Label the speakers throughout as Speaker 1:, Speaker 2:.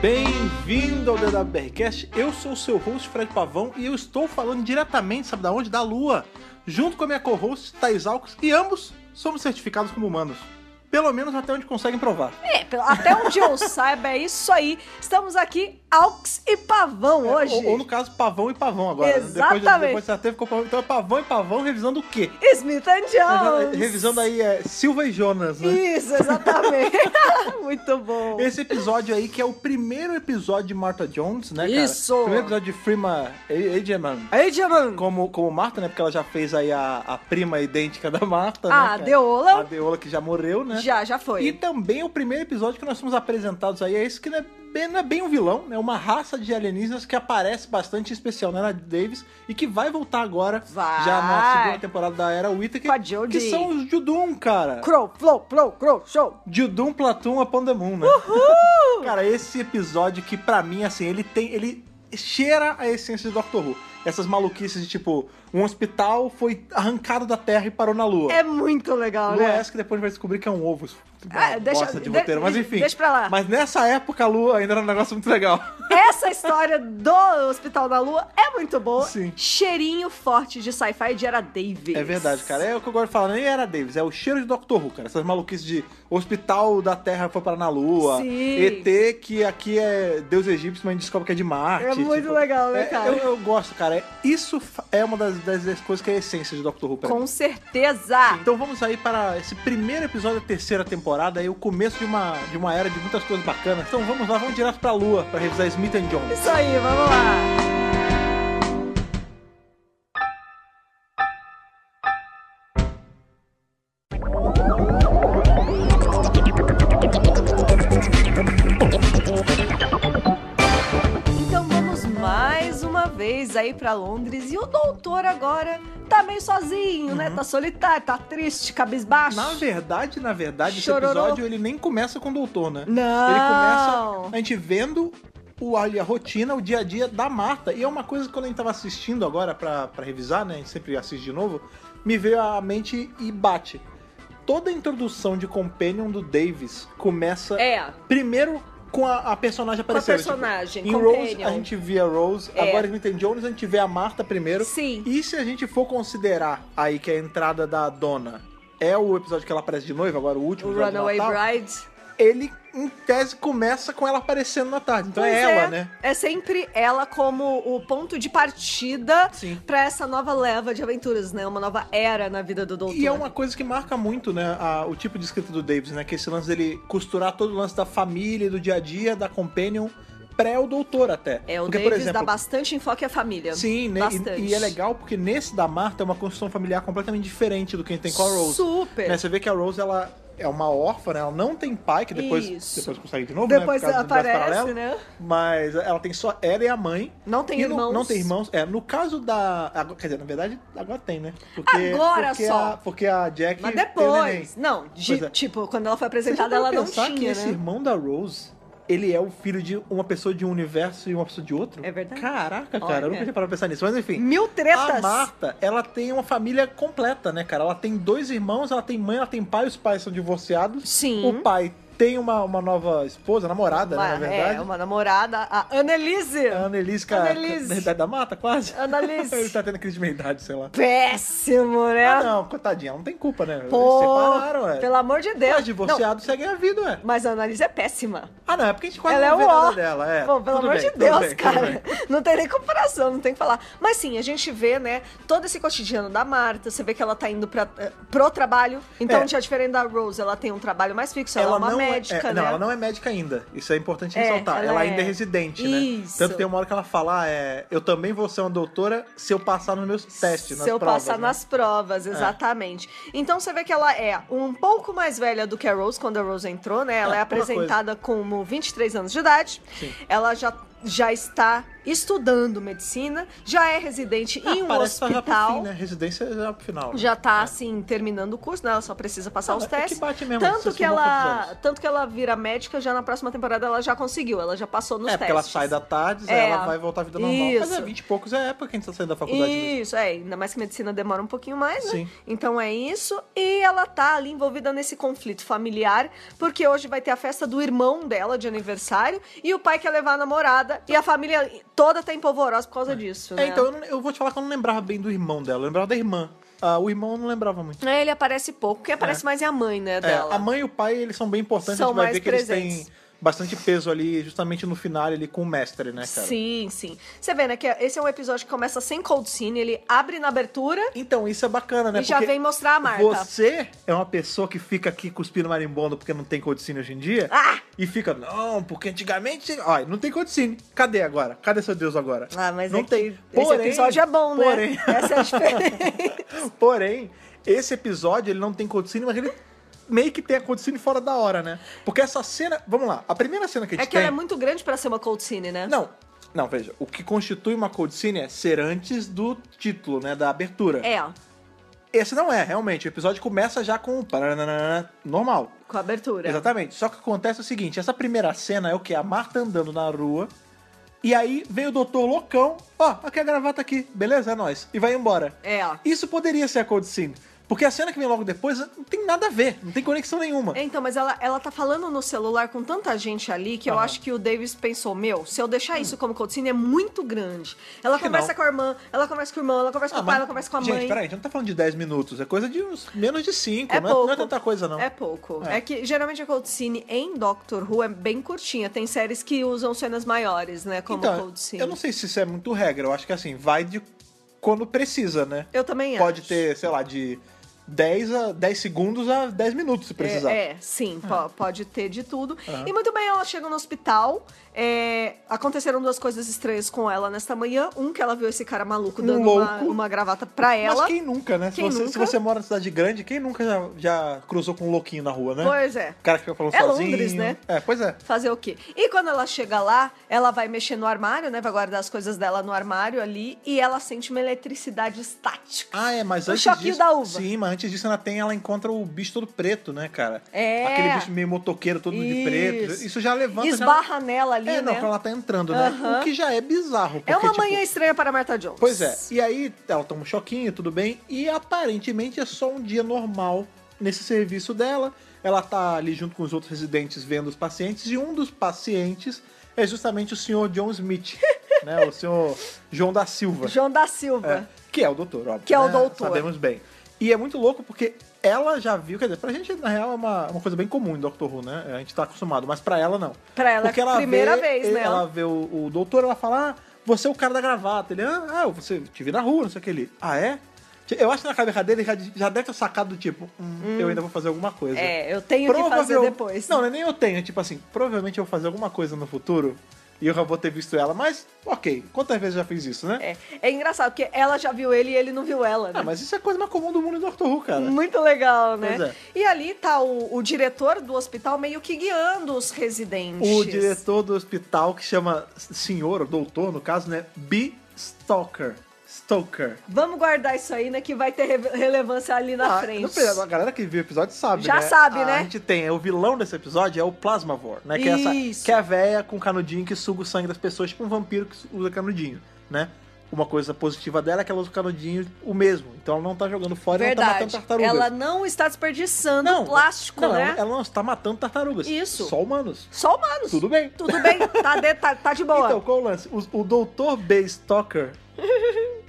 Speaker 1: Bem-vindo ao DWRcast, eu sou o seu host Fred Pavão e eu estou falando diretamente, sabe da onde? Da Lua, junto com a minha co-host Thais Alves e ambos somos certificados como humanos. Pelo menos até onde conseguem provar.
Speaker 2: É, pelo- até onde eu saiba, é isso aí. Estamos aqui, Aux e Pavão É, hoje.
Speaker 1: Ou, ou no caso, pavão e pavão agora. né? Depois,
Speaker 2: Exatamente.
Speaker 1: depois você até ficou pavão. Então é pavão e pavão revisando o quê?
Speaker 2: Smith and Jones.
Speaker 1: Revisando aí é, Silva e Jonas, né?
Speaker 2: Isso, exatamente. Muito bom.
Speaker 1: Esse episódio aí, que é o primeiro episódio de Martha Jones, né, cara?
Speaker 2: Isso!
Speaker 1: Primeiro episódio de Freema Ageman.
Speaker 2: Aí, Diamante.
Speaker 1: Como, como Marta, né? Porque ela já fez aí a, a prima idêntica da Marta, né?
Speaker 2: A
Speaker 1: cara?
Speaker 2: Deola.
Speaker 1: A Deola que já morreu, né?
Speaker 2: Ah, Já, já foi.
Speaker 1: E também o primeiro episódio que nós somos apresentados aí é esse que não é bem, não é bem um vilão, né? Uma raça de alienígenas que aparece bastante em especial na Ana Davis e que vai voltar agora,
Speaker 2: Vai.
Speaker 1: já na segunda temporada da Era Whittaker,
Speaker 2: Com a Jodie.
Speaker 1: que são os Judum, cara.
Speaker 2: Crow, flow, flow, crow, show.
Speaker 1: Judum Platum Upon the Moon, né? Cara, esse episódio que pra mim, assim, ele tem. Ele cheira a essência de Doctor Who. Essas maluquices de tipo, um hospital foi arrancado da terra e parou na lua.
Speaker 2: É muito legal,
Speaker 1: Lua
Speaker 2: né?
Speaker 1: essa que depois a gente vai descobrir que é um ovo. Isso é uma
Speaker 2: Ah, deixa-
Speaker 1: bosta de
Speaker 2: de-
Speaker 1: roteiro, mas
Speaker 2: de-
Speaker 1: enfim.
Speaker 2: deixa pra lá.
Speaker 1: Mas nessa época a lua ainda era um negócio muito legal.
Speaker 2: Essa história do Hospital da Lua é muito boa.
Speaker 1: Sim.
Speaker 2: Cheirinho forte de sci-fi de Era Davis.
Speaker 1: É verdade, cara. É o que eu gosto de falar, nem era Davis, é o cheiro de Doctor Who, cara. Essas maluquices de hospital da Terra foi parar na Lua,
Speaker 2: Sim.
Speaker 1: ET, que aqui é Deus egípcio, mas a gente descobre que é de Marte.
Speaker 2: É muito legal, né,
Speaker 1: é-
Speaker 2: cara?
Speaker 1: eu, eu gosto, cara. É- Isso fa- é uma das, das- das coisas que é a essência de Doctor Who pra mim.
Speaker 2: Com certeza.
Speaker 1: Então vamos aí para esse primeiro episódio da terceira temporada, aí o começo de uma, de uma era de muitas coisas bacanas. Então vamos lá, vamos direto pra Lua pra revisar Smith and Jones.
Speaker 2: Isso aí, vamos lá. Então vamos mais uma vez aí pra Londres e o doutor agora tá meio sozinho, né?
Speaker 1: Uhum.
Speaker 2: Tá solitário, tá triste, cabisbaixo.
Speaker 1: Na verdade, na verdade, esse
Speaker 2: Chororô.
Speaker 1: episódio ele nem começa com o doutor, né?
Speaker 2: Não.
Speaker 1: Ele
Speaker 2: Ah.
Speaker 1: começa a gente vendo o, ali a rotina, o dia a dia da Marta. E é uma coisa que quando a gente tava assistindo agora pra, pra revisar, né? A gente sempre assiste de novo, me veio à mente e bate. Toda a introdução de Companion do Davis começa
Speaker 2: É,
Speaker 1: primeiro com a, a personagem
Speaker 2: com a
Speaker 1: aparecendo. tipo,
Speaker 2: personagem,
Speaker 1: em Rose
Speaker 2: companion.
Speaker 1: a gente vê a Rose,
Speaker 2: É.
Speaker 1: agora em Nintendo Jones a gente vê a Marta primeiro.
Speaker 2: Sim.
Speaker 1: E se a gente for considerar aí que é a entrada da Dona é o episódio que ela aparece de noiva, agora o último
Speaker 2: O
Speaker 1: episódio de
Speaker 2: Runaway
Speaker 1: Natal,
Speaker 2: Bride.
Speaker 1: ele, em tese, começa com ela aparecendo na tarde. Então é
Speaker 2: Pois
Speaker 1: ela, né?
Speaker 2: É sempre ela como o ponto de partida
Speaker 1: Sim.
Speaker 2: pra essa nova leva de aventuras, né? Uma nova era na vida do doutor.
Speaker 1: E é uma coisa que marca muito, né, a- o tipo de escrita do Davis, né? Que esse lance dele costurar todo o lance da família, do dia a dia, da companion, pré o doutor até.
Speaker 2: É, o
Speaker 1: Porque,
Speaker 2: Davis
Speaker 1: por exemplo,
Speaker 2: dá bastante enfoque à família.
Speaker 1: Sim, né?
Speaker 2: Bastante.
Speaker 1: E, e é legal porque nesse da Marta é uma construção familiar completamente diferente do que a gente tem com a Rose.
Speaker 2: Super.
Speaker 1: Né, Você vê que a Rose, ela é uma órfã, né? Ela não tem pai, que depois,
Speaker 2: Isso.
Speaker 1: depois consegue de novo,
Speaker 2: Depois
Speaker 1: né? Por causa do universo
Speaker 2: aparece,
Speaker 1: paralelo.
Speaker 2: né?
Speaker 1: Mas ela tem só ela e a mãe.
Speaker 2: Não tem
Speaker 1: E no-
Speaker 2: irmãos.
Speaker 1: Não tem irmãos. É, no caso da... agora- Quer dizer, na verdade, agora tem, né? Porque,
Speaker 2: Agora
Speaker 1: porque
Speaker 2: só.
Speaker 1: A, porque a Jack
Speaker 2: Mas
Speaker 1: tem neném.
Speaker 2: depois. Não, de-
Speaker 1: Pois é.
Speaker 2: tipo, quando ela foi
Speaker 1: Você já
Speaker 2: apresentada,
Speaker 1: parou
Speaker 2: ela
Speaker 1: pra
Speaker 2: não
Speaker 1: pensar que
Speaker 2: tinha,
Speaker 1: esse
Speaker 2: né?
Speaker 1: irmão da Rose, ele é o filho de uma pessoa de um universo e uma pessoa de outro?
Speaker 2: É verdade.
Speaker 1: Caraca, cara, eu
Speaker 2: Olha.
Speaker 1: nunca tinha parado pra pensar nisso. Mas enfim.
Speaker 2: Mil tretas.
Speaker 1: A é Marta, né? ela tem uma família completa, né, cara? Ela tem dois irmãos, ela tem mãe, ela tem pai, os pais são divorciados.
Speaker 2: Sim.
Speaker 1: O pai tem uma, uma nova esposa, namorada, né, na
Speaker 2: Uma-
Speaker 1: verdade.
Speaker 2: É, uma namorada, a Annelise.
Speaker 1: A Annelise, É cara,
Speaker 2: Annelise.
Speaker 1: da idade da mata, quase.
Speaker 2: Annelise.
Speaker 1: Ele tá tendo crise de meia-idade, sei lá.
Speaker 2: Péssimo, né?
Speaker 1: Ah, não, coitadinha, ela não tem culpa, né?
Speaker 2: Pô,
Speaker 1: Eles separaram, ué.
Speaker 2: Pelo amor de Deus.
Speaker 1: Mas divorciados seguem a vida, ué.
Speaker 2: Não, mas a Annalise é péssima.
Speaker 1: Ah, não, é porque a gente quase
Speaker 2: ela é
Speaker 1: não vê
Speaker 2: o ó.
Speaker 1: nada dela, é.
Speaker 2: Pô, pelo
Speaker 1: Tudo
Speaker 2: amor
Speaker 1: bem,
Speaker 2: de
Speaker 1: tudo
Speaker 2: Deus,
Speaker 1: bem, tudo bem.
Speaker 2: cara. Não tem nem comparação, não tem o que falar. Mas sim, a gente vê, né, todo esse cotidiano da Marta. Você vê que ela tá indo pra, eh, pro trabalho. Então,
Speaker 1: É.
Speaker 2: já diferente da Rose, ela tem um trabalho mais fixo. Ela, é uma
Speaker 1: não
Speaker 2: médica,
Speaker 1: é,
Speaker 2: né?
Speaker 1: Não, ela não é médica ainda. Isso é importante
Speaker 2: É,
Speaker 1: ressaltar. Ela,
Speaker 2: ela
Speaker 1: ainda é
Speaker 2: é.
Speaker 1: residente, né?
Speaker 2: Isso.
Speaker 1: Tanto tem uma hora que ela fala, ah, é, eu também vou ser uma doutora se eu passar nos meus testes, nas
Speaker 2: Se eu
Speaker 1: provas.
Speaker 2: passar
Speaker 1: né?
Speaker 2: nas provas, exatamente. Então você vê que ela é um pouco mais velha do que a Rose quando a Rose entrou, né? Ela
Speaker 1: É,
Speaker 2: é,
Speaker 1: uma
Speaker 2: apresentada como 23 anos de idade. Ela já, já está estudando medicina, já é residente
Speaker 1: Ah,
Speaker 2: em um
Speaker 1: parece que tá já pro fim,
Speaker 2: hospital.
Speaker 1: né? Residência já pro final. né?
Speaker 2: Já tá, assim, terminando o curso, né? Ela só precisa passar
Speaker 1: Ah,
Speaker 2: os
Speaker 1: é que
Speaker 2: testes.
Speaker 1: bate mesmo,
Speaker 2: Tanto
Speaker 1: vocês
Speaker 2: que,
Speaker 1: vão
Speaker 2: ela,
Speaker 1: quantos anos?
Speaker 2: tanto que ela vira médica, já na próxima temporada ela já conseguiu, ela já passou nos
Speaker 1: É, porque ela
Speaker 2: testes.
Speaker 1: sai da tarde,
Speaker 2: É.
Speaker 1: ela vai voltar à vida normal. Mas é
Speaker 2: Isso.
Speaker 1: 20 e poucos é a época que a gente tá saindo da faculdade mesmo.
Speaker 2: Isso, é, ainda mais que medicina demora um pouquinho mais, né?
Speaker 1: Sim.
Speaker 2: Então é isso, e ela tá ali envolvida nesse conflito familiar, porque hoje vai ter a festa do irmão dela de aniversário, e o pai quer levar a namorada, e a família toda tá em polvorosa por causa disso,
Speaker 1: É,
Speaker 2: né?
Speaker 1: então, eu, não- eu vou te falar que eu não lembrava bem do irmão dela, eu lembrava da irmã. Ah, o irmão eu não lembrava muito.
Speaker 2: É, Ele aparece pouco, quem aparece mais é a mãe, né,
Speaker 1: É,
Speaker 2: dela.
Speaker 1: a mãe e o pai, eles são bem importantes,
Speaker 2: São
Speaker 1: a gente vai
Speaker 2: mais
Speaker 1: ver que eles
Speaker 2: presentes.
Speaker 1: têm bastante peso ali, justamente no final ali com o mestre, né, cara?
Speaker 2: Sim, sim. Você vê, né, que esse é um episódio que começa sem cold scene, ele abre na abertura
Speaker 1: Então, isso é bacana, né?
Speaker 2: e já
Speaker 1: Porque
Speaker 2: vem mostrar a marca.
Speaker 1: Você é uma pessoa que fica aqui cuspindo marimbondo porque não tem codicine hoje em dia?
Speaker 2: Ah!
Speaker 1: E fica, não, porque antigamente. Ó, não tem codicine. Cadê agora? Cadê seu Deus agora?
Speaker 2: Ah, mas
Speaker 1: não
Speaker 2: é que esse episódio é bom, né?
Speaker 1: Porém,
Speaker 2: Essa é a diferença.
Speaker 1: porém, esse episódio ele não tem codicine, mas ele meio que tem a codicine fora da hora, né? Porque essa cena. Vamos lá, a primeira cena que a
Speaker 2: É
Speaker 1: gente
Speaker 2: que
Speaker 1: tem.
Speaker 2: ela é muito grande pra ser uma cold scene, né?
Speaker 1: Não, não, veja. O que constitui uma codicine é ser antes do título, né? Da abertura.
Speaker 2: É,
Speaker 1: Esse não é, realmente. O episódio começa já com. o paranana, Normal.
Speaker 2: com a abertura.
Speaker 1: Exatamente. Só que acontece o seguinte: essa primeira cena é o que? A Marta andando na rua. E aí vem o doutor loucão. Ó, aqui a gravata aqui. Beleza, é nóis. E vai embora.
Speaker 2: É.
Speaker 1: Isso poderia ser a Cold Scene. Porque a cena que vem logo depois não tem nada a ver. Não tem conexão nenhuma.
Speaker 2: É, Então, mas ela, ela tá falando no celular com tanta gente ali que eu
Speaker 1: Aham. Hum.
Speaker 2: acho que o Davis pensou: meu, se eu deixar isso como cold scene é muito grande. Ela
Speaker 1: Acho que
Speaker 2: conversa
Speaker 1: não.
Speaker 2: com a irmã, ela conversa com o irmão, ela conversa com
Speaker 1: Ah,
Speaker 2: o
Speaker 1: mas-
Speaker 2: pai, ela conversa com a mãe.
Speaker 1: Gente, peraí, a gente não tá falando de 10 minutos. É coisa de uns menos de 5.
Speaker 2: É
Speaker 1: não,
Speaker 2: pouco.
Speaker 1: não é tanta coisa, não.
Speaker 2: É pouco.
Speaker 1: É.
Speaker 2: É, que geralmente a cold scene em Doctor Who é bem curtinha. Tem séries que usam cenas maiores, né? Como
Speaker 1: então,
Speaker 2: cold scene.
Speaker 1: eu não sei se isso é muito regra. Eu acho que assim, vai de quando precisa, né?
Speaker 2: Eu também
Speaker 1: Pode
Speaker 2: acho.
Speaker 1: ter, sei lá, de 10 a 10 segundos a 10 minutos se precisar. Ah.
Speaker 2: É, é, sim, po- pode ter de tudo.
Speaker 1: Aham.
Speaker 2: E muito bem, ela chega no hospital. é, aconteceram duas coisas estranhas com ela nesta manhã. Um, que ela viu esse cara maluco
Speaker 1: Um
Speaker 2: dando uma,
Speaker 1: louco.
Speaker 2: uma gravata pra ela.
Speaker 1: Mas quem nunca, né? Se,
Speaker 2: Quem
Speaker 1: você, se
Speaker 2: nunca?
Speaker 1: você mora na cidade grande, quem nunca já, já cruzou com um louquinho na rua, né?
Speaker 2: Pois é.
Speaker 1: O cara que fica falando
Speaker 2: É
Speaker 1: sozinho.
Speaker 2: Londres, né?
Speaker 1: É, pois é.
Speaker 2: Fazer o quê? E quando ela chega lá, ela vai mexer no armário, né? Vai guardar as coisas dela no armário ali e ela sente uma eletricidade estática.
Speaker 1: Ah, é, mas
Speaker 2: O
Speaker 1: antes
Speaker 2: choquinho
Speaker 1: disso...
Speaker 2: da uva.
Speaker 1: Sim, mas antes disso ela tem, ela encontra o bicho todo preto, né, cara?
Speaker 2: É.
Speaker 1: Aquele bicho meio motoqueiro, todo de preto.
Speaker 2: Isso.
Speaker 1: Isso já levanta... já...
Speaker 2: Esbarra nela ali,
Speaker 1: É, não,
Speaker 2: né?
Speaker 1: quando ela tá entrando, né?
Speaker 2: Aham.
Speaker 1: O que já é bizarro. Porque,
Speaker 2: é uma
Speaker 1: tipo,
Speaker 2: manhã estranha para Martha Jones.
Speaker 1: Pois é. E aí ela toma um choquinho, tudo bem. E aparentemente é só um dia normal nesse serviço dela. Ela tá ali junto com os outros residentes vendo os pacientes. E um dos pacientes é justamente o senhor John Smith, né? O senhor João da Silva.
Speaker 2: João da
Speaker 1: É,
Speaker 2: Silva.
Speaker 1: que é o doutor, óbvio.
Speaker 2: Né? Que é o
Speaker 1: né?
Speaker 2: doutor.
Speaker 1: Sabemos bem. E é muito louco porque ela já viu, quer dizer, pra gente, na real, é uma, uma coisa bem comum em Doctor Who, né? A gente tá acostumado, mas pra ela não.
Speaker 2: Pra ela é
Speaker 1: porque
Speaker 2: a primeira
Speaker 1: vê,
Speaker 2: vez, né?
Speaker 1: Ela vê o, o doutor, ela fala, ah, você é o cara da gravata. Ele, ah, ah, você te vi na rua, não sei o que ele. Ah, é? Eu acho que na cabeça dele já, já deve ter sacado do tipo, hum, eu ainda vou fazer alguma coisa.
Speaker 2: É, eu tenho que fazer
Speaker 1: Provavel-
Speaker 2: depois.
Speaker 1: Não, não é nem eu tenho. é Tipo assim, provavelmente eu vou fazer alguma coisa no futuro e eu já vou ter visto ela. Mas, ok, quantas vezes eu já fiz isso, né?
Speaker 2: É, é engraçado, porque ela já viu ele e ele não viu ela, né?
Speaker 1: Ah, mas isso é a coisa mais comum do mundo do Doctor Who, cara.
Speaker 2: Muito legal, né?
Speaker 1: Pois é.
Speaker 2: E ali tá o, o diretor do hospital meio que guiando os residentes.
Speaker 1: O diretor do hospital, que chama senhor, ou doutor, no caso, né? B. Stoker. Stoker.
Speaker 2: Vamos guardar isso aí, né? Que vai ter re- relevância ali na
Speaker 1: Ah,
Speaker 2: frente.
Speaker 1: não precisa, a galera que viu o episódio sabe,
Speaker 2: Já
Speaker 1: né?
Speaker 2: sabe, né?
Speaker 1: A gente tem, o vilão desse episódio é o Plasmavor, né? Que é, essa,
Speaker 2: Isso.
Speaker 1: que é a véia com canudinho que suga o sangue das pessoas, tipo um vampiro que usa canudinho, né? Uma coisa positiva dela é que ela usa o canudinho o mesmo. Então ela não tá jogando fora, ela não tá
Speaker 2: Verdade.
Speaker 1: matando tartarugas.
Speaker 2: ela não está desperdiçando
Speaker 1: não,
Speaker 2: plástico,
Speaker 1: não,
Speaker 2: né?
Speaker 1: ela, ela não está matando tartarugas.
Speaker 2: Isso.
Speaker 1: Só humanos.
Speaker 2: Só humanos.
Speaker 1: Tudo bem.
Speaker 2: Tudo bem, tá, de- tá- tá de boa.
Speaker 1: Então, qual o lance? O, o Dr. B. Stoker,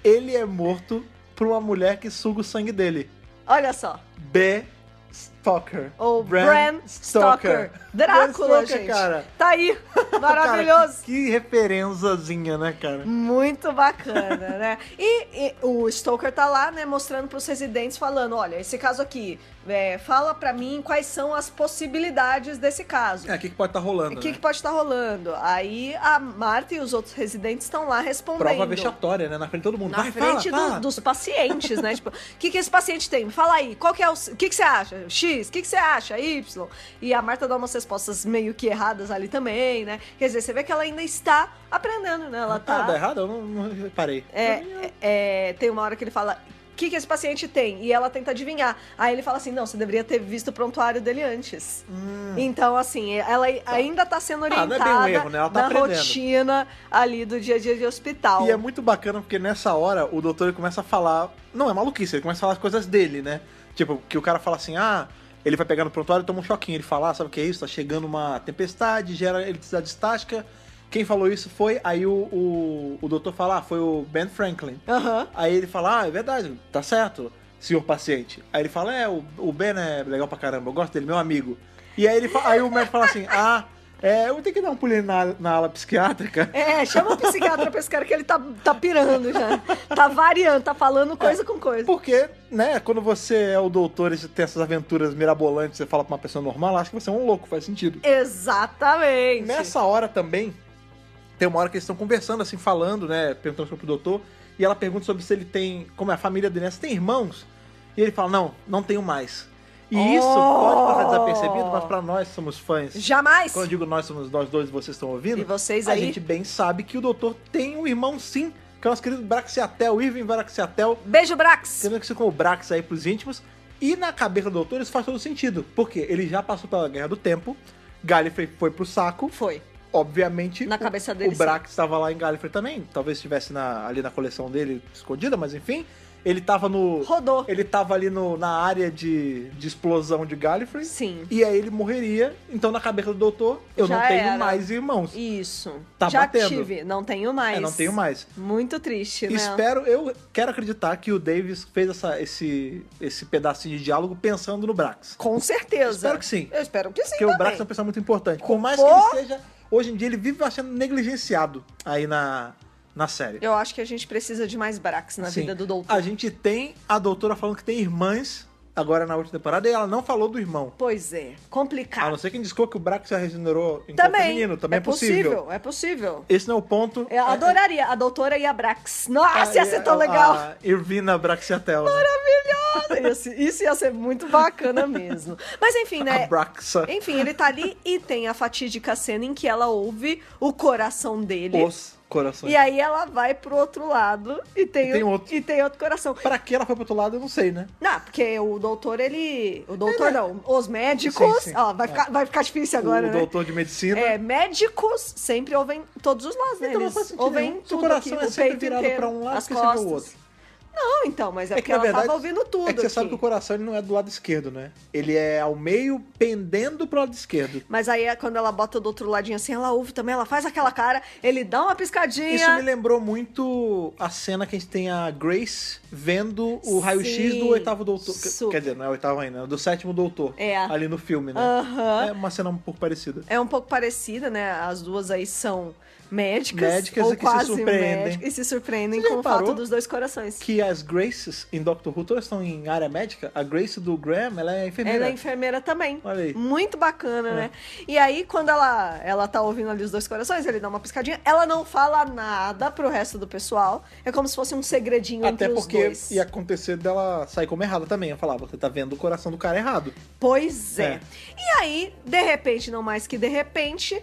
Speaker 1: ele é morto por uma mulher que suga o sangue dele.
Speaker 2: Olha só.
Speaker 1: B. Stoker.
Speaker 2: O Bram, Stoker. Drácula,
Speaker 1: Bram Stoker,
Speaker 2: gente.
Speaker 1: cara.
Speaker 2: Tá aí.
Speaker 1: Cara,
Speaker 2: Maravilhoso.
Speaker 1: que, que referenzazinha, né, cara?
Speaker 2: Muito bacana, né? E, e o Stoker tá lá, né, mostrando pros residentes, falando, olha, esse caso aqui, é, fala pra mim quais são as possibilidades desse caso.
Speaker 1: É, o que, que pode estar rolando,
Speaker 2: O que,
Speaker 1: né?
Speaker 2: que pode estar rolando? Aí a Marta e os outros residentes estão lá respondendo.
Speaker 1: Prova vexatória, né? Na frente de todo mundo.
Speaker 2: tá Na
Speaker 1: Vai,
Speaker 2: frente
Speaker 1: fala,
Speaker 2: do-
Speaker 1: fala.
Speaker 2: dos pacientes, né? tipo, o que, que esse paciente tem? Fala aí, qual que é o. O que, que você acha? X, X, o que, que você acha? Y. E a Marta dá umas respostas meio que erradas ali também, né? Quer dizer, você vê que ela ainda está aprendendo, né? Ela
Speaker 1: Ah,
Speaker 2: tá.
Speaker 1: dá errado? Eu não, não reparei.
Speaker 2: É, é, é, tem uma hora que ele fala. O que, que esse paciente tem? E ela tenta adivinhar. Aí ele fala assim: não, você deveria ter visto o prontuário dele antes. Então, assim, ela ainda tá sendo
Speaker 1: Hum. Ah, não é bem um
Speaker 2: orientada
Speaker 1: erro, né? Ela tá
Speaker 2: na
Speaker 1: aprendendo.
Speaker 2: rotina ali do dia a dia de hospital.
Speaker 1: E é muito bacana porque nessa hora o doutor ele começa a falar. Não, é maluquice, ele começa a falar as coisas dele, né? Tipo, que o cara fala assim: ah, ele vai pegar no prontuário e toma um choquinho. Ele fala: ah, sabe o que é isso? Tá chegando uma tempestade, gera eletricidade estática. Quem falou isso foi. Aí o, o, o doutor fala: ah, foi o Ben Franklin.
Speaker 2: Aham.
Speaker 1: Aí ele fala: ah, é verdade, tá certo, senhor paciente. Aí ele fala: é, o, o Ben é legal pra caramba, eu gosto dele, meu amigo. E aí, ele, fa- aí o médico fala assim: ah, é, eu vou ter que dar um pulinho na, na ala psiquiátrica.
Speaker 2: É, chama o psiquiatra pra esse cara que ele tá, tá pirando já. Tá variando, tá falando
Speaker 1: É.
Speaker 2: coisa com coisa.
Speaker 1: Porque, né, quando você é o doutor e você tem essas aventuras mirabolantes, você fala pra uma pessoa normal, ela acha que você é um louco, faz sentido.
Speaker 2: Exatamente.
Speaker 1: Nessa hora também, tem uma hora que eles estão conversando, assim, falando, né, perguntando sobre o doutor, e ela pergunta sobre se ele tem, como é a família dele, né, se tem irmãos? E ele fala, não, não tenho mais. E isso
Speaker 2: Oh!
Speaker 1: pode passar desapercebido, mas pra nós que somos fãs,
Speaker 2: Jamais.
Speaker 1: quando eu digo nós somos nós dois, vocês estão ouvindo,
Speaker 2: E vocês
Speaker 1: a
Speaker 2: aí?
Speaker 1: gente bem sabe que o doutor tem um irmão sim, que é o nosso querido Braxiatel, Irving Braxiatel,
Speaker 2: Beijo, Brax.
Speaker 1: Sendo que se com o Brax aí pros íntimos. E na cabeça do doutor isso faz todo sentido. Porque ele já passou pela Guerra do Tempo, Gallifrey foi pro saco,
Speaker 2: Foi.
Speaker 1: obviamente.
Speaker 2: Na
Speaker 1: o-
Speaker 2: cabeça dele,
Speaker 1: O Brax estava lá em Gallifrey também. Talvez estivesse na- ali na coleção dele escondida, mas enfim. Ele tava no.
Speaker 2: Rodou.
Speaker 1: Ele tava ali no- na área de, de explosão de Gallifrey.
Speaker 2: Sim.
Speaker 1: E aí ele morreria. Então na cabeça do doutor, eu
Speaker 2: Já
Speaker 1: não tenho
Speaker 2: era.
Speaker 1: mais irmãos.
Speaker 2: Isso.
Speaker 1: Tá
Speaker 2: Já
Speaker 1: batendo.
Speaker 2: tive. Não tenho mais.
Speaker 1: É, não tenho mais.
Speaker 2: Muito triste, né?
Speaker 1: Espero, eu quero acreditar que o Davis fez essa- esse, esse pedacinho de diálogo pensando no Brax.
Speaker 2: Com certeza.
Speaker 1: Espero que sim.
Speaker 2: Eu espero que sim
Speaker 1: Porque o
Speaker 2: também.
Speaker 1: Brax é uma pessoa muito importante. Por mais
Speaker 2: Pô!
Speaker 1: que ele seja. Hoje em dia ele vive sendo negligenciado aí na, na série.
Speaker 2: Eu acho que a gente precisa de mais Brax na
Speaker 1: Sim.
Speaker 2: vida do doutor.
Speaker 1: A gente tem a doutora falando que tem irmãs agora na última temporada e ela não falou do irmão.
Speaker 2: Pois é.
Speaker 1: A
Speaker 2: Complicado.
Speaker 1: não ser quem descobriu que o Brax já regenerou em corpo
Speaker 2: Também.
Speaker 1: feminino. Também é,
Speaker 2: É possível.
Speaker 1: Esse não é é, ah. o ponto.
Speaker 2: Eu adoraria a doutora e a Brax. Nossa, ia ser tão
Speaker 1: a-
Speaker 2: legal.
Speaker 1: A Irvina Braxiatel. né?
Speaker 2: Maravilhosa! Ia ser- Isso ia ser muito bacana mesmo. Mas enfim,
Speaker 1: A
Speaker 2: né?
Speaker 1: Braxa.
Speaker 2: Enfim, ele tá ali e tem a fatídica cena em que ela ouve o coração dele.
Speaker 1: Os corações.
Speaker 2: E aí ela vai pro outro lado e tem,
Speaker 1: E tem
Speaker 2: o-
Speaker 1: outro.
Speaker 2: e tem outro coração.
Speaker 1: Pra que ela foi pro outro lado, eu não sei, né?
Speaker 2: Não, porque o doutor, ele. O doutor não, os médicos.
Speaker 1: é- Sim, sim.
Speaker 2: Ó, vai ficar, vai ficar difícil agora,
Speaker 1: o
Speaker 2: né?
Speaker 1: doutor de medicina.
Speaker 2: É, médicos sempre ouvem todos os lados, né?
Speaker 1: Então não
Speaker 2: Eles
Speaker 1: faz sentido
Speaker 2: ouvem
Speaker 1: nenhum. Se o
Speaker 2: tudo
Speaker 1: coração
Speaker 2: aqui,
Speaker 1: é
Speaker 2: o
Speaker 1: sempre
Speaker 2: peito
Speaker 1: virado
Speaker 2: inteiro,
Speaker 1: pra um lado,
Speaker 2: as
Speaker 1: por que você vê o
Speaker 2: costas.
Speaker 1: outro?
Speaker 2: Não, então, mas é, porque ela tava ouvindo tudo
Speaker 1: É que você
Speaker 2: aqui.
Speaker 1: sabe que o coração ele não é do lado esquerdo, né? Ele é ao meio, pendendo pro lado esquerdo.
Speaker 2: Mas aí, quando ela bota do outro ladinho assim, ela ouve também, ela faz aquela cara, ele dá uma piscadinha.
Speaker 1: Isso me lembrou muito a cena que a gente tem a Grace vendo o raio-x
Speaker 2: Sim.
Speaker 1: do oitavo doutor. Que-
Speaker 2: Super.
Speaker 1: Quer dizer, não é o oitavo ainda, é do sétimo doutor.
Speaker 2: É.
Speaker 1: Ali no filme, né?
Speaker 2: Aham.
Speaker 1: É uma cena um pouco parecida.
Speaker 2: É um pouco parecida, né? As duas aí são médicas,
Speaker 1: Médicas
Speaker 2: ou
Speaker 1: e que se
Speaker 2: quase
Speaker 1: surpreendem.
Speaker 2: médicas, e se surpreendem
Speaker 1: Você já
Speaker 2: com o
Speaker 1: reparou
Speaker 2: fato dos dois corações.
Speaker 1: Que as Graces em Doctor Who todas estão em área médica. A Grace do Graham, ela é enfermeira.
Speaker 2: Ela é enfermeira também.
Speaker 1: Olha aí.
Speaker 2: Muito bacana,
Speaker 1: É.
Speaker 2: né? E aí, quando ela, ela tá ouvindo ali os dois corações, ele dá uma piscadinha. Ela não fala nada pro resto do pessoal. É como se fosse um segredinho
Speaker 1: Até
Speaker 2: entre os
Speaker 1: porque
Speaker 2: dois.
Speaker 1: ia acontecer dela sair como errada também. Eu falava, você tá vendo o coração do cara errado.
Speaker 2: Pois é.
Speaker 1: É.
Speaker 2: E aí, de repente, não mais que de repente,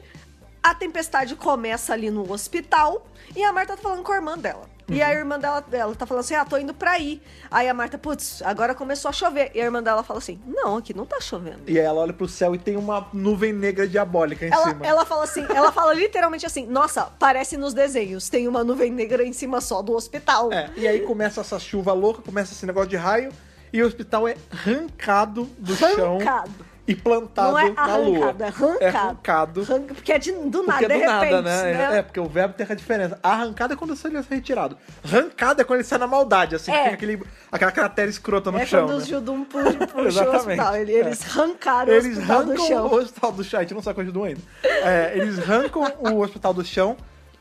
Speaker 2: a tempestade começa ali no hospital e a Marta tá falando com a irmã dela. E
Speaker 1: Uhum.
Speaker 2: a irmã dela, ela tá falando assim: ah, tô indo pra aí. Aí a Marta, putz, agora começou a chover. E a irmã dela fala assim: não, aqui não tá chovendo.
Speaker 1: E aí ela olha pro céu e tem uma nuvem negra diabólica em
Speaker 2: Ela,
Speaker 1: cima.
Speaker 2: ela fala assim, ela fala literalmente assim, nossa, parece nos desenhos, tem uma nuvem negra em cima só do hospital.
Speaker 1: É, e aí começa essa chuva louca, começa esse negócio de raio, e o hospital é arrancado do chão
Speaker 2: Arrancado.
Speaker 1: e plantado
Speaker 2: Não é
Speaker 1: na lua.
Speaker 2: arrancado, é arrancado.
Speaker 1: É arrancado.
Speaker 2: Arranca- Porque é de, do nada,
Speaker 1: Porque
Speaker 2: de
Speaker 1: do nada,
Speaker 2: repente,
Speaker 1: né? É, porque o verbo tem a diferença. Arrancado é quando ele sai retirado. Arrancado é quando ele sai na maldade, assim,
Speaker 2: É.
Speaker 1: tem aquele, aquela cratera escrota no
Speaker 2: é
Speaker 1: chão.
Speaker 2: quando os
Speaker 1: né?
Speaker 2: Judum pu- puxou o
Speaker 1: Exatamente. é.
Speaker 2: hospital. Ele- Eles arrancaram
Speaker 1: Eles
Speaker 2: o hospital
Speaker 1: arrancam
Speaker 2: do chão.
Speaker 1: o hospital do chão. A gente não sabe coisa do ainda. É, eles arrancam o hospital do chão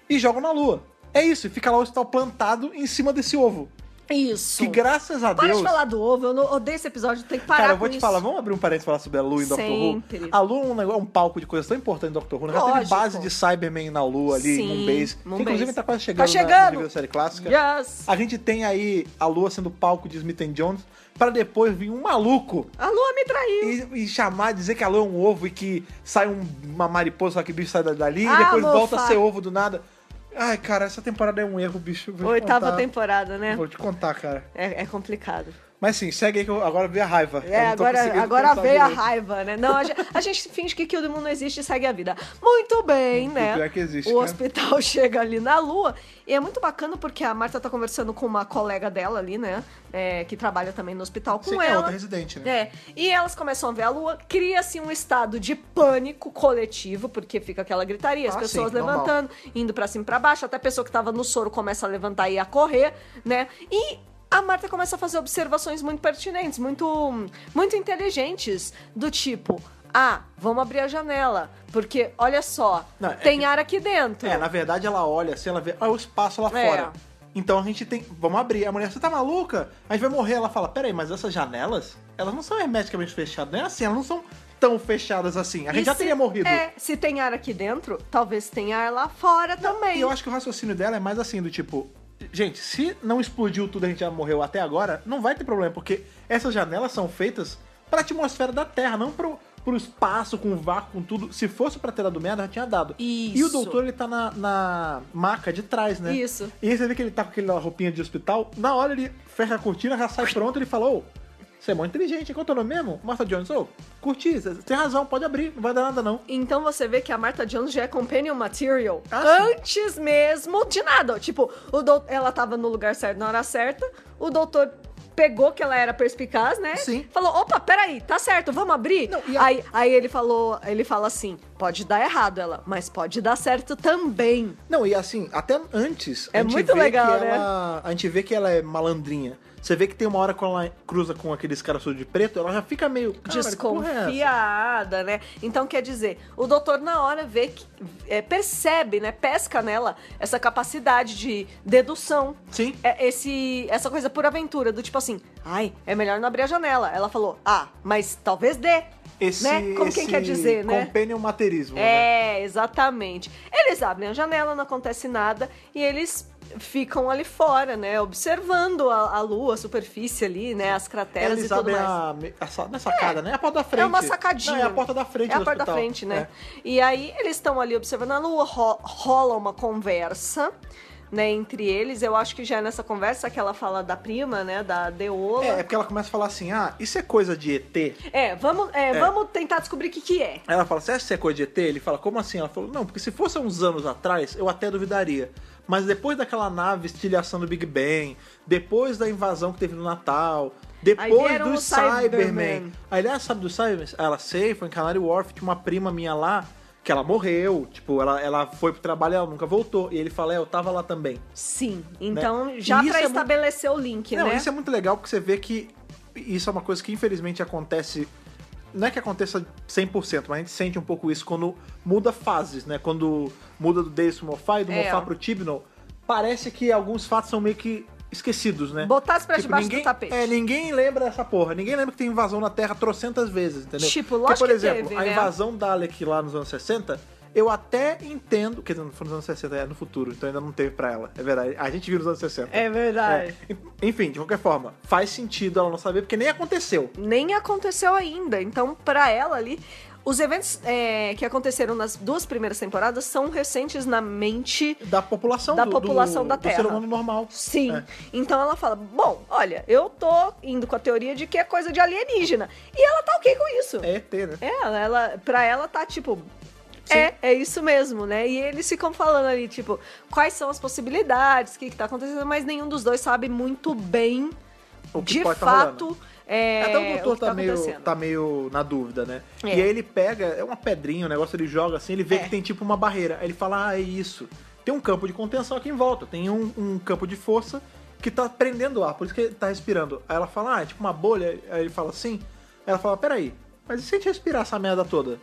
Speaker 1: e jogam na lua. É isso, fica lá o hospital plantado em cima desse ovo.
Speaker 2: Isso.
Speaker 1: Que graças a
Speaker 2: Para
Speaker 1: Deus.
Speaker 2: de falar do ovo, eu não- odeio esse episódio, tem que parar
Speaker 1: Cara, eu vou
Speaker 2: com
Speaker 1: te
Speaker 2: isso.
Speaker 1: falar, vamos abrir um parênteses e falar sobre a Lua e Doctor Who?
Speaker 2: Sempre.
Speaker 1: A Lua é um, negócio- um palco de coisas tão importante do Doctor Who. né? Já teve
Speaker 2: Lógico.
Speaker 1: base de Cybermen na Lua ali,
Speaker 2: Sim,
Speaker 1: em Moonbase. Que,
Speaker 2: Moonbase.
Speaker 1: inclusive tá quase chegando, na,
Speaker 2: Tá
Speaker 1: na
Speaker 2: chegando.
Speaker 1: nível série clássica.
Speaker 2: Yes.
Speaker 1: A gente tem aí a Lua sendo palco de Smith and Jones, pra depois vir um maluco
Speaker 2: A lua me traiu.
Speaker 1: e, e chamar, dizer que a Lua é um ovo e que sai um- uma mariposa, só que o bicho sai da- dali
Speaker 2: Ah,
Speaker 1: e depois
Speaker 2: mofa.
Speaker 1: volta a ser ovo do nada. Ai, cara, essa temporada é um erro, bicho. Vou te
Speaker 2: Oitava
Speaker 1: contar.
Speaker 2: temporada, né?
Speaker 1: Vou te contar, cara.
Speaker 2: É, é complicado.
Speaker 1: Mas sim, segue aí que eu, agora veio a raiva. Eu
Speaker 2: É,
Speaker 1: não tô
Speaker 2: agora,
Speaker 1: conseguindo
Speaker 2: agora
Speaker 1: pensar
Speaker 2: veio a
Speaker 1: direito.
Speaker 2: raiva, né? Não, a gente, a gente finge que Kill the Moon não existe e segue a vida. Muito bem, né?
Speaker 1: pior que existe,
Speaker 2: o
Speaker 1: né?
Speaker 2: hospital chega ali na lua e é muito bacana porque a Marta tá conversando com uma colega dela ali, né? É, que trabalha também no hospital com
Speaker 1: Sim,
Speaker 2: ela.
Speaker 1: é outra residente, né?
Speaker 2: É, e elas começam a ver a lua, cria-se um estado de pânico coletivo, porque fica aquela gritaria, as
Speaker 1: Ah,
Speaker 2: pessoas
Speaker 1: sim, normal.
Speaker 2: levantando, indo pra cima e pra baixo, até a pessoa que tava no soro começa a levantar e a correr, né? E a Marta começa a fazer observações muito pertinentes, muito, muito inteligentes, do tipo. Ah, vamos abrir a janela, porque olha só,
Speaker 1: Não, é
Speaker 2: tem
Speaker 1: que-
Speaker 2: ar aqui dentro.
Speaker 1: É, na verdade ela olha assim, ela vê, olha o espaço lá
Speaker 2: É.
Speaker 1: fora. Então a gente tem, vamos abrir. A mulher, você tá maluca? A gente vai morrer. Ela fala, peraí, mas essas janelas, elas não são hermeticamente fechadas, não é assim, elas não são tão fechadas assim. A gente
Speaker 2: E
Speaker 1: já
Speaker 2: se-
Speaker 1: teria morrido.
Speaker 2: É, se tem ar aqui dentro, talvez tenha ar lá fora também.
Speaker 1: E eu acho que o raciocínio dela é mais assim, do tipo, gente, se não explodiu tudo e a gente já morreu até agora, não vai ter problema, porque essas janelas são feitas pra atmosfera da Terra, não pro, pro espaço, com vácuo, com tudo. Se fosse pra ter dado merda, já tinha dado. E o
Speaker 2: Isso.
Speaker 1: doutor, ele tá na, na maca de trás, né?
Speaker 2: Isso.
Speaker 1: E aí você vê que ele tá com aquela roupinha de hospital, na hora ele fecha a cortina, já sai pronto, ele fala, ô, você é muito inteligente, qual é o teu nome mesmo? Martha Jones, ô, curti, você tem razão, pode abrir, não vai dar nada não.
Speaker 2: Então você vê que a Martha Jones já é companion material
Speaker 1: Ah, sim.
Speaker 2: antes mesmo de nada. Tipo, o dou- ela tava no lugar certo na hora certa, o doutor pegou que ela era perspicaz, né?
Speaker 1: Sim.
Speaker 2: Falou, opa, peraí, tá certo, vamos abrir?
Speaker 1: Não, e a-
Speaker 2: aí, aí ele falou, ele fala assim, pode dar errado ela, mas pode dar certo também.
Speaker 1: Não, e assim, até antes.
Speaker 2: É
Speaker 1: a gente
Speaker 2: muito
Speaker 1: vê
Speaker 2: legal,
Speaker 1: que
Speaker 2: né?
Speaker 1: ela- A gente vê que ela é malandrinha. Você vê que tem uma hora quando ela cruza com aqueles caras todos de preto, ela já fica meio. "Cara, que porra é essa?"
Speaker 2: Desconfiada, né? Então, quer dizer, o doutor na hora vê que é, percebe, né? Pesca nela essa capacidade de dedução.
Speaker 1: Sim.
Speaker 2: é esse, essa coisa por aventura, do tipo assim, ai, é melhor não abrir a janela. Ela falou, ah, mas talvez dê.
Speaker 1: Esse,
Speaker 2: né? Como quem
Speaker 1: esse
Speaker 2: quer dizer, né?
Speaker 1: Companion materismo, né?
Speaker 2: É, exatamente. Eles abrem a janela, não acontece nada, e eles ficam ali fora, né? Observando a, a lua, a superfície ali, né? As crateras
Speaker 1: Eles
Speaker 2: e tudo
Speaker 1: abrem
Speaker 2: mais.
Speaker 1: a, a sa- não é sacada, né? É a porta da frente.
Speaker 2: É uma sacadinha.
Speaker 1: Não, é a porta da frente
Speaker 2: É a
Speaker 1: do
Speaker 2: porta da
Speaker 1: hospital.
Speaker 2: frente, né?
Speaker 1: É.
Speaker 2: E aí eles estão ali observando a lua, ro- rola uma conversa, né, entre eles. Eu acho que já é nessa conversa que ela fala da prima, né, da Deola.
Speaker 1: É, é porque ela começa a falar assim: ah, isso é coisa de ET?
Speaker 2: É, vamos, é, vamos tentar descobrir o que, que é.
Speaker 1: Aí Ela fala, você acha que isso é coisa de ET? Ele fala, como assim? Ela falou, não, porque se fosse há uns anos atrás, eu até duvidaria. Mas depois daquela nave estilhaçando o Big Bang, depois da invasão que teve no Natal, depois
Speaker 2: vieram
Speaker 1: do
Speaker 2: os Cybermen.
Speaker 1: Cybermen. Aí ele, ah, sabe do Cybermen? Aí Ela, sei, foi em Canary Wharf, tinha uma prima minha lá, que ela morreu. Tipo, ela, ela foi pro trabalho e ela nunca voltou. E ele fala, é, eu tava lá também.
Speaker 2: Sim. Então,
Speaker 1: Né?
Speaker 2: já
Speaker 1: E isso
Speaker 2: pra
Speaker 1: é muito-
Speaker 2: estabelecer o link,
Speaker 1: não,
Speaker 2: né?
Speaker 1: isso é muito legal porque você vê que isso é uma coisa que infelizmente acontece. Não é que aconteça 100%, mas a gente sente um pouco isso quando muda fases, né? Quando muda do Deus pro Mofá e do
Speaker 2: É.
Speaker 1: Mofá pro Tibnall, parece que alguns fatos são meio que esquecidos, né?
Speaker 2: Botados pra debaixo do
Speaker 1: ninguém,
Speaker 2: tapete.
Speaker 1: É, ninguém lembra dessa porra. Ninguém lembra que tem invasão na Terra trocentas vezes, entendeu?
Speaker 2: Tipo,
Speaker 1: Porque,
Speaker 2: lógico
Speaker 1: por
Speaker 2: que
Speaker 1: exemplo,
Speaker 2: teve,
Speaker 1: a
Speaker 2: né?
Speaker 1: invasão Dalek lá nos anos 60, eu até entendo... Quer dizer, não foi nos anos 60, é no futuro, então ainda não teve pra ela. É verdade, a gente viu nos anos 60.
Speaker 2: É verdade.
Speaker 1: É. Enfim, de qualquer forma, faz sentido ela não saber, porque nem aconteceu.
Speaker 2: Nem aconteceu ainda. Então, pra ela ali, os eventos é, que aconteceram nas duas primeiras temporadas são recentes na mente
Speaker 1: Da população
Speaker 2: Da
Speaker 1: do,
Speaker 2: população
Speaker 1: do-
Speaker 2: da
Speaker 1: do
Speaker 2: Terra.
Speaker 1: ser humano normal.
Speaker 2: Sim.
Speaker 1: É.
Speaker 2: Então ela fala: Bom, olha, eu tô indo com a teoria de que é coisa de alienígena. E ela tá ok com isso.
Speaker 1: É ET, né?
Speaker 2: É, ela, ela, pra ela tá tipo. É, é isso mesmo, né? E eles ficam falando ali, tipo, quais são as possibilidades, o que, que tá acontecendo, mas nenhum dos dois sabe muito bem
Speaker 1: O que
Speaker 2: de
Speaker 1: pode tá
Speaker 2: fato.
Speaker 1: rolando.
Speaker 2: é,
Speaker 1: Até o doutor
Speaker 2: que
Speaker 1: tá, meio,
Speaker 2: acontecendo.
Speaker 1: tá meio na dúvida, né?
Speaker 2: É.
Speaker 1: E aí ele pega, é uma pedrinha, o negócio ele joga assim, ele vê
Speaker 2: É.
Speaker 1: que tem tipo uma barreira. Aí ele fala, ah, é isso. Tem um campo de contenção aqui em volta, tem um, um campo de força que tá prendendo o ar, por isso que ele tá respirando. Aí ela fala, ah, é tipo uma bolha. Aí ele fala assim, ela fala, peraí, mas e se a gente respirar essa merda toda?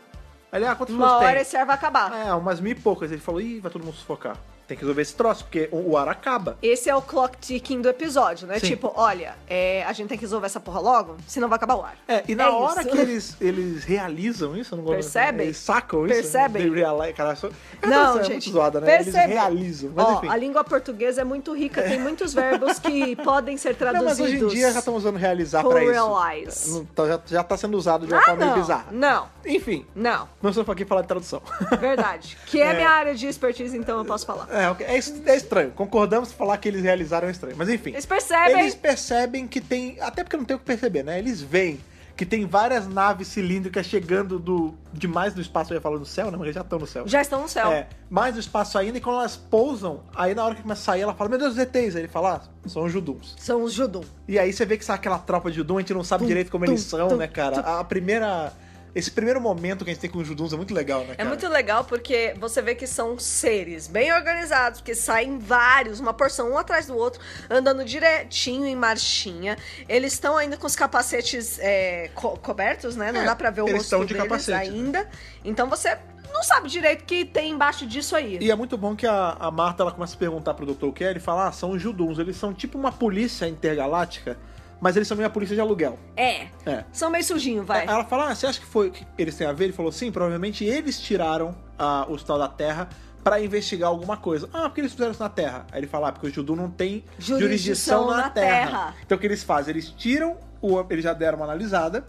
Speaker 1: Aí ele, ah, quantas
Speaker 2: Uma
Speaker 1: pessoas tem?
Speaker 2: hora esse ar vai acabar.
Speaker 1: É, umas mil e poucas. Ele falou, ih, vai todo mundo sufocar. tem que resolver esse troço, porque o, o ar acaba.
Speaker 2: Esse é o clock ticking do episódio, né?
Speaker 1: Sim.
Speaker 2: Tipo, olha, é, a gente tem que resolver essa porra logo, senão vai acabar o ar.
Speaker 1: É, e na
Speaker 2: É
Speaker 1: hora
Speaker 2: isso.
Speaker 1: que eles, eles realizam isso, eu não gosto-
Speaker 2: Percebem?
Speaker 1: Eles sacam isso. né?
Speaker 2: Percebem?
Speaker 1: They realize, cara, isso- cara,
Speaker 2: Não,
Speaker 1: isso é
Speaker 2: gente.
Speaker 1: muito zoada, né?
Speaker 2: Percebe.
Speaker 1: Eles realizam, mas
Speaker 2: Ó,
Speaker 1: enfim.
Speaker 2: a língua portuguesa é muito rica, tem muitos verbos que podem ser
Speaker 1: Não,
Speaker 2: traduzidos.
Speaker 1: mas hoje em dia já tá estão usando realizar
Speaker 2: com
Speaker 1: pra isso.
Speaker 2: realize.
Speaker 1: Não tá- já, já tá sendo usado de uma
Speaker 2: ah,
Speaker 1: forma meio
Speaker 2: não.
Speaker 1: bizarra.
Speaker 2: Não,
Speaker 1: Enfim,
Speaker 2: não.
Speaker 1: não estamos aqui pra falar de tradução.
Speaker 2: Verdade. Que é,
Speaker 1: É.
Speaker 2: minha área de expertise, então eu posso falar.
Speaker 1: É, ok, é, es- é estranho. Concordamos em falar que eles realizaram é estranho. Mas enfim.
Speaker 2: Eles percebem.
Speaker 1: Eles percebem que tem. Até porque não tem o que perceber, né? Eles veem que tem várias naves cilíndricas chegando do demais do espaço. Eu ia falar do céu, né? Mas eles já estão no céu.
Speaker 2: Já estão no céu.
Speaker 1: É, mais do espaço ainda. E quando elas pousam, aí na hora que começa a sair, ela fala: Meu Deus, os ETs. Aí ele fala: ah, são os Juduns.
Speaker 2: São os Judum.
Speaker 1: E aí você vê que sabe aquela tropa de Judum, a gente não sabe
Speaker 2: Tum,
Speaker 1: direito como
Speaker 2: tum,
Speaker 1: eles são,
Speaker 2: tum,
Speaker 1: né, cara? A primeira. Esse primeiro momento que a gente tem com os Juduns é muito legal, né,
Speaker 2: É
Speaker 1: cara?
Speaker 2: muito legal porque você vê que são seres bem organizados, que saem vários, uma porção um atrás do outro, andando direitinho em marchinha. Eles estão ainda com os capacetes é, co- cobertos, né? Não
Speaker 1: É,
Speaker 2: dá pra ver o
Speaker 1: eles
Speaker 2: rosto
Speaker 1: estão de
Speaker 2: deles
Speaker 1: capacete, né?
Speaker 2: ainda. Então você não sabe direito o que tem embaixo disso aí.
Speaker 1: E é muito bom que a, a Marta ela começa a perguntar pro Dr. Kelly e fala: Ah, são os Juduns, eles são tipo uma polícia intergaláctica, mas eles são meio a polícia de aluguel.
Speaker 2: É,
Speaker 1: É.
Speaker 2: são meio sujinho, vai.
Speaker 1: Ela fala: Ah, você acha que foi que eles têm a ver? Ele falou: Sim, provavelmente eles tiraram ah, o Hospital da Terra pra investigar alguma coisa. Ah, porque eles fizeram isso na Terra. Aí ele fala: ah, porque o Judum não tem jurisdição,
Speaker 2: Jurisdição
Speaker 1: na,
Speaker 2: na
Speaker 1: terra.
Speaker 2: Terra.
Speaker 1: Então o que eles fazem? Eles tiram, o, eles já deram uma analisada,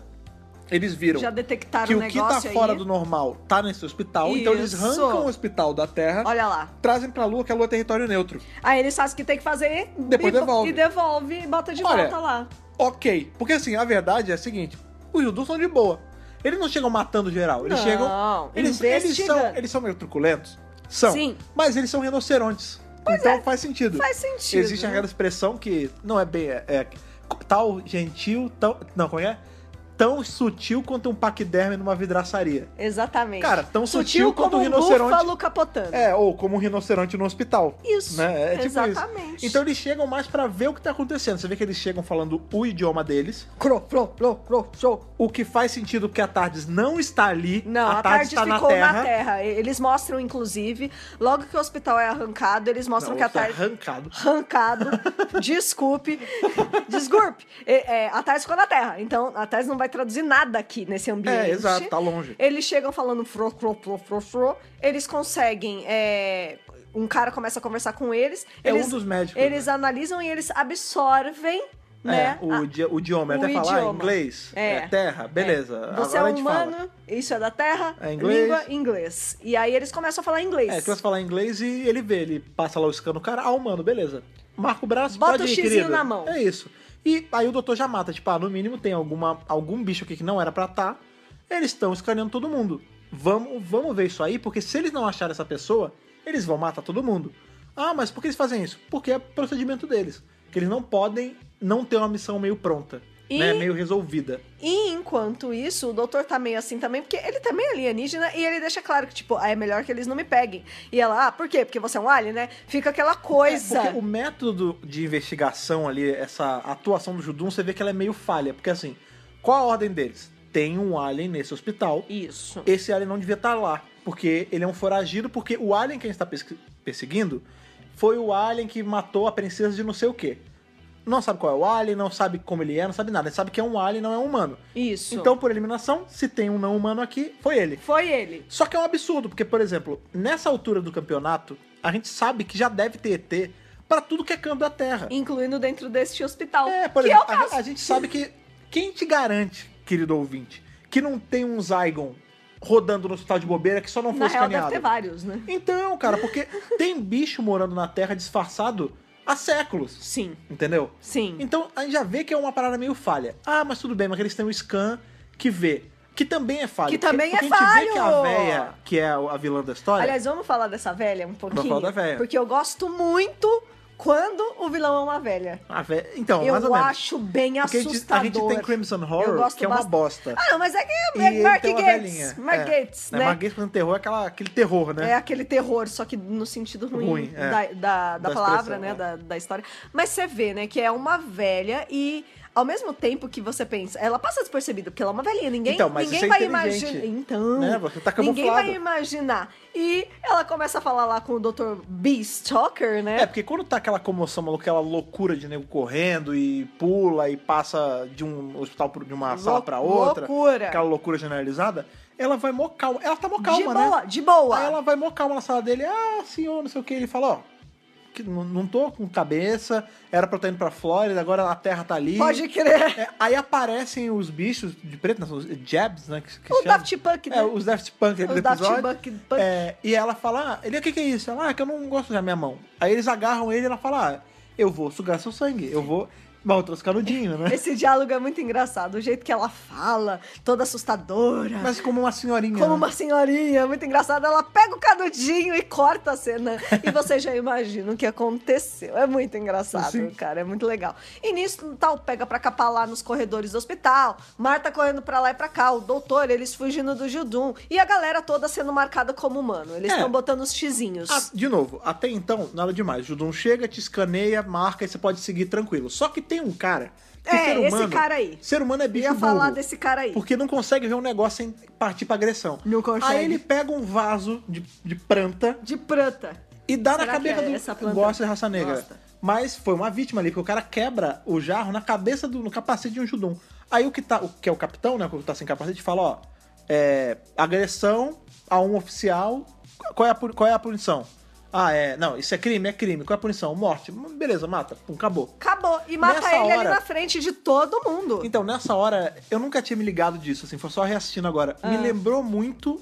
Speaker 1: eles viram
Speaker 2: Já detectaram
Speaker 1: que
Speaker 2: o
Speaker 1: o que
Speaker 2: negócio
Speaker 1: tá
Speaker 2: aí.
Speaker 1: fora do normal tá nesse hospital, então eles
Speaker 2: Isso.
Speaker 1: arrancam o hospital da Terra.
Speaker 2: Olha lá.
Speaker 1: trazem pra Lua, que a Lua é território neutro.
Speaker 2: Aí eles fazem o que tem que fazer
Speaker 1: Depois
Speaker 2: e,
Speaker 1: devolve.
Speaker 2: e devolve e bota de
Speaker 1: Olha,
Speaker 2: volta lá.
Speaker 1: Ok. Porque assim, a verdade é a seguinte: os Judus são de boa. Eles não chegam matando geral. Eles
Speaker 2: Não,
Speaker 1: chegam. Eles, eles,
Speaker 2: investigando.
Speaker 1: são, eles são meio truculentos. São.
Speaker 2: Sim. é.
Speaker 1: Mas eles são rinocerontes. então faz sentido.
Speaker 2: Faz sentido.
Speaker 1: Existe
Speaker 2: né?
Speaker 1: aquela expressão que não é bem. É, é tal gentil, tão. Não, como é? Tão sutil quanto um paquiderme numa vidraçaria.
Speaker 2: Exatamente.
Speaker 1: Cara, tão sutil quanto um rinoceronte.
Speaker 2: búfalo capotando.
Speaker 1: É, ou como um rinoceronte no hospital.
Speaker 2: Isso.
Speaker 1: né? É tipo
Speaker 2: exatamente.
Speaker 1: isso. Então eles chegam mais pra ver o que tá acontecendo. Você vê que eles chegam falando o idioma deles.
Speaker 2: Cro, cro, cro, cro, show.
Speaker 1: O que faz sentido porque a Tardes não está ali.
Speaker 2: Não,
Speaker 1: a
Speaker 2: a,
Speaker 1: Tardes
Speaker 2: tarde,
Speaker 1: está na
Speaker 2: ficou
Speaker 1: Terra.
Speaker 2: Eles mostram, inclusive, logo que o hospital é arrancado, eles
Speaker 1: Não,
Speaker 2: mostram que a
Speaker 1: isso é
Speaker 2: tarde.
Speaker 1: arrancado.
Speaker 2: Arrancado. desculpe. Desculpe. É, é, a tarde ficou na Terra. Então, a tarde não vai traduzir nada aqui nesse ambiente.
Speaker 1: É, exato, tá longe.
Speaker 2: Eles chegam falando fro, fro, fro, fro, fro. Eles conseguem. é, um cara começa a conversar com eles.
Speaker 1: É
Speaker 2: eles,
Speaker 1: um dos médicos,
Speaker 2: Eles analisam e eles absorvem, né?
Speaker 1: É, o,
Speaker 2: a-
Speaker 1: idi- o idioma.
Speaker 2: o
Speaker 1: Até falar
Speaker 2: idioma.
Speaker 1: inglês, é.
Speaker 2: É.
Speaker 1: terra, beleza. Agora
Speaker 2: Você é
Speaker 1: a gente
Speaker 2: humano,
Speaker 1: fala.
Speaker 2: isso é da terra,
Speaker 1: É inglês.
Speaker 2: língua inglês. E aí eles começam a falar inglês.
Speaker 1: É, começa a falar inglês e ele vê, ele passa lá o scan no cara, ah, humano, beleza. Marca o braço,
Speaker 2: Bota
Speaker 1: pode
Speaker 2: o
Speaker 1: ir,
Speaker 2: xizinho
Speaker 1: querido.
Speaker 2: na mão.
Speaker 1: É isso. E aí o doutor já mata, tipo, ah, no mínimo tem alguma, algum bicho aqui que não era pra tá. Eles estão escaneando todo mundo. Vamos, vamos ver isso aí, porque se eles não acharem essa pessoa, eles vão matar todo mundo. Ah, mas por que eles fazem isso? Porque é procedimento deles. Que eles não podem não ter uma missão meio pronta,
Speaker 2: E-
Speaker 1: né? Meio resolvida.
Speaker 2: E enquanto isso, o doutor tá meio assim também, porque ele também é alienígena e ele deixa claro que, tipo, ah, é melhor que eles não me peguem. E ela, ah, por quê? Porque você é um alien, né? Fica aquela coisa.
Speaker 1: É, porque o método de investigação ali, essa atuação do Judum, você vê que ela é meio falha. Porque assim, qual a ordem deles? Tem um alien nesse hospital.
Speaker 2: Isso.
Speaker 1: Esse alien não devia estar lá. Porque ele é um foragido, porque o alien que a gente está perseguindo foi o alien que matou a princesa de não sei o quê. Não sabe qual é o alien, não sabe como ele é, não sabe nada. Ele sabe que é um alien, não é um humano.
Speaker 2: Isso.
Speaker 1: Então, por eliminação, se tem um não humano aqui, foi ele.
Speaker 2: Foi ele.
Speaker 1: Só que é um absurdo, porque, por exemplo, nessa altura do campeonato, a gente sabe que já deve ter ET pra tudo que é canto da Terra.
Speaker 2: Incluindo dentro deste hospital.
Speaker 1: É, por
Speaker 2: que
Speaker 1: exemplo,
Speaker 2: é o
Speaker 1: a-
Speaker 2: caso.
Speaker 1: a, gente sabe que. Quem te garante, querido ouvinte, que não tem um Zygon rodando no hospital de bobeira que só não foi
Speaker 2: Na real, deve
Speaker 1: escaneado?
Speaker 2: ter vários, né?
Speaker 1: Então, cara, porque tem bicho morando na Terra disfarçado há séculos,
Speaker 2: Sim,
Speaker 1: entendeu?
Speaker 2: sim.
Speaker 1: Então a gente já vê que é uma parada meio falha. Ah, mas tudo bem, mas eles têm um scan que vê. Que também é falha.
Speaker 2: Que também
Speaker 1: Porque
Speaker 2: é
Speaker 1: A gente vê que a
Speaker 2: falho!
Speaker 1: véia, que é a vilã da história.
Speaker 2: Aliás, vamos falar dessa velha um pouquinho?
Speaker 1: falar da velha.
Speaker 2: Porque eu gosto muito quando o vilão é uma velha.
Speaker 1: a véia- Então, mais
Speaker 2: eu
Speaker 1: ou menos.
Speaker 2: acho bem
Speaker 1: Porque a gente, a
Speaker 2: assustador.
Speaker 1: gente tem Crimson
Speaker 2: Eu
Speaker 1: Horror,
Speaker 2: gosto
Speaker 1: que é uma
Speaker 2: bastante.
Speaker 1: bosta.
Speaker 2: Ah, não, mas é que é
Speaker 1: E ele
Speaker 2: Mark
Speaker 1: tem uma
Speaker 2: Gates.
Speaker 1: velhinha.
Speaker 2: Mark
Speaker 1: É.
Speaker 2: Gates, né?
Speaker 1: Mark Gates fazendo terror é aquela- aquele terror, né?
Speaker 2: É aquele terror, só que no sentido ruim,
Speaker 1: Ruim, é.
Speaker 2: da, da, da
Speaker 1: Da
Speaker 2: palavra,
Speaker 1: expressão,
Speaker 2: né?
Speaker 1: é.
Speaker 2: Da, da história. Mas você vê, né, que é uma velha e ao mesmo tempo que você pensa, ela passa despercebida, porque ela é uma velhinha, ninguém,
Speaker 1: Então, mas
Speaker 2: ninguém
Speaker 1: isso é
Speaker 2: vai
Speaker 1: inteligente,
Speaker 2: imaginar. Então,
Speaker 1: né? Você tá
Speaker 2: ninguém
Speaker 1: camuflado.
Speaker 2: vai imaginar. E ela começa a falar lá com o Dr. B. Stalker, né?
Speaker 1: É, porque quando tá aquela comoção maluca, aquela loucura de nego correndo e pula e passa de um hospital pro- de uma sala
Speaker 2: Lou-
Speaker 1: pra outra,
Speaker 2: loucura.
Speaker 1: aquela loucura generalizada, ela vai mó calma. Ela tá mó calma,
Speaker 2: de
Speaker 1: né?
Speaker 2: boa, de boa.
Speaker 1: Aí ela vai mó calma na sala dele, ah, senhor, não sei o que. Ele fala, ó, que n- não tô com cabeça, era pra eu estar indo pra Flórida, agora a terra tá ali.
Speaker 2: Pode crer.
Speaker 1: É, aí aparecem os bichos de preto, né, os jabs, né? Que, que
Speaker 2: O
Speaker 1: chama.
Speaker 2: Daft Punk, né?
Speaker 1: É, os Daft Punk do
Speaker 2: Os Daft
Speaker 1: episódio.
Speaker 2: Punk- Punk.
Speaker 1: É, e ela fala, ah, ele, o que, que é isso? Ela, ah, que eu não gosto da minha mão. Aí eles agarram ele e ela fala, ah, eu vou sugar seu sangue, eu vou... Bom, eu trouxe canudinho, né?
Speaker 2: Esse diálogo é muito engraçado, o jeito que ela fala, toda assustadora.
Speaker 1: Mas como uma senhorinha.
Speaker 2: Como
Speaker 1: né?
Speaker 2: uma senhorinha, muito engraçada, ela pega o canudinho e corta a cena. E você já imagina o que aconteceu. É muito engraçado,
Speaker 1: Sim.
Speaker 2: cara, é muito legal. E nisso, tal, pega pra capar lá nos corredores do hospital, Marta correndo pra lá e pra cá, o doutor, eles fugindo do Judum, e a galera toda sendo marcada como humano. Eles
Speaker 1: É.
Speaker 2: estão botando os xizinhos.
Speaker 1: Ah, de novo, até então, nada demais. O Judum chega, te escaneia, marca e você pode seguir tranquilo. Só que tem um cara. Que
Speaker 2: É,
Speaker 1: ser
Speaker 2: esse
Speaker 1: humano,
Speaker 2: cara aí.
Speaker 1: Ser humano é bicho
Speaker 2: Ia falar
Speaker 1: burro,
Speaker 2: desse cara aí.
Speaker 1: Porque não consegue ver um negócio sem partir pra agressão.
Speaker 2: Não consegue.
Speaker 1: Aí ele pega um vaso de, de planta
Speaker 2: De pranta.
Speaker 1: e dá
Speaker 2: Será
Speaker 1: na cabeça
Speaker 2: que é
Speaker 1: do.
Speaker 2: essa planta?
Speaker 1: Gosta de raça negra.
Speaker 2: Gosta.
Speaker 1: Mas foi uma vítima ali, porque o cara quebra o jarro na cabeça do. no capacete de um Judum. Aí o que tá. O que é o capitão, né? O que tá sem capacete, fala, ó. É, agressão a um oficial. Qual é, a, pu- qual é a punição? Ah, é. Não, isso é crime, é crime. Qual é a punição? Morte. Beleza, mata. Pum, acabou.
Speaker 2: Acabou. E mata
Speaker 1: Nessa
Speaker 2: ele ali
Speaker 1: hora-
Speaker 2: na frente de todo mundo.
Speaker 1: Então, nessa hora, eu nunca tinha me ligado disso, assim, foi só reassistindo agora. Me
Speaker 2: Ah.
Speaker 1: lembrou muito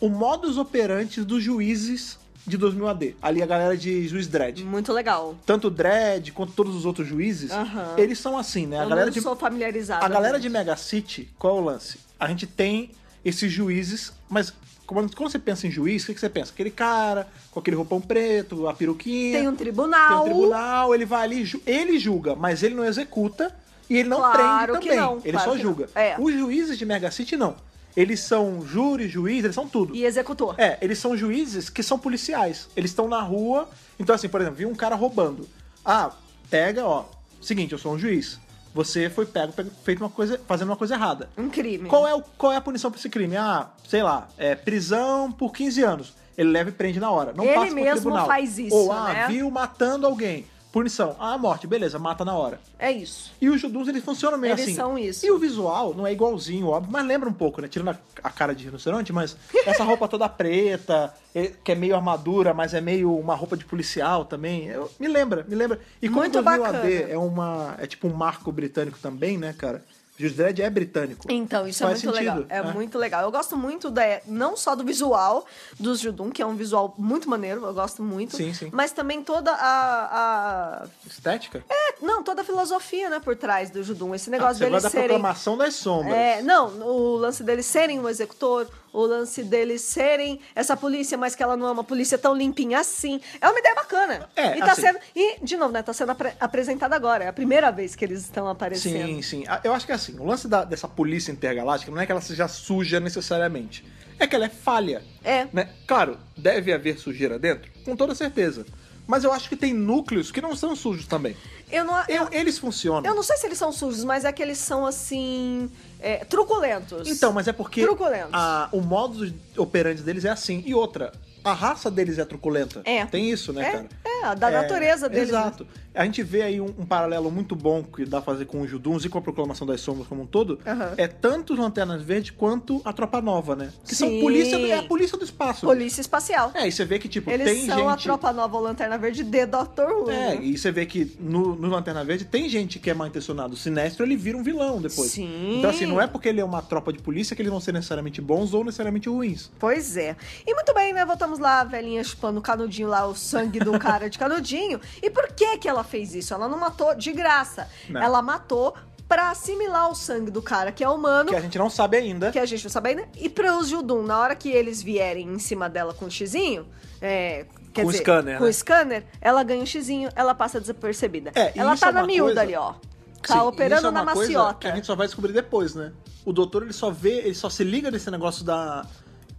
Speaker 1: o modus operandi dos juízes de 2000 AD. Ali a galera de juiz dread.
Speaker 2: Muito legal.
Speaker 1: Tanto o Dredd quanto todos os outros juízes,
Speaker 2: Aham.
Speaker 1: eles são assim, né? A
Speaker 2: eu
Speaker 1: galera
Speaker 2: não
Speaker 1: de
Speaker 2: sou familiarizada.
Speaker 1: a galera
Speaker 2: né?
Speaker 1: de Mega City, qual é o lance? A gente tem esses juízes, mas quando quando você pensa em juiz, o que que você pensa? Aquele cara com aquele roupão preto, a peruquinha.
Speaker 2: Tem um tribunal.
Speaker 1: Tem um tribunal, ele vai ali, ju- ele julga, mas ele não executa e ele não
Speaker 2: Claro
Speaker 1: prende
Speaker 2: que
Speaker 1: também.
Speaker 2: não,
Speaker 1: ele
Speaker 2: claro
Speaker 1: só
Speaker 2: que não.
Speaker 1: julga.
Speaker 2: É.
Speaker 1: Os juízes de Mega City não. Eles são júri, juiz, eles são tudo.
Speaker 2: E executou.
Speaker 1: É, eles são juízes que são policiais. Eles estão na rua. Então, assim, por exemplo, viu um cara roubando. Ah, pega, ó. Seguinte, eu sou um juiz. Você foi pego, pego- feito uma coisa, fazendo uma coisa errada.
Speaker 2: Um crime.
Speaker 1: Qual é, o- qual é a punição pra esse crime? Ah, sei lá, é prisão por 15 anos. Ele leva e prende na hora. Não
Speaker 2: Ele
Speaker 1: passa pro
Speaker 2: mesmo
Speaker 1: tribunal.
Speaker 2: faz isso,
Speaker 1: Ou, ah,
Speaker 2: né?
Speaker 1: viu matando alguém. Punição. Ah, morte. Beleza, mata na hora.
Speaker 2: É isso.
Speaker 1: E os juduns, eles funcionam meio
Speaker 2: Eles
Speaker 1: assim.
Speaker 2: são isso.
Speaker 1: E o visual não é igualzinho, óbvio, mas lembra um pouco, né? Tirando a, a cara de rinoceronte, mas essa roupa toda preta, eh, que é meio armadura, mas é meio uma roupa de policial também. eu- me lembra, me lembra. E como
Speaker 2: Muito
Speaker 1: 2000
Speaker 2: bacana.
Speaker 1: AD é, uma, é tipo um marco britânico também, né, cara? Juiz Dredd é britânico.
Speaker 2: Então, isso
Speaker 1: Faz
Speaker 2: é muito
Speaker 1: sentido,
Speaker 2: legal. É
Speaker 1: né?
Speaker 2: muito legal. Eu gosto muito da, não só do visual dos Judum, que é um visual muito maneiro, eu gosto muito.
Speaker 1: Sim, sim.
Speaker 2: Mas também toda a. a-
Speaker 1: Estética?
Speaker 2: é, não, toda a filosofia, né, por trás do Judum. Esse negócio
Speaker 1: Ah, Você vai
Speaker 2: deles
Speaker 1: da
Speaker 2: serem.
Speaker 1: proclamação das sombras.
Speaker 2: É, não, o lance deles serem o executor, o lance deles serem essa polícia, mas que ela não é uma polícia tão limpinha assim. É uma ideia bacana.
Speaker 1: É,
Speaker 2: e tá
Speaker 1: assim.
Speaker 2: sendo. E, de novo, né? Tá sendo apre- apresentada agora. É a primeira vez que eles estão aparecendo.
Speaker 1: Sim, sim. Ah, Eu acho que é assim, o lance da- dessa polícia intergaláctica não é que ela seja suja necessariamente. É que ela é falha.
Speaker 2: É.
Speaker 1: Né? Claro, deve haver sujeira dentro, com toda certeza. Mas eu acho que tem núcleos que não são sujos também.
Speaker 2: Eu não, eu,
Speaker 1: Eu- eles funcionam.
Speaker 2: eu não sei se eles são sujos, mas é que eles são assim. é, truculentos.
Speaker 1: Então, mas é porque
Speaker 2: Truculentos.
Speaker 1: a- o modo operante deles é assim. E outra, a raça deles é truculenta.
Speaker 2: É.
Speaker 1: Tem isso, né,
Speaker 2: É,
Speaker 1: cara?
Speaker 2: é, da natureza deles, né?
Speaker 1: Exato. A gente vê aí um, um paralelo muito bom que dá pra fazer com os Juduns e com a Proclamação das Sombras como um todo.
Speaker 2: Aham.
Speaker 1: É tanto os Lanternas Verdes quanto a Tropa Nova, né? Que são
Speaker 2: Sim.
Speaker 1: polícia, do- é a polícia do espaço.
Speaker 2: Polícia espacial.
Speaker 1: É, e você vê que, tipo,
Speaker 2: eles
Speaker 1: tem
Speaker 2: são
Speaker 1: gente...
Speaker 2: a tropa nova ou lanterna verde de Dr. Who.
Speaker 1: É,
Speaker 2: né?
Speaker 1: e você vê que no, no Lanterna Verde tem gente que é mal intencionada. O Sinestro, ele vira um vilão depois.
Speaker 2: Sim.
Speaker 1: Então, assim, não é porque ele é uma tropa de polícia que eles vão ser necessariamente bons ou necessariamente ruins.
Speaker 2: Pois é. E muito bem, né? Voltamos lá, a velhinha chupando o canudinho lá, o sangue do cara de canudinho. E por que que ela fez isso? Ela não matou de graça.
Speaker 1: Não.
Speaker 2: Ela matou pra assimilar o sangue do cara que é humano.
Speaker 1: Que é a gente não sabe ainda.
Speaker 2: Que a gente não sabe ainda. E para os Judum, na hora que eles vierem em cima dela com o xizinho, é, quer
Speaker 1: Com o
Speaker 2: dizer,
Speaker 1: scanner,
Speaker 2: com
Speaker 1: né?
Speaker 2: o scanner, ela ganha o xizinho, ela passa desapercebida.
Speaker 1: É, e
Speaker 2: ela
Speaker 1: isso
Speaker 2: tá
Speaker 1: é
Speaker 2: na
Speaker 1: uma
Speaker 2: miúda
Speaker 1: coisa-
Speaker 2: ali, ó. Tá
Speaker 1: Sim, isso
Speaker 2: operando
Speaker 1: é
Speaker 2: na
Speaker 1: uma coisa
Speaker 2: maciota.
Speaker 1: Que a gente só vai descobrir depois, né? O doutor ele só vê, ele só se liga nesse negócio da.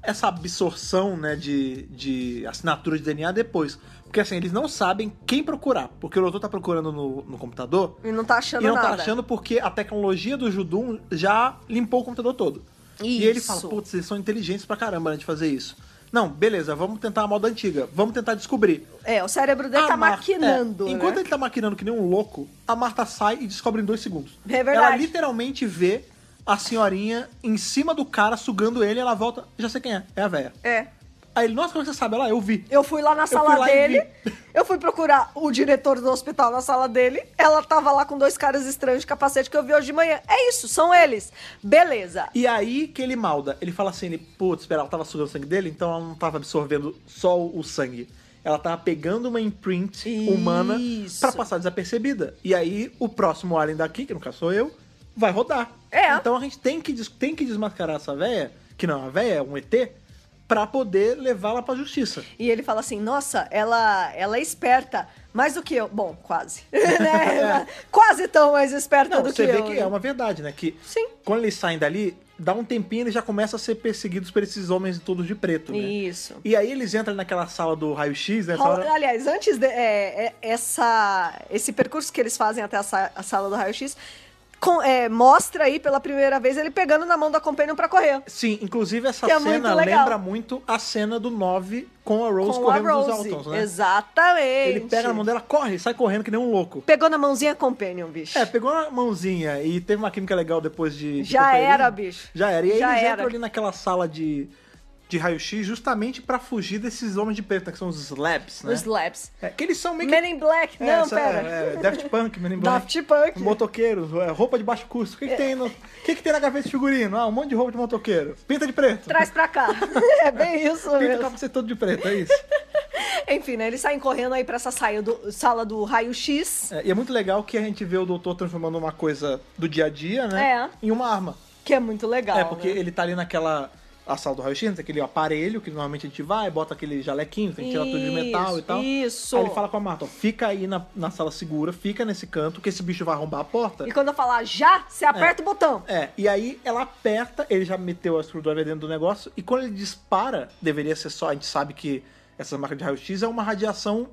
Speaker 1: essa absorção né, de, de assinatura de DNA depois. Porque assim, eles não sabem quem procurar. Porque o doutor tá procurando no, no computador
Speaker 2: E não tá achando
Speaker 1: e não
Speaker 2: nada.
Speaker 1: tá achando porque a tecnologia do Judum já limpou o computador todo. E ele fala,
Speaker 2: Isso.
Speaker 1: putz, eles são inteligentes pra caramba né, de fazer isso. Não, beleza, vamos tentar a moda antiga. Vamos tentar descobrir.
Speaker 2: É, o cérebro dele
Speaker 1: A
Speaker 2: tá
Speaker 1: Ah, Marta-
Speaker 2: maquinando.
Speaker 1: é, enquanto
Speaker 2: né?
Speaker 1: ele tá maquinando que nem um louco, a Marta sai e descobre em dois segundos.
Speaker 2: É verdade.
Speaker 1: Ela literalmente vê a senhorinha em cima do cara sugando ele, ela volta, já sei quem é, é a véia.
Speaker 2: É.
Speaker 1: Aí ele, nossa, como é que você sabe? Ela, eu vi.
Speaker 2: Eu fui lá na sala
Speaker 1: fui lá e
Speaker 2: dele, eu fui procurar o diretor do hospital na sala dele. Ela tava lá com dois caras estranhos de capacete que eu vi hoje de manhã. É isso, são eles. Beleza.
Speaker 1: E aí que ele malda. Ele fala assim, ele, putz, espera, ela tava sugando o sangue dele, então ela não tava absorvendo só o sangue. Ela tava pegando uma imprint
Speaker 2: Isso.
Speaker 1: humana pra passar desapercebida. E aí o próximo alien daqui, que no caso sou eu, vai rodar.
Speaker 2: É.
Speaker 1: Então a gente tem que, des- tem que desmascarar essa véia, que não é uma véia, é um ET, pra poder levá-la pra justiça.
Speaker 2: E ele fala assim: nossa, ela, ela é esperta. Mais do que eu. Bom, quase. Né? Ela Quase tão mais esperta
Speaker 1: É. Não,
Speaker 2: do
Speaker 1: você
Speaker 2: que
Speaker 1: vê
Speaker 2: eu.
Speaker 1: que é uma verdade, né? Que
Speaker 2: Sim.
Speaker 1: quando eles saem dali, dá um tempinho eles já começam a ser perseguidos por esses homens todos de preto, né?
Speaker 2: Isso.
Speaker 1: E aí eles entram naquela sala do raio-x, né? Essa hora-
Speaker 2: Rola- Aliás, antes de, é, é, essa, esse percurso que eles fazem até a, sa- a sala do raio-x, com- é, mostra aí pela primeira vez ele pegando na mão da Companion pra correr.
Speaker 1: Sim, inclusive essa
Speaker 2: Que é muito
Speaker 1: cena
Speaker 2: legal.
Speaker 1: lembra muito a cena do 9 com a Rose
Speaker 2: com a
Speaker 1: correndo dos
Speaker 2: Rose.
Speaker 1: Altons, né?
Speaker 2: Exatamente.
Speaker 1: Ele pega na mão dela, corre, sai correndo que nem um louco.
Speaker 2: Pegou na mãozinha Companion, bicho.
Speaker 1: É, pegou a mãozinha e teve uma química legal depois de. de
Speaker 2: Já
Speaker 1: companhia.
Speaker 2: era, bicho.
Speaker 1: Já era. E aí
Speaker 2: Já
Speaker 1: eles
Speaker 2: era.
Speaker 1: entram ali naquela sala de, de raio-x justamente pra fugir desses homens de preto, né, que são os slaps, né?
Speaker 2: Os Labs.
Speaker 1: É, que eles são meio que.
Speaker 2: Men in Black.
Speaker 1: é,
Speaker 2: Não,
Speaker 1: essa-
Speaker 2: pera.
Speaker 1: É, é, Daft Punk, Men in Black.
Speaker 2: Daft Punk. É.
Speaker 1: Motoqueiros, é, roupa de baixo custo. O que, que tem no- o que, que tem na gaveta de figurino? Ah, um monte de roupa de motoqueiro. Pinta de preto.
Speaker 2: Traz pra cá. é bem isso
Speaker 1: Pinta o
Speaker 2: mesmo.
Speaker 1: capacete todo de preto, é isso.
Speaker 2: Enfim, né? Eles saem correndo aí pra essa saia do- sala do raio-x.
Speaker 1: É, e é muito legal que a gente vê o doutor transformando uma coisa do dia a dia, né? Em uma arma.
Speaker 2: Que é muito legal.
Speaker 1: é, porque
Speaker 2: né?
Speaker 1: ele tá ali naquela. A sala do raio-x, tem aquele aparelho que normalmente a gente vai, bota aquele jalequinho, tem que tirar tudo de metal e tal.
Speaker 2: Isso.
Speaker 1: Aí ele fala com a Marta, ó, fica aí na, na sala segura, fica nesse canto, que esse bicho vai arrombar a porta.
Speaker 2: E quando eu falar já, você aperta o botão.
Speaker 1: É, e aí ela aperta, ele já meteu a screwdriver dentro do negócio, e quando ele dispara, deveria ser só, a gente sabe que essa marca de raio-x é uma radiação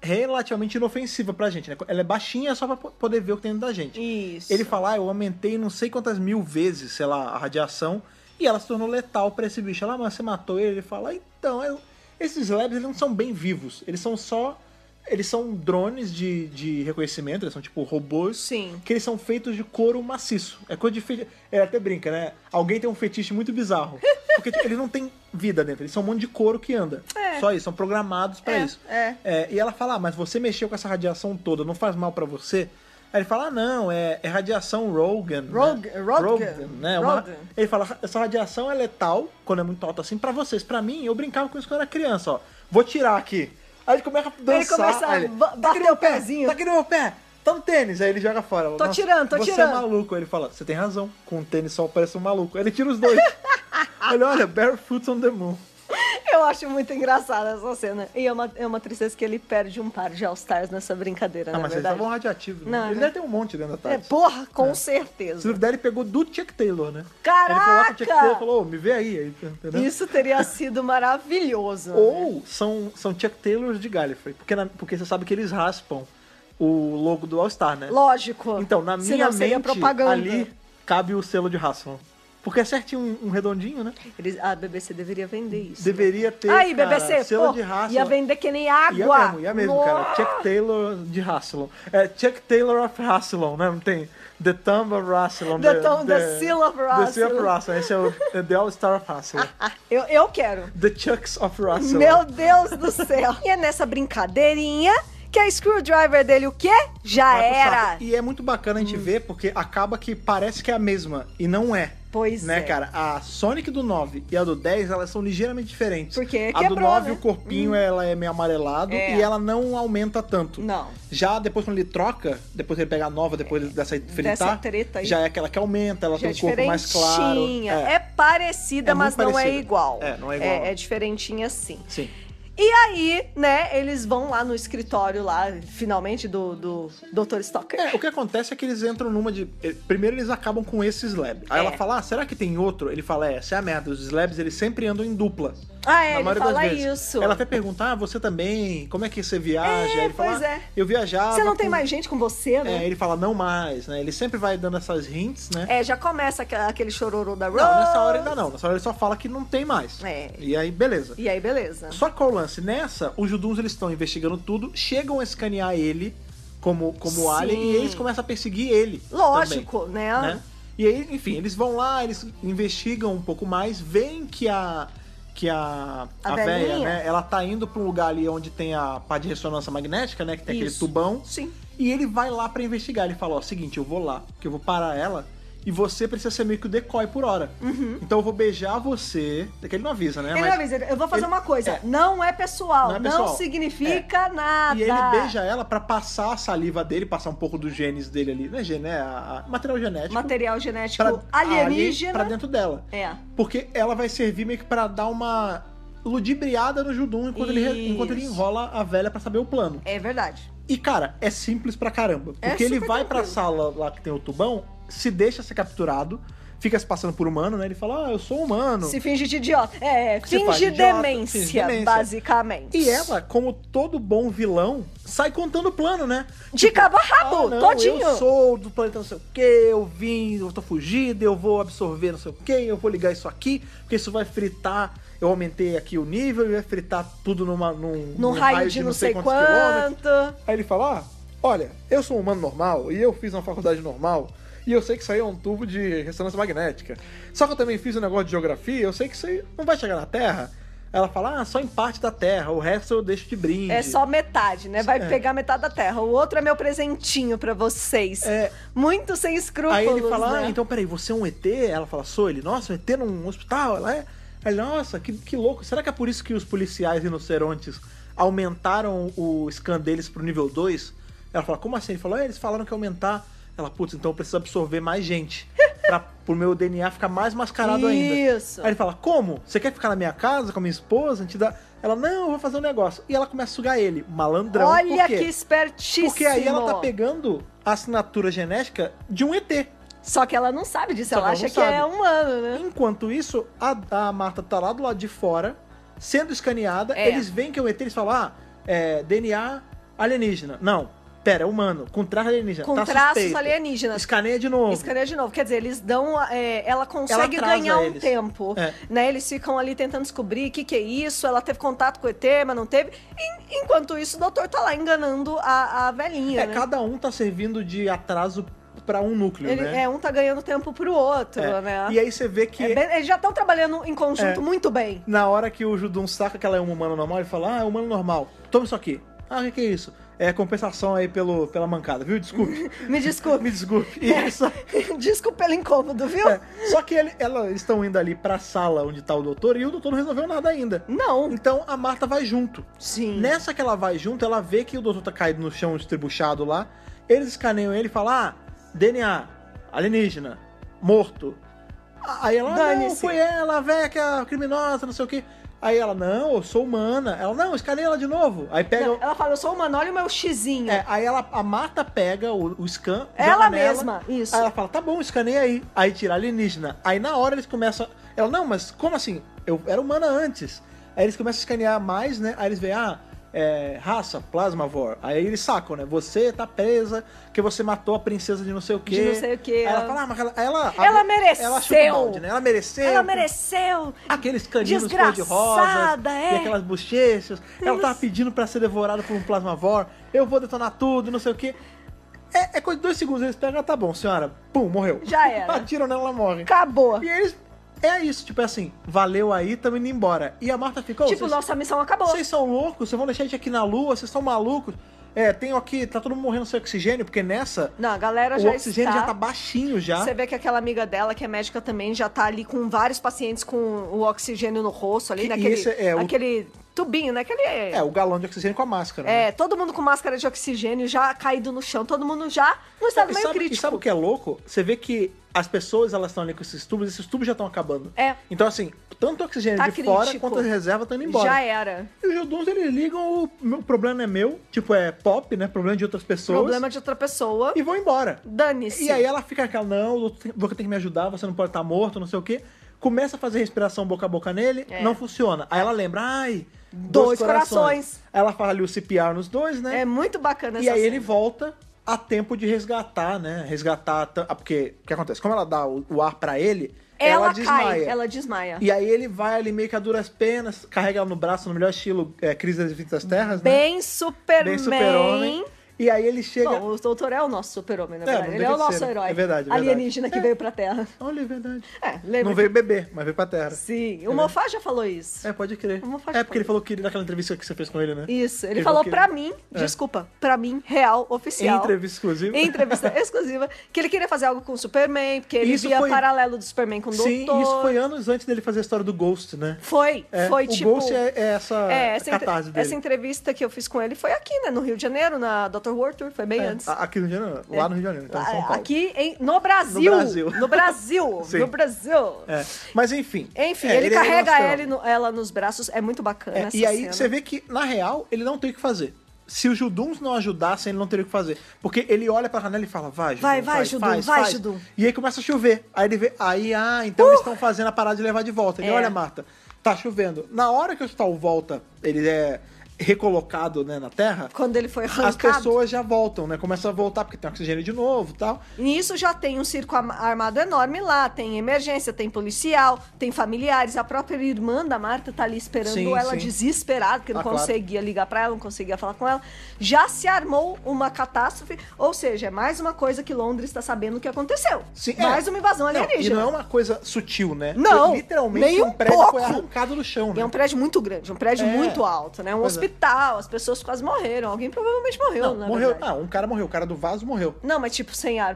Speaker 1: relativamente inofensiva pra gente, né? Ela é baixinha só pra po- poder ver o que tem dentro da gente.
Speaker 2: Isso.
Speaker 1: Ele fala, ah, eu aumentei não sei quantas mil vezes, sei lá, a radiação, e ela se tornou letal pra esse bicho. Ela, "Ah, mas você matou ele? Ele fala, então, eu- esses labs eles não são bem vivos, eles são só... Eles são drones de, de reconhecimento, eles são tipo robôs
Speaker 2: Sim.
Speaker 1: que eles são feitos de couro maciço. É coisa de fe... é, até brinca, né? Alguém tem um fetiche muito bizarro. Porque tipo, eles não têm vida dentro, eles são um monte de couro que anda.
Speaker 2: É.
Speaker 1: Só isso, são programados pra
Speaker 2: É,
Speaker 1: isso.
Speaker 2: é.
Speaker 1: e ela fala: ah, mas você mexeu com essa radiação toda, não faz mal pra você? Aí ele fala: ah, não, é, é radiação Rogan.
Speaker 2: Rogue-
Speaker 1: né?
Speaker 2: Rogan.
Speaker 1: né? Uma-
Speaker 2: Rogan.
Speaker 1: Ele fala: essa radiação é letal quando é muito alta assim pra vocês. Pra mim, eu brincava com isso quando eu era criança, ó. Vou tirar aqui. Aí ele começa a dançar.
Speaker 2: começa a
Speaker 1: aí ele,
Speaker 2: ba-
Speaker 1: "Tá
Speaker 2: bater
Speaker 1: aqui no meu
Speaker 2: o
Speaker 1: pé,
Speaker 2: pezinho."
Speaker 1: Tá aqui no meu pé. Tá no tênis. Aí ele joga fora.
Speaker 2: Tô tirando, tô
Speaker 1: você
Speaker 2: tirando."
Speaker 1: é maluco. Aí ele fala, você tem razão. Com um tênis só parece um maluco. Aí ele tira os dois. ele olha, barefoot on the moon.
Speaker 2: Eu acho muito engraçada essa cena. E é uma, é uma tristeza que ele perde um par de All-Stars nessa brincadeira,
Speaker 1: Ah,
Speaker 2: na
Speaker 1: mas eles
Speaker 2: verdade.
Speaker 1: estavam radioativos. né?
Speaker 2: Não,
Speaker 1: Ele
Speaker 2: né?
Speaker 1: deve ter um monte dentro da
Speaker 2: É,
Speaker 1: tarde.
Speaker 2: porra, com
Speaker 1: Se
Speaker 2: certeza.
Speaker 1: duvidar, ele pegou do Chuck Taylor, né? Ele
Speaker 2: Caraca!
Speaker 1: foi lá com o Chuck Taylor e falou, "Ô, me vê aí. aí entendeu?
Speaker 2: Isso teria sido maravilhoso. né?
Speaker 1: Ou são, são Chuck Taylors de Gallifrey. Porque, na- porque você sabe que eles raspam o logo do All-Star, né?
Speaker 2: Lógico.
Speaker 1: Então, na minha
Speaker 2: Senão seria
Speaker 1: mente,
Speaker 2: propaganda.
Speaker 1: ali cabe o selo de Hasselhoff. Porque é certinho um, um redondinho, né?
Speaker 2: Eles- a BBC deveria vender isso. né?
Speaker 1: Deveria ter,
Speaker 2: Aí,
Speaker 1: cara,
Speaker 2: BBC,
Speaker 1: selo
Speaker 2: pô,
Speaker 1: de Hasselhoff.
Speaker 2: ia vender que nem
Speaker 1: Ia
Speaker 2: água.
Speaker 1: é mesmo, ia mesmo, cara.
Speaker 2: Nossa.
Speaker 1: Chuck Taylor de Hasselhoff. É, Chuck Taylor of Hasselhoff, né? Não tem The Thumb of Hasselhoff.
Speaker 2: The Thumb- The Seal
Speaker 1: The Seal
Speaker 2: of
Speaker 1: of
Speaker 2: Hasselhoff.
Speaker 1: Hasselhoff. Esse é o é The All-Star of Hasselhoff.
Speaker 2: Ah, eu, eu quero.
Speaker 1: The Chucks of Hasselhoff.
Speaker 2: Meu Deus do céu. e é nessa brincadeirinha que a screwdriver dele, o quê? Já
Speaker 1: Vai pro
Speaker 2: era. Hum.
Speaker 1: saco. E é muito bacana a gente ver, porque acaba que parece que é a mesma, e não é.
Speaker 2: Pois
Speaker 1: né,
Speaker 2: é.
Speaker 1: cara? A Sonic do 9 e a do 10, elas são ligeiramente diferentes.
Speaker 2: Porque
Speaker 1: A do
Speaker 2: quebrou,
Speaker 1: 9,
Speaker 2: né?
Speaker 1: o corpinho, ela é meio amarelado
Speaker 2: É.
Speaker 1: e ela não aumenta tanto.
Speaker 2: Não. É.
Speaker 1: Já depois, quando ele troca, depois que ele pega a nova, depois dessa fritar,
Speaker 2: treta aí.
Speaker 1: já é aquela que aumenta, ela
Speaker 2: Já é
Speaker 1: tem um corpo mais claro.
Speaker 2: diferentinha. É parecida,
Speaker 1: É muito
Speaker 2: mas não é
Speaker 1: parecida.
Speaker 2: igual.
Speaker 1: É, não é igual.
Speaker 2: É, diferentinha sim.
Speaker 1: Sim.
Speaker 2: E aí, né, eles vão lá no escritório lá, finalmente, do, do Dr. Stoker.
Speaker 1: É, o que acontece é que eles entram numa de. eh, Primeiro eles acabam com esse slab. Aí
Speaker 2: É.
Speaker 1: ela fala, ah, será que tem outro? Ele fala, é, essa é a merda. Os slabs eles sempre andam em dupla.
Speaker 2: Ah,
Speaker 1: na
Speaker 2: é, ele
Speaker 1: maioria das
Speaker 2: fala
Speaker 1: vezes.
Speaker 2: isso.
Speaker 1: Ela até pergunta, ah, você também? Como é que você viaja?
Speaker 2: É,
Speaker 1: Aí ele fala,
Speaker 2: pois
Speaker 1: "Ah,
Speaker 2: é.
Speaker 1: Eu viajava.
Speaker 2: Você não tem
Speaker 1: com-"
Speaker 2: mais gente com você,
Speaker 1: É,
Speaker 2: né?
Speaker 1: ele fala, não mais, né? Ele sempre vai dando essas hints, né?
Speaker 2: É, já começa aqua- aquele chororô da Rose.
Speaker 1: Não, nessa hora ainda não. Nessa hora ele só fala que não tem mais.
Speaker 2: É.
Speaker 1: E aí, beleza.
Speaker 2: E aí, beleza.
Speaker 1: Só que qual o lance? Nessa, os Juduns eles estão investigando tudo, chegam a escanear ele como, como
Speaker 2: Sim.
Speaker 1: alien e eles começam a perseguir ele.
Speaker 2: Lógico, né?
Speaker 1: também, né? E aí, enfim, eles vão lá, eles investigam um pouco mais, veem que a. Que a,
Speaker 2: A
Speaker 1: a véia,
Speaker 2: velhinha.
Speaker 1: né? Ela tá indo pra um lugar ali onde tem a pá de ressonância magnética, né? Que tem
Speaker 2: Isso.
Speaker 1: aquele tubão.
Speaker 2: Sim.
Speaker 1: E ele vai lá pra investigar. Ele fala: Ó, seguinte, eu vou lá, porque eu vou parar ela. E você precisa ser meio que o decoy por hora. Então eu vou beijar você. É que ele não avisa, né?
Speaker 2: Uhum. Ele
Speaker 1: Mas-
Speaker 2: avisa, eu vou fazer
Speaker 1: ele-
Speaker 2: uma coisa,
Speaker 1: é.
Speaker 2: não é pessoal,
Speaker 1: Não
Speaker 2: não,
Speaker 1: é pessoal.
Speaker 2: significa nada.
Speaker 1: E ele beija ela pra passar a saliva dele, passar um pouco dos genes dele ali, né? Gene, é a- a- material genético.
Speaker 2: Material genético
Speaker 1: pra- alien
Speaker 2: alienígena.
Speaker 1: pra dentro dela.
Speaker 2: É.
Speaker 1: Porque ela vai servir meio que pra dar uma ludibriada no Judum enquanto, ele, re-
Speaker 2: Isso.
Speaker 1: enquanto ele enrola a velha pra saber o plano.
Speaker 2: É verdade.
Speaker 1: E, cara, é simples pra caramba.
Speaker 2: É
Speaker 1: Porque ele
Speaker 2: super
Speaker 1: vai pra
Speaker 2: tranquilo.
Speaker 1: sala lá que tem o tubão, se deixa ser capturado, fica se passando por humano, né? Ele fala, ah, eu sou humano.
Speaker 2: Se finge de idiota. É,
Speaker 1: Se faz
Speaker 2: finge,
Speaker 1: idiota,
Speaker 2: demência,
Speaker 1: finge demência.
Speaker 2: basicamente.
Speaker 1: E ela, como todo bom vilão, sai contando o plano, né?
Speaker 2: De cabo a rabo,
Speaker 1: Ah, não,
Speaker 2: todinho.
Speaker 1: Eu sou do planeta não sei o que, eu vim, eu tô fugido, eu vou absorver não sei o que, eu vou ligar isso aqui, porque isso vai fritar. Eu aumentei aqui o nível e vai fritar tudo numa, num,
Speaker 2: Num raio de não sei,
Speaker 1: quantos quilômetros.
Speaker 2: quanto.
Speaker 1: Aí ele fala: ah, olha, eu sou um humano normal e eu fiz uma faculdade normal. E eu sei que isso aí é um tubo de ressonância magnética. Só que eu também fiz um negócio de geografia, eu sei que isso aí não vai chegar na Terra. Ela fala, ah, só em parte da Terra, o resto eu deixo de brinde.
Speaker 2: É só metade, né? Vai
Speaker 1: É.
Speaker 2: pegar metade da terra. O outro é meu presentinho pra vocês.
Speaker 1: É.
Speaker 2: Muito sem escrúpulos,
Speaker 1: Aí ele fala,
Speaker 2: né?
Speaker 1: ah, então peraí, você é um ET? Ela fala, sou ele, nossa, um ET num hospital, ela é. Aí ele, nossa, que, que louco. Será que é por isso que os policiais rinocerontes aumentaram o scan deles pro nível 2? Ela fala, como assim? Ele falou, é, eles falaram que ia aumentar. Ela, putz, então eu preciso absorver mais gente. pra, pro meu DNA ficar mais mascarado é ainda. É
Speaker 2: Isso.
Speaker 1: Aí ele fala, como? Você quer ficar na minha casa com a minha esposa? A gente dá... Ela, não, eu vou fazer um negócio. E ela começa a sugar ele, malandrão.
Speaker 2: Olha
Speaker 1: por quê?
Speaker 2: que espertíssimo.
Speaker 1: Porque aí ela tá pegando a assinatura genética de um ET.
Speaker 2: Só que ela não sabe disso,
Speaker 1: Só que ela
Speaker 2: ela acha
Speaker 1: não
Speaker 2: que
Speaker 1: sabe.
Speaker 2: é humano, né?
Speaker 1: Enquanto isso, a, a Marta tá lá do lado de fora, sendo escaneada.
Speaker 2: É.
Speaker 1: Eles veem que é o ET, eles falam, ah, é, DNA alienígena. Não, pera, é humano, com traço alienígena.
Speaker 2: Com
Speaker 1: tá
Speaker 2: traços
Speaker 1: suspeito.
Speaker 2: alienígenas.
Speaker 1: Escaneia de novo.
Speaker 2: Escaneia de novo. Quer dizer, eles dão. é, ela consegue
Speaker 1: atrasa
Speaker 2: ganhar um
Speaker 1: eles.
Speaker 2: tempo.
Speaker 1: É.
Speaker 2: Né? Eles ficam ali tentando descobrir o que, que é isso. Ela teve contato com o ET, mas não teve. E, enquanto isso, o doutor tá lá enganando a, a velhinha.
Speaker 1: É,
Speaker 2: né?
Speaker 1: cada um tá servindo de atraso pra um núcleo,
Speaker 2: Ele-
Speaker 1: né?
Speaker 2: É, um tá ganhando tempo pro outro,
Speaker 1: É.
Speaker 2: né?
Speaker 1: E aí você vê que...
Speaker 2: É bem- eles já estão trabalhando em conjunto
Speaker 1: É.
Speaker 2: muito bem.
Speaker 1: Na hora que o Judum saca que ela é uma humana normal, ele fala: Ah, é humano normal. Toma isso aqui. Ah, o que, que é isso? É compensação aí pelo, pela mancada, viu? Desculpe.
Speaker 2: Me desculpe.
Speaker 1: Me desculpe. E
Speaker 2: É.
Speaker 1: ele só-
Speaker 2: Desculpe pelo incômodo, viu?
Speaker 1: é. Só que ele- elas estão indo ali pra sala onde tá o doutor e o doutor não resolveu nada ainda.
Speaker 2: Não.
Speaker 1: Então a Marta vai junto.
Speaker 2: Sim.
Speaker 1: Nessa que ela vai junto, ela vê que o doutor tá caído no chão, estribuchado lá. Eles escaneiam ele e falam: Ah, DNA, alienígena, morto. Aí ela, "Ah, não,
Speaker 2: Dane-se."
Speaker 1: foi ela, a véia, que é a criminosa, não sei o quê. Aí ela, não, eu sou humana. Ela, não, escaneia ela de novo. Aí pega.
Speaker 2: Não, Ela fala, eu sou humano, olha o meu xizinho.
Speaker 1: Né? é, aí ela, a Marta pega o, o scan. joga
Speaker 2: Ela
Speaker 1: nela.
Speaker 2: mesma, isso.
Speaker 1: Aí ela fala, tá bom, escaneia aí. Aí tira alienígena. Aí na hora eles começam. Ela, não, mas como assim? Eu era humana antes. Aí eles começam a escanear mais, né? Aí eles veem, ah, é, raça, plasmavor. Aí eles sacam, né? Você tá presa, que você matou a princesa de não sei o quê.
Speaker 2: De não sei o quê,
Speaker 1: Aí ela
Speaker 2: ela-
Speaker 1: fala, ah, mas ela. Ela,
Speaker 2: Ela mereceu.
Speaker 1: Ela chuta o balde, né? Ela mereceu.
Speaker 2: Ela mereceu.
Speaker 1: Aqueles caninos cor-de-rosa
Speaker 2: Desgraçada, é.
Speaker 1: e aquelas bochechas. Ela
Speaker 2: Isso.
Speaker 1: tava pedindo pra ser devorada por um plasmavor. Eu vou detonar tudo, não sei o quê. É, é coisa de dois segundos. Eles pegam, tá bom, senhora. Pum, morreu.
Speaker 2: Já era.
Speaker 1: Atiram nela, ela morre.
Speaker 2: Acabou.
Speaker 1: E eles... É isso, tipo assim, valeu aí, tamo indo embora. E a Marta ficou...
Speaker 2: Tipo, nossa missão acabou.
Speaker 1: Vocês são loucos? Vocês vão deixar a gente aqui na lua? Vocês são malucos? É, tenho aqui... Tá todo mundo morrendo sem oxigênio, porque nessa...
Speaker 2: Não, a galera
Speaker 1: O
Speaker 2: já
Speaker 1: oxigênio
Speaker 2: está...
Speaker 1: já tá baixinho já.
Speaker 2: Você vê que aquela amiga dela, que é médica também, já tá ali com vários pacientes com o oxigênio no rosto ali,
Speaker 1: Que
Speaker 2: naquele
Speaker 1: isso é- é o-
Speaker 2: aquele tubinho, né? Aquele.
Speaker 1: É, o galão de oxigênio com a máscara. né?
Speaker 2: É, todo mundo com máscara de oxigênio, já caído no chão, todo mundo já no estado
Speaker 1: E
Speaker 2: meio
Speaker 1: sabe, e
Speaker 2: crítico.
Speaker 1: sabe o que é louco? Você vê que as pessoas elas estão ali com esses tubos, esses tubos já estão acabando.
Speaker 2: É.
Speaker 1: Então, assim, tanto o oxigênio
Speaker 2: Tá
Speaker 1: de
Speaker 2: crítico.
Speaker 1: fora quanto as reservas estão indo embora.
Speaker 2: Já é. era.
Speaker 1: E os joduns, eles ligam, o meu problema é meu, tipo, é pop, né? Problema de outras pessoas.
Speaker 2: Problema de outra pessoa.
Speaker 1: E vão embora.
Speaker 2: Dane-se.
Speaker 1: E aí ela fica aquela, não, você tem que me ajudar, você não pode estar morto, não sei o quê. Começa a fazer respiração boca a boca nele,
Speaker 2: É.
Speaker 1: não funciona. Aí ela lembra, ai,
Speaker 2: Dois corações.
Speaker 1: Ela fala ali o CPR nos dois, né?
Speaker 2: É muito bacana
Speaker 1: E
Speaker 2: essa
Speaker 1: aí
Speaker 2: cena.
Speaker 1: ele volta a tempo de resgatar, né? Resgatar. ta- ah, Porque o que acontece? Como ela dá o, o ar pra ele, ela,
Speaker 2: Ela,
Speaker 1: desmaia.
Speaker 2: cai, ela desmaia.
Speaker 1: E né? aí ele vai ali meio que a duras penas, carrega ela no braço, no melhor estilo é, Crise das Infinitas Terras, né?
Speaker 2: Bem Superman.
Speaker 1: Bem super-homem. E aí ele chega.
Speaker 2: Bom, o doutor é o nosso super-homem, na
Speaker 1: É,
Speaker 2: verdade.
Speaker 1: não
Speaker 2: ele é
Speaker 1: deixa
Speaker 2: o
Speaker 1: de
Speaker 2: nosso
Speaker 1: ser, né?
Speaker 2: herói.
Speaker 1: É verdade, é
Speaker 2: alienígena
Speaker 1: verdade.
Speaker 2: que
Speaker 1: É.
Speaker 2: veio pra Terra.
Speaker 1: Olha, é verdade.
Speaker 2: É, lembra?
Speaker 1: Não veio beber, mas veio pra terra.
Speaker 2: Sim, o Mofá já falou isso.
Speaker 1: É, pode crer.
Speaker 2: Vamos fazer
Speaker 1: É porque ele falou que naquela entrevista que você fez com ele, né?
Speaker 2: Isso, ele
Speaker 1: Ele falou
Speaker 2: falou
Speaker 1: que-
Speaker 2: pra mim, desculpa, pra mim, real, oficial.
Speaker 1: Entrevista exclusiva.
Speaker 2: Entrevista exclusiva, que ele queria fazer algo com o Superman, porque ele
Speaker 1: Isso
Speaker 2: via
Speaker 1: foi-
Speaker 2: paralelo do Superman com o Então, Doutor.
Speaker 1: Sim, isso foi anos antes dele fazer a história do Ghost, né?
Speaker 2: Foi,
Speaker 1: É,
Speaker 2: foi
Speaker 1: o
Speaker 2: tipo.
Speaker 1: Ghost é, é essa,
Speaker 2: É, essa, entre-
Speaker 1: catarse dele.
Speaker 2: essa entrevista que eu fiz com ele foi aqui, né? No Rio de Janeiro, na Dr. World Tour, foi bem
Speaker 1: É,
Speaker 2: antes. Ah,
Speaker 1: a- Aqui no Rio de Janeiro, lá no Rio de Janeiro, então em São Paulo.
Speaker 2: Aqui em- no Brasil.
Speaker 1: No Brasil.
Speaker 2: No Brasil.
Speaker 1: Sim.
Speaker 2: no Brasil.
Speaker 1: É, Mas enfim.
Speaker 2: Enfim,
Speaker 1: é,
Speaker 2: ele,
Speaker 1: é
Speaker 2: carrega
Speaker 1: astral.
Speaker 2: ele no- ela nos braços. É muito bacana
Speaker 1: É,
Speaker 2: essa
Speaker 1: e aí
Speaker 2: cena.
Speaker 1: você vê que, na real, ele não tem o que fazer. Se os Juduns não ajudassem, ele não teria o que fazer. Porque ele olha pra janela e fala, vai, Judum,
Speaker 2: Vai,
Speaker 1: vai,
Speaker 2: vai,
Speaker 1: faz,
Speaker 2: Judum,
Speaker 1: faz,
Speaker 2: vai,
Speaker 1: faz.
Speaker 2: Judum.
Speaker 1: E aí começa a chover. Aí ele vê, aí, ah, então eles estão fazendo a parada de levar de volta. Ele,
Speaker 2: É.
Speaker 1: olha, Marta, tá chovendo. Na hora que o Stal volta, ele é recolocado, né, na Terra,
Speaker 2: Quando ele foi
Speaker 1: as
Speaker 2: arrancado.
Speaker 1: pessoas já voltam, né? Começam a voltar, porque tem oxigênio de novo e tal.
Speaker 2: Nisso já tem um circo am- armado enorme lá. Tem emergência, tem policial, tem familiares. A própria irmã da Marta tá ali esperando
Speaker 1: Sim,
Speaker 2: ela
Speaker 1: sim.
Speaker 2: desesperada, porque não
Speaker 1: Ah, claro.
Speaker 2: conseguia ligar pra ela, não conseguia falar com ela. Já se armou uma catástrofe. Ou seja, é mais uma coisa que Londres está sabendo que aconteceu.
Speaker 1: Sim, é.
Speaker 2: mais uma invasão
Speaker 1: Não, e
Speaker 2: alienígena.
Speaker 1: não é uma coisa sutil, né?
Speaker 2: Não,
Speaker 1: Foi Literalmente,
Speaker 2: nem um
Speaker 1: um prédio
Speaker 2: pouco.
Speaker 1: foi arrancado do chão,
Speaker 2: E
Speaker 1: né?
Speaker 2: é um prédio muito grande, um prédio
Speaker 1: É.
Speaker 2: muito alto, né? Um
Speaker 1: Pois é.
Speaker 2: hospital, as pessoas quase morreram. Alguém provavelmente morreu,
Speaker 1: Não,
Speaker 2: na
Speaker 1: morreu.
Speaker 2: verdade.
Speaker 1: Ah, um cara morreu, o cara do vaso morreu.
Speaker 2: Não, mas tipo, sem ar.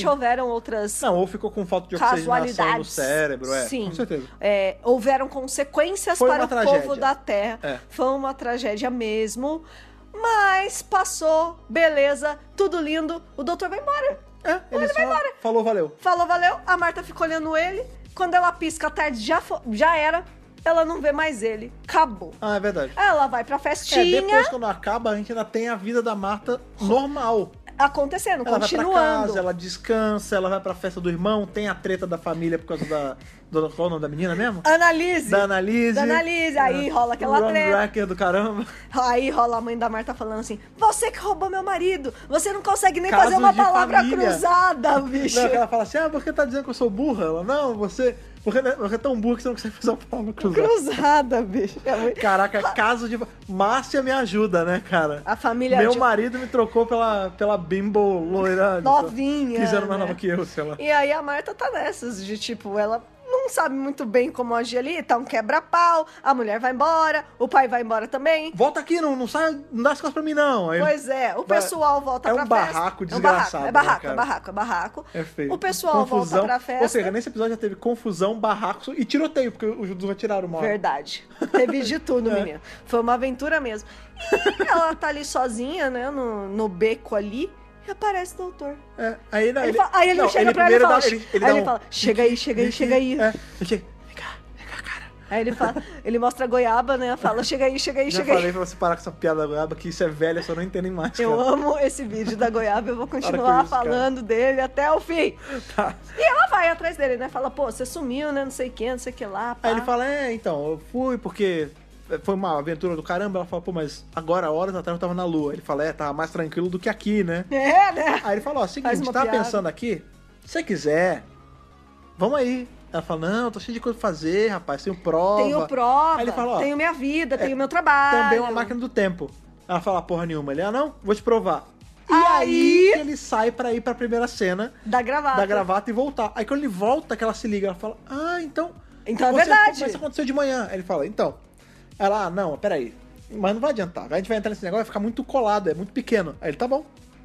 Speaker 1: Ah, sim.
Speaker 2: houveram outras
Speaker 1: Não, ou ficou com falta de oxigenação
Speaker 2: casualidades.
Speaker 1: no cérebro, é.
Speaker 2: Sim.
Speaker 1: Com certeza.
Speaker 2: É, houveram consequências
Speaker 1: Foi
Speaker 2: para
Speaker 1: uma
Speaker 2: o
Speaker 1: tragédia.
Speaker 2: povo da Terra.
Speaker 1: É.
Speaker 2: Foi uma tragédia mesmo. Mas passou, beleza, tudo lindo. O doutor vai embora.
Speaker 1: É, ele só falou valeu.
Speaker 2: Falou, valeu. A Marta ficou olhando ele. Quando ela pisca, a tarde já, fo- já era. Ela não vê mais ele. Acabou.
Speaker 1: Ah, é verdade.
Speaker 2: Ela vai pra
Speaker 1: É,
Speaker 2: festinha.
Speaker 1: depois quando acaba, a gente ainda tem a vida da Marta normal.
Speaker 2: acontecendo,
Speaker 1: Ela vai pra
Speaker 2: continuando.
Speaker 1: casa, ela descansa, ela vai pra festa do irmão, tem a treta da família por causa da. do- qual é o nome da menina mesmo?
Speaker 2: Analise.
Speaker 1: Da Analise. É.
Speaker 2: Da Annalise, aí rola aquela
Speaker 1: Ron
Speaker 2: treta.
Speaker 1: Racker do caramba.
Speaker 2: Aí rola a mãe da Marta falando assim: Você que roubou meu marido, você não consegue nem
Speaker 1: Casos
Speaker 2: fazer uma
Speaker 1: de
Speaker 2: palavra
Speaker 1: família."
Speaker 2: cruzada, bicho.
Speaker 1: Não, que ela fala assim: ah, por que tá dizendo que eu sou burra? Ela, não, você. Porque você é tão burro que você não consegue fazer uma palavra cruzada.
Speaker 2: Cruzada, bicho. É muito-
Speaker 1: Caraca, caso de. Márcia me ajuda, né, cara?
Speaker 2: A família tipo
Speaker 1: Meu
Speaker 2: de-
Speaker 1: marido me trocou pela, pela bimbo loira.
Speaker 2: Novinha,
Speaker 1: Quiseram mais
Speaker 2: né?
Speaker 1: nova que eu, sei lá.
Speaker 2: E aí a Marta tá nessas, de tipo, ela não sabe muito bem como agir ali, tá um quebra-pau, a mulher vai embora, o pai vai embora também.
Speaker 1: Volta aqui, não, não sai, não dá as costas pra mim, não. Aí-
Speaker 2: Pois é, o
Speaker 1: Vai-
Speaker 2: pessoal volta
Speaker 1: É um
Speaker 2: pra festa.
Speaker 1: barraco
Speaker 2: É um barraco,
Speaker 1: desgraçado,
Speaker 2: É
Speaker 1: né,
Speaker 2: barraco, é
Speaker 1: cara?
Speaker 2: barraco, é barraco.
Speaker 1: É feio.
Speaker 2: O pessoal
Speaker 1: confusão.
Speaker 2: volta pra festa.
Speaker 1: Ou seja, nesse episódio já teve confusão, barraco e tiroteio, porque os judeus atiraram uma hora.
Speaker 2: Verdade. Teve de tudo,
Speaker 1: É.
Speaker 2: menino. Foi uma aventura mesmo. E ela tá ali sozinha, né? No, no beco ali. E aparece o doutor.
Speaker 1: É, aí, não,
Speaker 2: Ele fala- aí ele
Speaker 1: não,
Speaker 2: chega pra ela e
Speaker 1: primeiro
Speaker 2: fala,
Speaker 1: dá-
Speaker 2: aí
Speaker 1: dá
Speaker 2: ele
Speaker 1: um-
Speaker 2: fala, "Chega aí, chega aí, chega aí."
Speaker 1: É, ele chega.
Speaker 2: Aí ele fala, ele mostra a goiaba, né? Fala, chega aí, chega aí,
Speaker 1: Já
Speaker 2: chega
Speaker 1: falei
Speaker 2: aí.
Speaker 1: pra você parar com essa piada da goiaba, que isso é velho, eu só não entendem mais.
Speaker 2: Eu
Speaker 1: cara.
Speaker 2: amo esse vídeo da goiaba, eu vou
Speaker 1: Para
Speaker 2: continuar
Speaker 1: com isso, cara.
Speaker 2: falando dele até o fim.
Speaker 1: Tá.
Speaker 2: E ela vai atrás dele, né? Fala, pô, você sumiu, né? Não sei quem, não sei o que lá. pá."
Speaker 1: Aí ele fala, é, então, eu fui porque foi uma aventura do caramba. Ela fala, pô, mas agora, horas atrás, eu tava na lua. Ele fala, é, tava mais tranquilo do que aqui, né?
Speaker 2: É, né?
Speaker 1: Aí ele fala, ó,
Speaker 2: Faz
Speaker 1: seguinte,
Speaker 2: uma
Speaker 1: tava
Speaker 2: piada.
Speaker 1: pensando aqui, se você quiser, vamos aí. Ela fala, não, tô cheio de coisa pra fazer, rapaz, tenho prova.
Speaker 2: Tenho prova,
Speaker 1: Aí ele fala, ó, é,
Speaker 2: tenho minha vida, tenho meu trabalho.
Speaker 1: também uma máquina do tempo. Ela fala, porra nenhuma. Ele, ah, não, vou te provar. E
Speaker 2: Aí-
Speaker 1: aí, que ele sai pra ir pra primeira cena
Speaker 2: da gravata.
Speaker 1: da gravata e voltar. Aí quando ele volta, que ela se liga, ela fala, ah, então.
Speaker 2: Então é verdade.
Speaker 1: Mas isso aconteceu de manhã. Aí Ele fala, então. Ela, ah, não, peraí. Mas não vai adiantar. A gente vai entrar nesse negócio, vai ficar muito colado, é muito pequeno. Aí ele, tá bom.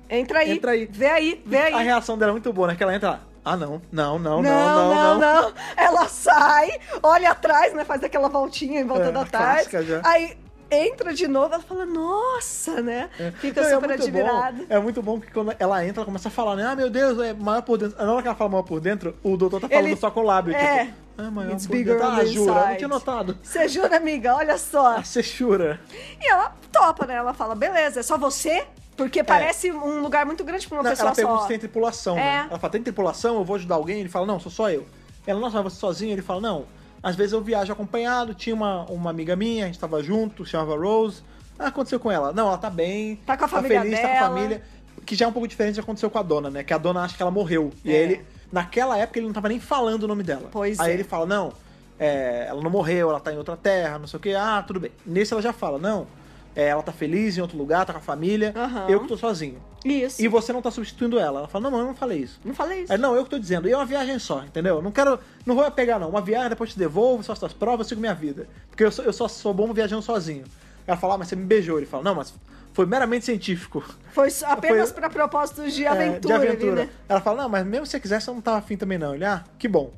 Speaker 2: Entra aí.
Speaker 1: Entra aí.
Speaker 2: Vê aí, vê aí.
Speaker 1: A reação dela é muito boa, né? Que ela entra lá. Ah, não, não, não, não,
Speaker 2: não,
Speaker 1: não, não.
Speaker 2: não. Ela sai, olha atrás, né? Faz aquela voltinha em volta
Speaker 1: É,
Speaker 2: da
Speaker 1: a
Speaker 2: tarde.
Speaker 1: clássica já.
Speaker 2: Aí entra de novo, ela fala, nossa, né? Fica
Speaker 1: É. Não,
Speaker 2: super
Speaker 1: Então, muito
Speaker 2: admirada.
Speaker 1: Bom, é muito bom que quando ela entra, ela começa a falar, né? Ah, meu Deus, é maior por dentro. Na hora que ela fala maior por dentro, o doutor tá falando
Speaker 2: Ele-
Speaker 1: só com o lábio.
Speaker 2: é.
Speaker 1: Tipo, ah, maior
Speaker 2: It's
Speaker 1: por
Speaker 2: bigger
Speaker 1: dentro.
Speaker 2: on
Speaker 1: Ah,
Speaker 2: the
Speaker 1: jura, eu não
Speaker 2: inside.
Speaker 1: tinha notado.
Speaker 2: Você jura, amiga? Olha só.
Speaker 1: Ah, você jura.
Speaker 2: E ela topa, né? Ela fala, beleza, é só você? Porque parece um lugar muito grande pra uma
Speaker 1: É. Não,
Speaker 2: pessoa
Speaker 1: ela um pergunta
Speaker 2: só.
Speaker 1: se tem tripulação,
Speaker 2: É.
Speaker 1: né? Ela fala, tem tripulação? Eu vou ajudar alguém? Ele fala, não, sou só eu. Ela, nossa, mas você sozinho? Ele fala, não. Às vezes eu viajo acompanhado, tinha uma, uma amiga minha, a gente tava junto, chamava Rose. Ah, aconteceu com ela? Não, ela tá bem.
Speaker 2: Tá com a família
Speaker 1: feliz, tá com a
Speaker 2: dela.
Speaker 1: família. Que já é um pouco diferente do que aconteceu com a dona, né? Que a dona acha que ela morreu. E aí
Speaker 2: É.
Speaker 1: ele, naquela época, ele não tava nem falando o nome dela.
Speaker 2: Pois
Speaker 1: aí
Speaker 2: é.
Speaker 1: ele fala, não, é, ela não morreu, ela tá em outra terra, não sei o quê. Ah, tudo bem. Nesse ela já fala, não, é, ela tá feliz em outro lugar, tá com a família.
Speaker 2: Aham.
Speaker 1: Eu que tô sozinho.
Speaker 2: Isso.
Speaker 1: E você não tá substituindo ela. Ela fala, não, mãe, eu não falei isso.
Speaker 2: Não falei isso.
Speaker 1: Aí, não, eu que tô dizendo. E é uma viagem só, entendeu? Não quero. Não vou pegar, não. Uma viagem, depois te devolvo, faço as provas, sigo minha vida. Porque eu, sou- eu só sou bom viajando sozinho. Ela fala, ah, mas você me beijou. Ele fala, não, mas foi meramente científico.
Speaker 2: Foi só- apenas
Speaker 1: Foi-
Speaker 2: pra propósitos de
Speaker 1: É,
Speaker 2: aventura,
Speaker 1: de aventura.
Speaker 2: ali, né?
Speaker 1: Ela fala, não, mas mesmo se você quiser, você não tá afim também, não. Ele, ah, que bom.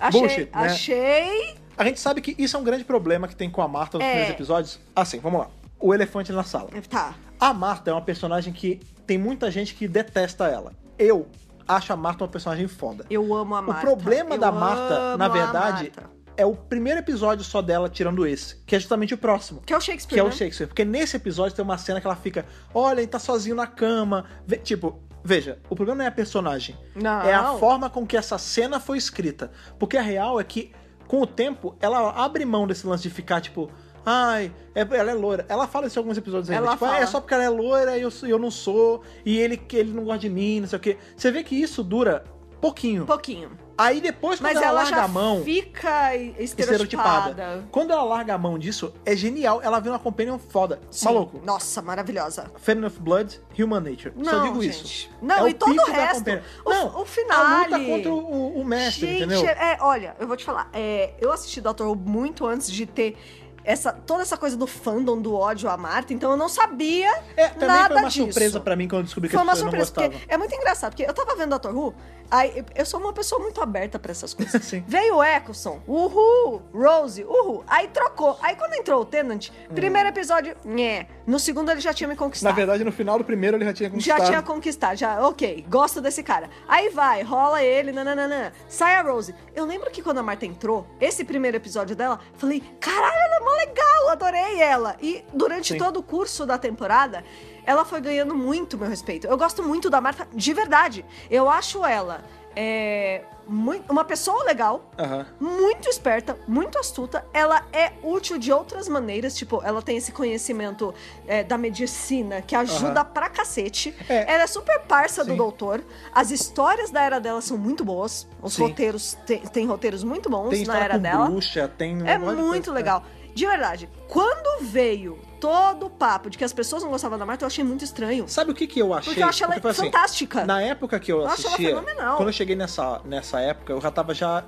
Speaker 2: Achei,
Speaker 1: Bullshit, né?
Speaker 2: achei.
Speaker 1: A gente sabe que isso é um grande problema que tem com a Marta nos
Speaker 2: É.
Speaker 1: primeiros episódios. Assim, vamos lá. O elefante na sala.
Speaker 2: Tá.
Speaker 1: A Marta é uma personagem que tem muita gente que detesta ela. Eu acho a Marta uma personagem foda.
Speaker 2: Eu amo a
Speaker 1: O
Speaker 2: Marta.
Speaker 1: problema
Speaker 2: Eu
Speaker 1: da Marta,
Speaker 2: amo
Speaker 1: na
Speaker 2: a
Speaker 1: verdade,
Speaker 2: Marta.
Speaker 1: é o primeiro episódio só dela tirando esse, que é justamente o próximo.
Speaker 2: Que é o Shakespeare.
Speaker 1: Que é o
Speaker 2: né?
Speaker 1: Shakespeare. Porque nesse episódio tem uma cena que ela fica, olha, ele tá sozinho na cama. Ve- tipo, veja, o problema não é a personagem.
Speaker 2: Não.
Speaker 1: É a forma com que essa cena foi escrita. Porque a real é que, com o tempo, ela abre mão desse lance de ficar, tipo, ai, é- ela é loira. Ela fala isso em alguns episódios ainda.
Speaker 2: Ela
Speaker 1: tipo, ah,
Speaker 2: fala.
Speaker 1: é só porque ela é loira e eu, sou- e eu não sou, e ele, que ele não gosta de mim, não sei o quê. Você vê que isso dura pouquinho.
Speaker 2: Um pouquinho.
Speaker 1: Aí depois, quando
Speaker 2: Mas
Speaker 1: ela,
Speaker 2: ela,
Speaker 1: larga
Speaker 2: já
Speaker 1: a mão,
Speaker 2: fica
Speaker 1: estereotipada.
Speaker 2: estereotipada.
Speaker 1: Quando ela larga a mão disso, é genial. Ela vira uma companion foda.
Speaker 2: Sim.
Speaker 1: Maluco.
Speaker 2: Nossa, maravilhosa.
Speaker 1: Feminine of Blood, Human Nature. Só
Speaker 2: Não,
Speaker 1: digo
Speaker 2: gente.
Speaker 1: isso.
Speaker 2: Não,
Speaker 1: É
Speaker 2: e todo
Speaker 1: pico da
Speaker 2: o resto.
Speaker 1: companion.
Speaker 2: O-
Speaker 1: Não, é
Speaker 2: o finale.
Speaker 1: A luta contra o, o mestre,
Speaker 2: Gente,
Speaker 1: entendeu?
Speaker 2: é, olha, eu vou te falar. é, eu assisti Doctor Who muito antes de ter essa, toda essa coisa do fandom, do ódio à Marta, então eu não sabia
Speaker 1: É, também
Speaker 2: nada
Speaker 1: foi uma
Speaker 2: disso.
Speaker 1: surpresa pra mim quando eu descobri que
Speaker 2: Foi
Speaker 1: as
Speaker 2: uma
Speaker 1: pessoas
Speaker 2: surpresa,
Speaker 1: não
Speaker 2: porque
Speaker 1: gostavam.
Speaker 2: é muito engraçado, porque eu tava vendo Doctor Who, aí eu- eu sou uma pessoa muito aberta pra essas coisas.
Speaker 1: Sim.
Speaker 2: Veio o Eccleston, uhul, Rose, uhul, aí trocou. Aí quando entrou o Tenant, primeiro episódio, nhé, no segundo ele já tinha me
Speaker 1: Hum. Na
Speaker 2: conquistado.
Speaker 1: verdade, no final do primeiro ele já tinha conquistado.
Speaker 2: Já tinha conquistado, já, ok, gosto desse cara. Aí vai, rola ele, nananana, sai a Rose. Eu lembro que quando a Marta entrou, esse primeiro episódio dela, falei, caralho, ela é mó legal, adorei ela. E durante
Speaker 1: Sim.
Speaker 2: todo o curso da temporada, ela foi ganhando muito meu respeito. Eu gosto muito da Marta, de verdade. Eu acho ela é, mui- uma pessoa legal,
Speaker 1: Aham.
Speaker 2: muito esperta, muito astuta. Ela é útil de outras maneiras, tipo, ela tem esse conhecimento é, da medicina que ajuda
Speaker 1: Aham.
Speaker 2: pra cacete.
Speaker 1: É.
Speaker 2: Ela é super parça do
Speaker 1: Sim.
Speaker 2: doutor. As histórias da era dela são muito boas. Os
Speaker 1: Sim.
Speaker 2: roteiros tem, tem roteiros muito bons
Speaker 1: Tem
Speaker 2: na
Speaker 1: história
Speaker 2: era
Speaker 1: com
Speaker 2: dela.
Speaker 1: bruxa, tem... um
Speaker 2: É
Speaker 1: monte de coisa.
Speaker 2: muito legal. De verdade, quando veio todo o papo de que as pessoas não gostavam da Marta, eu achei muito estranho.
Speaker 1: Sabe o que que eu achei?
Speaker 2: Porque eu acho ela
Speaker 1: Porque foi assim,
Speaker 2: fantástica.
Speaker 1: Na época que eu
Speaker 2: Nossa, ela é
Speaker 1: assistia,
Speaker 2: fenomenal.
Speaker 1: quando eu cheguei nessa, nessa época, eu já tava já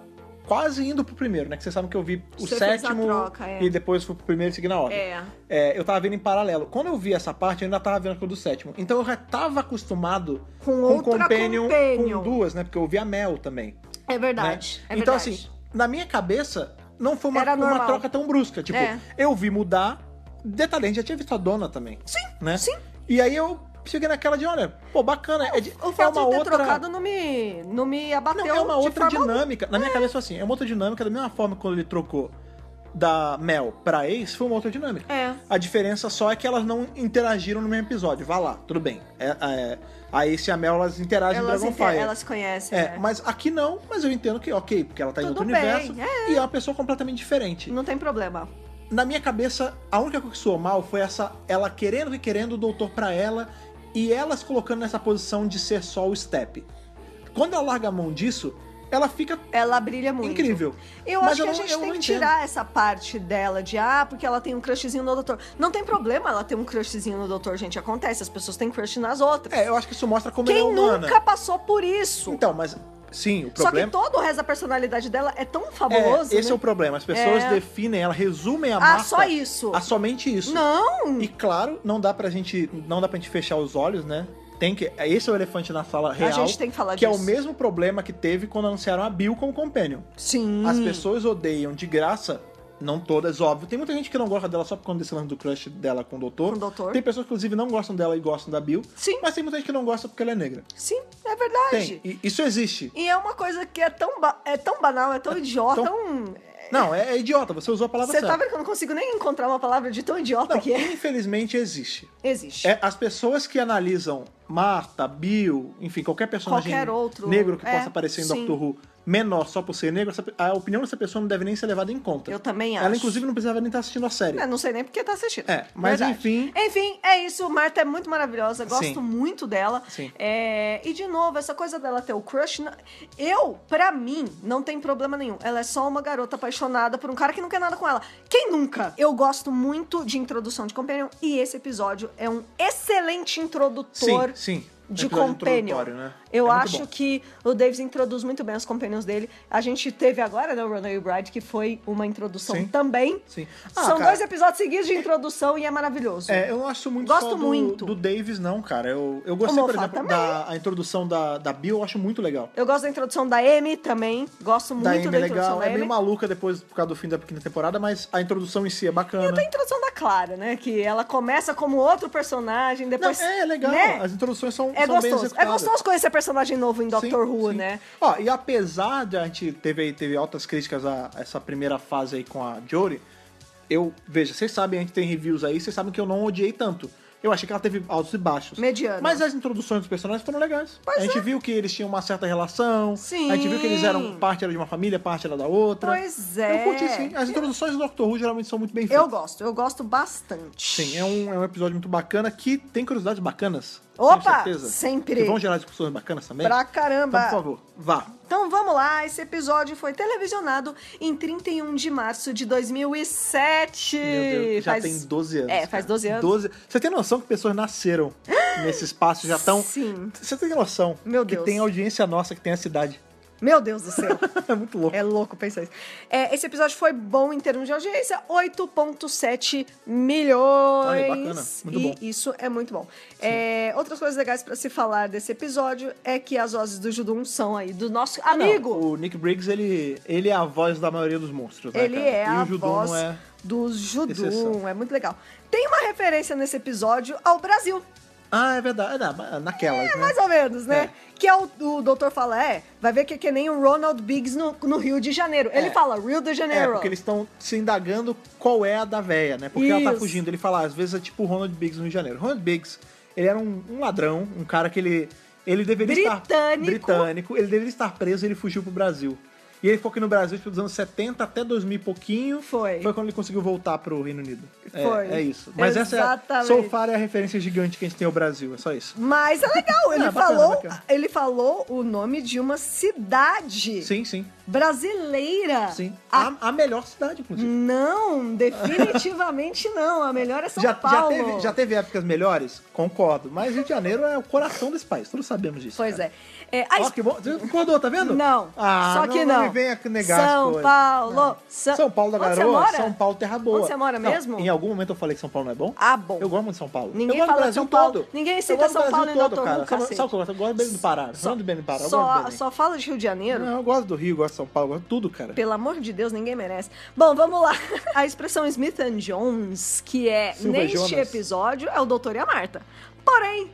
Speaker 1: quase indo pro primeiro, né? Que vocês sabem que eu vi o
Speaker 2: Você fez a
Speaker 1: sétimo
Speaker 2: troca, é.
Speaker 1: e depois fui pro primeiro e segui na ordem.
Speaker 2: É.
Speaker 1: É, eu tava vendo em paralelo. Quando eu vi essa parte, eu ainda tava vendo a do sétimo. Então eu já tava acostumado
Speaker 2: Com
Speaker 1: o
Speaker 2: outra
Speaker 1: companion,
Speaker 2: companion.
Speaker 1: com duas, né? Porque eu vi a Mel também.
Speaker 2: É verdade.
Speaker 1: né?
Speaker 2: é
Speaker 1: então,
Speaker 2: verdade.
Speaker 1: assim, na minha cabeça, não foi uma,
Speaker 2: Era
Speaker 1: uma
Speaker 2: normal.
Speaker 1: troca tão brusca. Tipo,
Speaker 2: É.
Speaker 1: eu vi mudar. Detalhe, a gente já tinha visto a dona também.
Speaker 2: Sim,
Speaker 1: né?
Speaker 2: sim.
Speaker 1: E aí eu cheguei naquela de, olha, pô, bacana. É, de,
Speaker 2: O
Speaker 1: é
Speaker 2: fato
Speaker 1: uma
Speaker 2: de ter
Speaker 1: outra.
Speaker 2: trocado não me, não me abateu
Speaker 1: Não, é uma
Speaker 2: de
Speaker 1: outra
Speaker 2: forma alguma.
Speaker 1: dinâmica. Na minha cabeça, assim, é uma outra dinâmica. Da mesma forma que quando ele trocou da Mel pra Ace, foi uma outra dinâmica.
Speaker 2: É.
Speaker 1: A diferença só é que elas não interagiram no mesmo episódio. Vá lá, tudo bem. É, é, a Ace e a Mel, elas interagem
Speaker 2: Elas,
Speaker 1: em
Speaker 2: inter...
Speaker 1: Dragonfire.
Speaker 2: elas se conhecem.
Speaker 1: É,
Speaker 2: né?
Speaker 1: mas aqui não, mas eu entendo que, ok, porque ela tá em
Speaker 2: Tudo
Speaker 1: outro
Speaker 2: bem,
Speaker 1: universo
Speaker 2: é.
Speaker 1: e é uma pessoa completamente diferente.
Speaker 2: Não tem problema.
Speaker 1: Na minha cabeça, a única coisa que soou mal foi essa ela querendo e querendo o doutor pra ela e elas colocando nessa posição de ser só o Step. Quando ela larga a mão disso, ela fica
Speaker 2: Ela brilha muito.
Speaker 1: incrível.
Speaker 2: Eu
Speaker 1: Mas
Speaker 2: acho
Speaker 1: eu
Speaker 2: que a
Speaker 1: não-
Speaker 2: gente
Speaker 1: eu
Speaker 2: tem
Speaker 1: não
Speaker 2: que
Speaker 1: entendo.
Speaker 2: tirar essa parte dela de ah, porque ela tem um crushzinho no doutor. Não tem problema ela ter um crushzinho no doutor, gente. Acontece, as pessoas têm crush nas outras.
Speaker 1: É, eu acho que isso mostra como ela é
Speaker 2: Quem
Speaker 1: humana.
Speaker 2: nunca passou por isso?
Speaker 1: Então, mas sim, o
Speaker 2: Só que
Speaker 1: problema.
Speaker 2: todo o resto da personalidade dela é tão
Speaker 1: é,
Speaker 2: fabuloso.
Speaker 1: esse
Speaker 2: né?
Speaker 1: é o problema. As pessoas
Speaker 2: É.
Speaker 1: definem, ela resumem a
Speaker 2: Ah,
Speaker 1: Martha
Speaker 2: só isso.
Speaker 1: a somente isso.
Speaker 2: Não!
Speaker 1: E claro, não dá pra gente, não dá pra gente fechar os olhos, né? Tem que, esse é o elefante na sala real.
Speaker 2: gente tem que falar
Speaker 1: Que é
Speaker 2: disso.
Speaker 1: o mesmo problema que teve quando anunciaram a Bill como companion.
Speaker 2: Sim.
Speaker 1: As pessoas odeiam de graça Não todas, óbvio. Tem muita gente que não gosta dela só por conta desse lance do crush dela com o doutor.
Speaker 2: Com o doutor.
Speaker 1: Tem pessoas que, inclusive, não gostam dela e gostam da Bill.
Speaker 2: Sim.
Speaker 1: Mas tem muita gente que não gosta porque ela é negra.
Speaker 2: Sim, é verdade.
Speaker 1: Tem. E isso existe.
Speaker 2: E é uma coisa que é tão, ba- é tão banal, é tão idiota, tão...
Speaker 1: Não, é, é idiota. Você usou a palavra
Speaker 2: Você tá
Speaker 1: certa.
Speaker 2: vendo que eu não consigo nem encontrar uma palavra de tão idiota
Speaker 1: Não,
Speaker 2: que é?
Speaker 1: infelizmente existe.
Speaker 2: Existe.
Speaker 1: É, as pessoas que analisam Marta, Bill, enfim, qualquer personagem
Speaker 2: Qualquer outro.
Speaker 1: negro que
Speaker 2: É,
Speaker 1: possa aparecer em
Speaker 2: sim.
Speaker 1: Doctor Who menor só por ser negro, essa pe- a opinião dessa pessoa não deve nem ser levada em conta.
Speaker 2: Eu também
Speaker 1: Ela,
Speaker 2: acho.
Speaker 1: inclusive, não precisava nem estar assistindo a série.
Speaker 2: É, não sei nem porque tá assistindo.
Speaker 1: É, mas
Speaker 2: Verdade.
Speaker 1: enfim.
Speaker 2: Enfim, é isso. Marta é muito maravilhosa. Gosto
Speaker 1: Sim.
Speaker 2: muito dela.
Speaker 1: Sim.
Speaker 2: É, e de novo, essa coisa dela ter o crush. não- Eu, pra mim, não tem problema nenhum. Ela é só uma garota apaixonada por um cara que não quer nada com ela. Quem nunca? Eu gosto muito de introdução de Companion e esse episódio é um excelente introdutor
Speaker 1: Sim, sim. Um
Speaker 2: de
Speaker 1: Episódio
Speaker 2: Companion.
Speaker 1: introdutório, né?
Speaker 2: Eu
Speaker 1: É muito
Speaker 2: acho
Speaker 1: bom.
Speaker 2: que o Davis introduz muito bem os Companions dele. A gente teve agora, né, o Runaway Bride, que foi uma introdução
Speaker 1: Sim.
Speaker 2: também.
Speaker 1: Sim. Ah,
Speaker 2: São
Speaker 1: cara,
Speaker 2: dois episódios seguidos de introdução e é maravilhoso.
Speaker 1: É, eu não acho muito
Speaker 2: Gosto
Speaker 1: só do,
Speaker 2: muito.
Speaker 1: do Davis, não, cara. Eu, eu
Speaker 2: O
Speaker 1: gostei, por
Speaker 2: Moffat
Speaker 1: exemplo,
Speaker 2: também.
Speaker 1: da a introdução da, da Bill, eu acho muito legal.
Speaker 2: Eu gosto da introdução da Amy também. Gosto muito
Speaker 1: da
Speaker 2: da,
Speaker 1: Amy é
Speaker 2: introdução
Speaker 1: legal,
Speaker 2: da
Speaker 1: é
Speaker 2: Amy.
Speaker 1: meio maluca depois por causa do fim da pequena temporada, mas a introdução em si é bacana.
Speaker 2: Da introdução da Clara, né? Que ela começa como outro personagem,
Speaker 1: Não,
Speaker 2: depois.
Speaker 1: é legal,
Speaker 2: né?
Speaker 1: as introduções são, são
Speaker 2: É
Speaker 1: bem
Speaker 2: gostoso. É
Speaker 1: executadas.
Speaker 2: gostoso conhecer personagem novo em
Speaker 1: Sim,
Speaker 2: Doctor Who,
Speaker 1: sim.
Speaker 2: né?
Speaker 1: Ó, e apesar de a gente teve, aí- teve altas críticas a essa primeira fase aí com a Jory, eu, veja, vocês sabem, a gente tem reviews aí, vocês sabem que eu não odiei tanto. Eu achei que ela teve altos e baixos.
Speaker 2: Mediano.
Speaker 1: Mas as introduções dos personagens foram legais. a gente viu que eles tinham uma certa relação.
Speaker 2: é. Sim.
Speaker 1: A gente viu que eles eram parte era de uma família, parte era da outra.
Speaker 2: Pois é.
Speaker 1: Eu curti sim. As introduções do Doctor Who geralmente são muito bem feitas.
Speaker 2: Eu gosto, eu gosto bastante.
Speaker 1: Sim, é um, é um episódio muito bacana que tem curiosidades bacanas.
Speaker 2: Opa,
Speaker 1: tenho certeza,
Speaker 2: sempre.
Speaker 1: Que vão gerar discussões bacanas também.
Speaker 2: Pra
Speaker 1: Então,
Speaker 2: caramba.
Speaker 1: por favor, vá.
Speaker 2: Então vamos lá, esse episódio foi televisionado em 31 de março de 2007.
Speaker 1: Meu Deus, já
Speaker 2: Faz-
Speaker 1: tem 12 anos.
Speaker 2: É, faz
Speaker 1: cara.
Speaker 2: 12 anos.
Speaker 1: 12... Você tem noção que pessoas nasceram nesse espaço, já estão.
Speaker 2: Sim.
Speaker 1: Você tem noção
Speaker 2: Meu
Speaker 1: que
Speaker 2: Deus.
Speaker 1: tem audiência nossa, que tem a cidade.
Speaker 2: Meu Deus do céu.
Speaker 1: é muito louco.
Speaker 2: É louco pensar isso. É, esse episódio foi bom em termos de audiência, 8,7 milhões.
Speaker 1: Olha, bacana. Muito
Speaker 2: e
Speaker 1: bom.
Speaker 2: isso é muito bom. É, outras coisas legais pra se falar desse episódio é que as vozes do Judum são aí do nosso
Speaker 1: Ah, Não,
Speaker 2: É amigo.
Speaker 1: o Nick Briggs, ele, ele é a voz da maioria dos monstros, né,
Speaker 2: Ele
Speaker 1: cara?
Speaker 2: é
Speaker 1: e
Speaker 2: a
Speaker 1: o Judô
Speaker 2: voz
Speaker 1: não é.
Speaker 2: do Judum.
Speaker 1: exceção.
Speaker 2: É muito legal. Tem uma referência nesse episódio ao Brasil.
Speaker 1: Ah, é verdade. É, na- naquelas, né?
Speaker 2: Mais ou menos, né? Que é o, o doutor fala, é, vai ver que é que nem o Ronald Biggs no, no Rio de Janeiro. Ele
Speaker 1: É.
Speaker 2: fala Rio de
Speaker 1: É,
Speaker 2: Janeiro.
Speaker 1: porque eles estão se indagando qual é a da véia, né? Porque ela tá
Speaker 2: Isso.
Speaker 1: fugindo. Ele fala, ah, às vezes é tipo o Ronald Biggs no Rio de Janeiro. Ronald Biggs, ele era um, um ladrão, um cara que ele. Ele deveria estar
Speaker 2: Britânico.
Speaker 1: britânico, ele deveria estar preso e ele fugiu pro Brasil. E ele ficou aqui no Brasil tipo, dos anos 70 até 2000 e pouquinho.
Speaker 2: Foi.
Speaker 1: Foi quando ele conseguiu voltar pro Reino Unido. É,
Speaker 2: Foi.
Speaker 1: É isso. Mas essa é,
Speaker 2: Exatamente.
Speaker 1: so far é a referência gigante que a gente tem ao Brasil, é só isso.
Speaker 2: Mas é legal, ele
Speaker 1: Ah, bacana,
Speaker 2: falou,
Speaker 1: bacana.
Speaker 2: ele falou o nome de uma cidade
Speaker 1: Sim, sim,
Speaker 2: brasileira.
Speaker 1: sim. Ah.
Speaker 2: A-
Speaker 1: A, a melhor cidade, inclusive.
Speaker 2: Não, definitivamente não. A melhor é São
Speaker 1: já, já,
Speaker 2: Paulo.
Speaker 1: teve, já teve épocas melhores? Concordo. Mas Rio de Janeiro é o coração desse país, todos sabemos disso.
Speaker 2: Pois
Speaker 1: cara.
Speaker 2: é. É, a
Speaker 1: Ó, que bom. Você concordou, tá vendo?
Speaker 2: Não.
Speaker 1: Ah,
Speaker 2: só que
Speaker 1: não.
Speaker 2: não.
Speaker 1: me venha negar as
Speaker 2: São
Speaker 1: coisas.
Speaker 2: Paulo.
Speaker 1: Não.
Speaker 2: Sa-
Speaker 1: São Paulo da
Speaker 2: Onde você
Speaker 1: Garoa,
Speaker 2: mora?
Speaker 1: São Paulo terra boa.
Speaker 2: Onde você mora
Speaker 1: Não,
Speaker 2: mesmo?
Speaker 1: Em algum momento eu falei que São Paulo não é bom?
Speaker 2: Ah, bom.
Speaker 1: Eu gosto muito de São Paulo.
Speaker 2: Ninguém
Speaker 1: eu gosto do
Speaker 2: fala de
Speaker 1: Brasil
Speaker 2: São Paulo.
Speaker 1: todo.
Speaker 2: Ninguém
Speaker 1: Eu
Speaker 2: cita
Speaker 1: gosto do
Speaker 2: São
Speaker 1: Brasil
Speaker 2: Paulo e
Speaker 1: todo,
Speaker 2: Dr. Who,
Speaker 1: cara. Sabe, sabe
Speaker 2: cacete.
Speaker 1: o que eu gosto? Eu gosto do Belém do Pará. Só, do Belém do Pará. Eu gosto do
Speaker 2: Só,
Speaker 1: Belém.
Speaker 2: só fala de Rio de Janeiro?
Speaker 1: Não, eu gosto do Rio, gosto de São Paulo, gosto de tudo, cara.
Speaker 2: Pelo amor de Deus, ninguém merece. Bom, vamos lá. A expressão Smith and Jones, que é
Speaker 1: Silva
Speaker 2: neste
Speaker 1: Jonas.
Speaker 2: episódio, é o doutor e a Marta. Porém,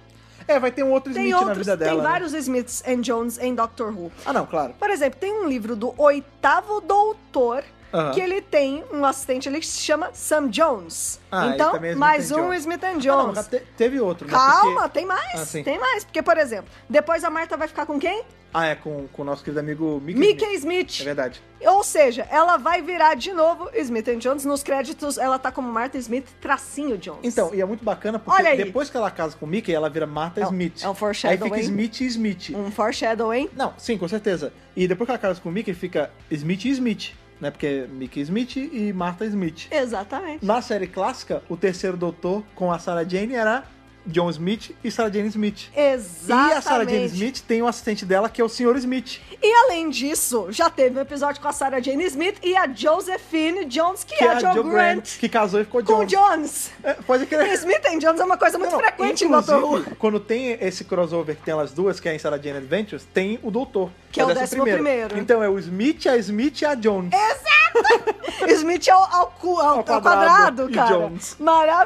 Speaker 1: É, vai ter um outro
Speaker 2: tem
Speaker 1: Smith
Speaker 2: outros,
Speaker 1: na vida dela.
Speaker 2: tem
Speaker 1: né?
Speaker 2: vários Smiths and Jones em Doctor Who.
Speaker 1: Ah, não, claro.
Speaker 2: Por exemplo, tem um livro do oitavo doutor
Speaker 1: Aham.
Speaker 2: que ele tem um assistente ali que se chama Sam Jones.
Speaker 1: Ah, ele
Speaker 2: então,
Speaker 1: também é Smith
Speaker 2: mais
Speaker 1: and
Speaker 2: um
Speaker 1: Jones.
Speaker 2: Smith and
Speaker 1: Ah, não,
Speaker 2: Jones.
Speaker 1: te- teve outro, né?
Speaker 2: Calma,
Speaker 1: Porque-
Speaker 2: tem mais,
Speaker 1: Ah, sim.
Speaker 2: tem mais. Porque, por exemplo, depois a Marta vai ficar com quem?
Speaker 1: Ah, é com com o nosso querido amigo Mickey.
Speaker 2: Mickey
Speaker 1: É
Speaker 2: Smith.
Speaker 1: verdade.
Speaker 2: Ou seja, ela vai virar de novo Smith and Jones. Nos créditos, ela tá como Martha Smith, tracinho Jones.
Speaker 1: Então, e é muito bacana porque
Speaker 2: Olha aí.
Speaker 1: depois que ela casa com o Mickey, ela vira Martha
Speaker 2: É um-
Speaker 1: Smith.
Speaker 2: é um
Speaker 1: Aí
Speaker 2: foreshadowing.
Speaker 1: fica Smith e Smith.
Speaker 2: Um foreshadow, hein?
Speaker 1: Não, sim, com certeza. E depois que ela casa com o Mickey, fica Smith e Smith, né? Porque é Mickey Smith e Martha Smith.
Speaker 2: Exatamente.
Speaker 1: Na série clássica, o terceiro doutor com a Sarah Jane era John Smith e Sarah Jane Smith.
Speaker 2: Exatamente.
Speaker 1: E a Sarah Jane Smith tem um assistente dela que é o Sr. Smith,
Speaker 2: E além disso, já teve um episódio com a Sarah Jane Smith e a Josephine Jones, que,
Speaker 1: que
Speaker 2: é a Jo Grant,
Speaker 1: que casou e ficou
Speaker 2: com
Speaker 1: John.
Speaker 2: o Jones.
Speaker 1: É, pode crer.
Speaker 2: Smith and Jones é uma coisa muito
Speaker 1: Não, não,
Speaker 2: frequente em Doctor Who.
Speaker 1: inclusive, quando tem esse crossover que tem elas duas, que é em Sarah Jane Adventures, tem o Doutor.
Speaker 2: Que é o
Speaker 1: décimo
Speaker 2: décimo primeiro.
Speaker 1: Então é o Smith, a Smith e a Jones.
Speaker 2: Exato! Smith ao, ao, cu- ao-
Speaker 1: Ao
Speaker 2: ao
Speaker 1: quadrado.
Speaker 2: quadrado,
Speaker 1: E
Speaker 2: cara.
Speaker 1: Jones.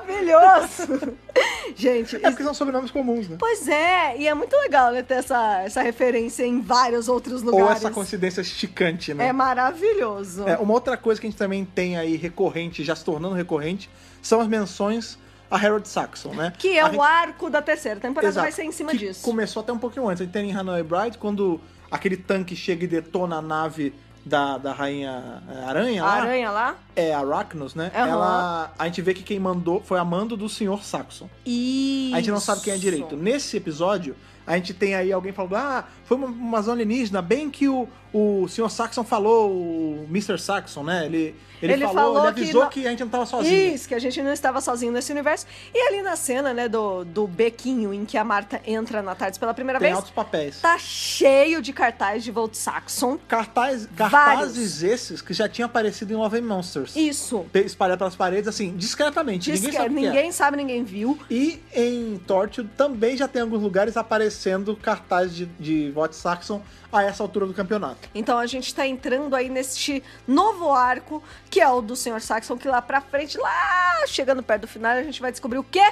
Speaker 2: Maravilhoso. Gente,
Speaker 1: É porque são sobrenomes comuns, né?
Speaker 2: Pois é, e é muito legal né, ter essa, essa referência em vários outros lugares.
Speaker 1: Ou essa coincidência esticante, né?
Speaker 2: É maravilhoso.
Speaker 1: É, uma outra coisa que a gente também tem aí recorrente, já se tornando recorrente, são as menções a Harold Saxon, né?
Speaker 2: Que é
Speaker 1: A
Speaker 2: o arco da terceira temporada,
Speaker 1: Exato.
Speaker 2: vai ser em cima
Speaker 1: Que
Speaker 2: disso.
Speaker 1: Começou até um pouquinho antes. A gente tem em Hanoi Bride, quando aquele tanque chega e detona a nave da, da rainha é, aranha
Speaker 2: A
Speaker 1: lá,
Speaker 2: aranha lá?
Speaker 1: é Arachnos, né?
Speaker 2: Aham.
Speaker 1: Ela, a gente vê que quem mandou foi a mando do senhor Saxon.
Speaker 2: Isso.
Speaker 1: A gente não sabe quem é direito. Nesse episódio, a gente tem aí alguém falando: ah, foi uma, uma zona alienígena, bem que o, o Sr. Saxon falou, o Mr. Saxon, né? Ele, ele,
Speaker 2: Ele
Speaker 1: falou,
Speaker 2: falou
Speaker 1: ele
Speaker 2: que
Speaker 1: avisou
Speaker 2: não-
Speaker 1: que, a gente não tava é sozinho.
Speaker 2: Isso, que a gente não estava sozinho nesse universo. E ali na cena, né, do, do bequinho em que a Marta entra na tarde pela primeira
Speaker 1: Tem
Speaker 2: vez,
Speaker 1: altos papéis.
Speaker 2: tá cheio de cartaz de Volt Saxon.
Speaker 1: Cartaz,
Speaker 2: Vários.
Speaker 1: cartazes esses que já tinham aparecido em Love and Monsters.
Speaker 2: Isso.
Speaker 1: Pe- Espalhado pelas paredes, assim, discretamente.
Speaker 2: Diz
Speaker 1: ninguém
Speaker 2: que
Speaker 1: sabe o que é.
Speaker 2: ninguém sabe, ninguém viu.
Speaker 1: E em Torture também já tem alguns lugares aparecendo cartazes de, de Vought Saxon a essa altura do campeonato.
Speaker 2: Então a gente tá entrando aí neste novo arco, que é o do Sr. Saxon, que lá pra frente, lá chegando perto do final, a gente vai descobrir o quê?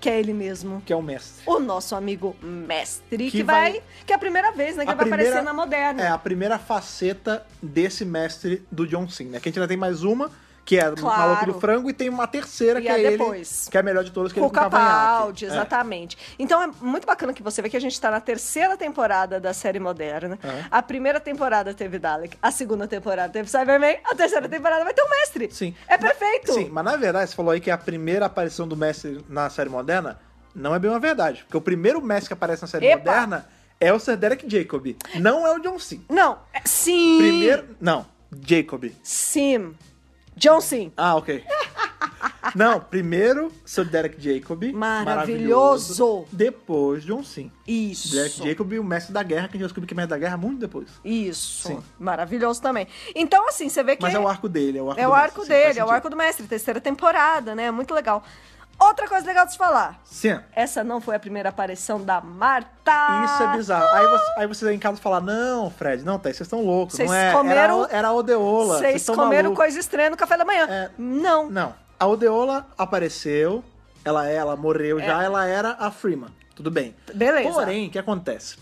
Speaker 2: Que é ele mesmo.
Speaker 1: Que é o mestre.
Speaker 2: O nosso amigo mestre, que,
Speaker 1: Que
Speaker 2: vai,
Speaker 1: vai-
Speaker 2: Que é a primeira vez, né? Que
Speaker 1: A
Speaker 2: ele vai
Speaker 1: primeira-
Speaker 2: aparecer na moderna.
Speaker 1: É a primeira faceta desse mestre do John Cena. né? Que a gente ainda tem mais uma, que é o
Speaker 2: Claro.
Speaker 1: Maluco do Frango, e tem uma terceira
Speaker 2: E
Speaker 1: que
Speaker 2: a
Speaker 1: é ele,
Speaker 2: depois.
Speaker 1: que é a melhor de todas, que é
Speaker 2: Com
Speaker 1: ele
Speaker 2: o
Speaker 1: com o cavanhaque.
Speaker 2: Capaldi, exatamente. Então é muito bacana que você vê que a gente tá na terceira temporada da série moderna.
Speaker 1: É.
Speaker 2: A primeira temporada teve Dalek, a segunda temporada teve Cyberman, a terceira temporada vai ter o mestre.
Speaker 1: É, sim.
Speaker 2: É
Speaker 1: Na-
Speaker 2: perfeito.
Speaker 1: Sim, mas na verdade, você falou aí que é a primeira aparição do mestre na série moderna. Não é bem uma verdade, porque o primeiro mestre que aparece na série
Speaker 2: Epa.
Speaker 1: moderna é o Sir Derek Jacob, não é o John Cena.
Speaker 2: Não, é- sim.
Speaker 1: Primeiro, não, Jacob.
Speaker 2: Sim. John Sim.
Speaker 1: Ah, ok. Não, primeiro Sir Derek Jacob.
Speaker 2: Maravilhoso.
Speaker 1: Depois John Sim.
Speaker 2: Isso.
Speaker 1: Derek Jacob e o mestre da guerra, que a gente descobriu que é mestre da guerra muito depois.
Speaker 2: Isso.
Speaker 1: Sim.
Speaker 2: Maravilhoso também. Então, assim, você vê que
Speaker 1: Mas é o arco dele, é o arco
Speaker 2: é
Speaker 1: do
Speaker 2: o arco
Speaker 1: mestre, sim, faz
Speaker 2: dele, é o
Speaker 1: sentido.
Speaker 2: arco do mestre, terceira temporada, né? Muito legal. Outra coisa legal de se falar.
Speaker 1: Sim.
Speaker 2: Essa não foi a primeira aparição da Marta.
Speaker 1: Isso
Speaker 2: Ah,
Speaker 1: é bizarro. Aí você, aí você em casa fala: Não, Fred, não, tá, vocês estão loucos.
Speaker 2: uh! Vocês
Speaker 1: não é.
Speaker 2: comeram-
Speaker 1: Era, era a Odeola.
Speaker 2: Vocês
Speaker 1: tão
Speaker 2: comeram
Speaker 1: malucos.
Speaker 2: coisa estranha no café da manhã.
Speaker 1: É.
Speaker 2: Não.
Speaker 1: Não. A Odeola apareceu, ela é, ela morreu já, ela era a Freeman. Tudo bem.
Speaker 2: É. Beleza.
Speaker 1: Porém, o que acontece?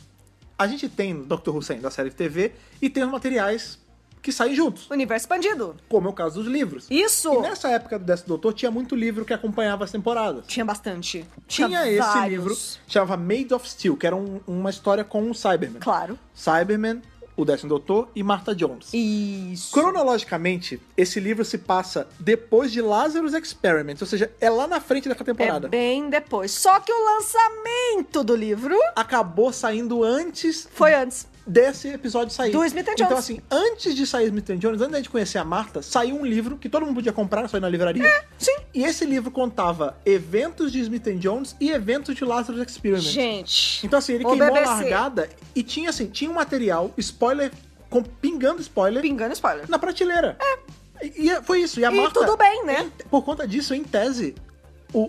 Speaker 1: A gente tem Dr. Hussein da série de TV e tem os materiais que saem juntos,
Speaker 2: Universo expandido.
Speaker 1: como é o caso dos livros.
Speaker 2: Isso.
Speaker 1: E é nessa época do Décimo Doutor tinha muito livro que acompanhava as temporadas.
Speaker 2: Tinha bastante.
Speaker 1: Tinha, esse
Speaker 2: vários.
Speaker 1: livro, chamava Made of Steel, que era um- uma história com o Cyberman.
Speaker 2: Claro.
Speaker 1: Cyberman, o Décimo Doutor e Martha Jones.
Speaker 2: Isso.
Speaker 1: Cronologicamente, esse livro se passa depois de Lazarus Experiment, ou seja, é lá na frente dessa temporada.
Speaker 2: É bem depois. Só que o lançamento do livro
Speaker 1: Acabou saindo antes
Speaker 2: foi antes.
Speaker 1: desse episódio sair.
Speaker 2: Do Smith and
Speaker 1: Então,
Speaker 2: Jones.
Speaker 1: assim, antes de sair Smith and Jones, antes da gente conhecer a Marta, saiu um livro que todo mundo podia comprar, saiu na livraria.
Speaker 2: Sim.
Speaker 1: E esse livro contava eventos de Smith and Jones e eventos de Lazarus Experiment.
Speaker 2: Gente.
Speaker 1: Então, assim, ele
Speaker 2: o
Speaker 1: queimou
Speaker 2: BBC.
Speaker 1: a largada e tinha, assim, tinha um material, spoiler, com, pingando spoiler,
Speaker 2: tá Pingando spoiler.
Speaker 1: na prateleira. É. E, e foi isso. E a
Speaker 2: E
Speaker 1: Marta,
Speaker 2: tudo bem, né?
Speaker 1: em- por conta disso, em tese, o,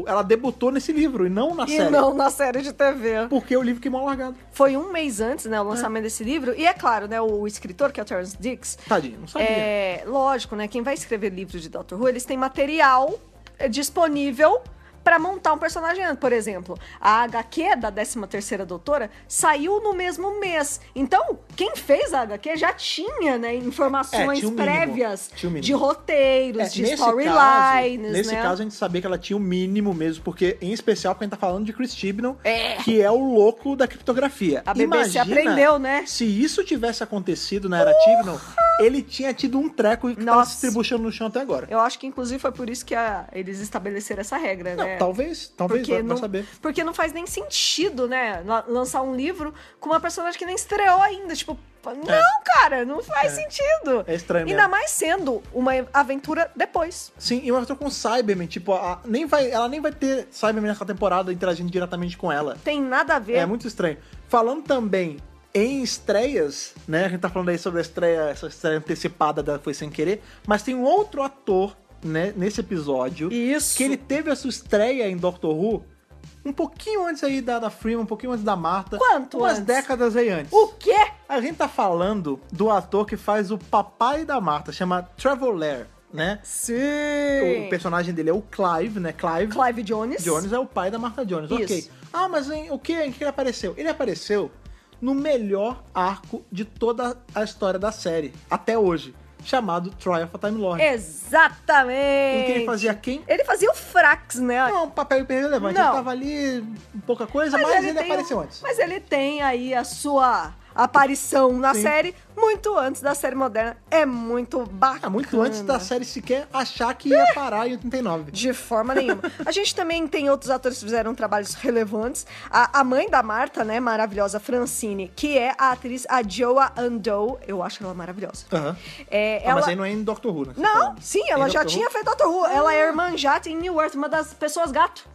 Speaker 1: o- ela debutou nesse livro e não na
Speaker 2: E
Speaker 1: série.
Speaker 2: não na série de TV.
Speaker 1: Porque o livro queimou a largada.
Speaker 2: Foi um mês antes,
Speaker 1: Ah.
Speaker 2: né, o lançamento desse livro. E é claro, né, o escritor, que é o Terence Dix,
Speaker 1: Tadinho, Tá, não sabia.
Speaker 2: é, lógico, né, quem vai escrever livros de Doctor Who, eles têm material é, disponível pra montar um personagem. Por exemplo, a HQ da 13ª Doutora saiu no mesmo mês. Então, quem fez a HQ já tinha, né,
Speaker 1: É,
Speaker 2: informações
Speaker 1: tinha um mínimo.
Speaker 2: prévias
Speaker 1: Tinha um mínimo.
Speaker 2: de roteiros,
Speaker 1: É,
Speaker 2: de
Speaker 1: nesse caso,
Speaker 2: storylines,
Speaker 1: nesse
Speaker 2: né?
Speaker 1: caso, a gente sabia que ela tinha o mínimo mesmo, porque, em especial, porque a gente tá falando de Chris Chibnall,
Speaker 2: É.
Speaker 1: que é o louco da criptografia.
Speaker 2: A BBC
Speaker 1: Imagina
Speaker 2: aprendeu, né? Uh!
Speaker 1: Se isso tivesse acontecido na era Chibnall, ele tinha tido um treco e que tava
Speaker 2: Nossa.
Speaker 1: se tribuchando no chão até agora.
Speaker 2: Eu acho que, inclusive, foi por isso que a- eles estabeleceram essa regra,
Speaker 1: Não,
Speaker 2: né?
Speaker 1: talvez, talvez,
Speaker 2: Porque
Speaker 1: vai, vai
Speaker 2: não,
Speaker 1: saber.
Speaker 2: porque não faz nem sentido, né? la- Lançar um livro com uma personagem que nem estreou ainda. Tipo, não, cara, não faz sentido.
Speaker 1: É estranho
Speaker 2: Ainda
Speaker 1: mesmo.
Speaker 2: mais sendo uma aventura depois.
Speaker 1: Sim, e uma pessoa com Cyberman, tipo, a- nem vai, ela nem vai ter Cyberman nessa temporada interagindo diretamente com ela.
Speaker 2: Tem nada a ver.
Speaker 1: É muito estranho. Falando também em estreias, né? A gente tá falando aí sobre a estreia, essa estreia antecipada da Foi Sem Querer, mas tem um outro ator, né, nesse episódio,
Speaker 2: Isso.
Speaker 1: que ele teve a sua estreia em Doctor Who um pouquinho antes aí da, da Freeman, um pouquinho antes da Marta.
Speaker 2: Quanto
Speaker 1: Umas
Speaker 2: antes? Uh!
Speaker 1: décadas aí antes.
Speaker 2: O quê?
Speaker 1: A gente tá falando do ator que faz o papai da Marta, chama Trevor Lair, né?
Speaker 2: Sim.
Speaker 1: O personagem dele é o Clive, né? Clive,
Speaker 2: Clive Jones.
Speaker 1: Jones é o pai da Marta Jones, ok.
Speaker 2: Isso.
Speaker 1: Ah, mas em, o que? Em que ele apareceu? Ele apareceu no melhor arco de toda a história da série, até hoje, chamado Trial of a Time Lord.
Speaker 2: Exatamente.
Speaker 1: Em que ele fazia quem?
Speaker 2: Ele fazia o Frax, né?
Speaker 1: Não, um papel hiper relevante.
Speaker 2: Não.
Speaker 1: Ele tava ali, um pouca coisa, mas, ele,
Speaker 2: tem um
Speaker 1: apareceu
Speaker 2: o-
Speaker 1: antes.
Speaker 2: Mas ele tem aí a sua aparição na
Speaker 1: Sim.
Speaker 2: série muito antes da série moderna. É muito bacana.
Speaker 1: Ah, muito antes da série sequer achar que ia parar em 89.
Speaker 2: De forma nenhuma. A gente também tem outros atores que fizeram trabalhos relevantes. A, a mãe da Marta, né, maravilhosa, Francine, que é a atriz a Joa Andou. Eu acho ela maravilhosa.
Speaker 1: Aham.
Speaker 2: É,
Speaker 1: Ah,
Speaker 2: ela...
Speaker 1: mas aí não é em Doctor Who, né? que você tá
Speaker 2: Não,
Speaker 1: falando.
Speaker 2: sim,
Speaker 1: É em
Speaker 2: ela já
Speaker 1: Doctor Who?
Speaker 2: tinha feito Doctor Who. Ela é irmã jata em New Earth, uma das pessoas gato.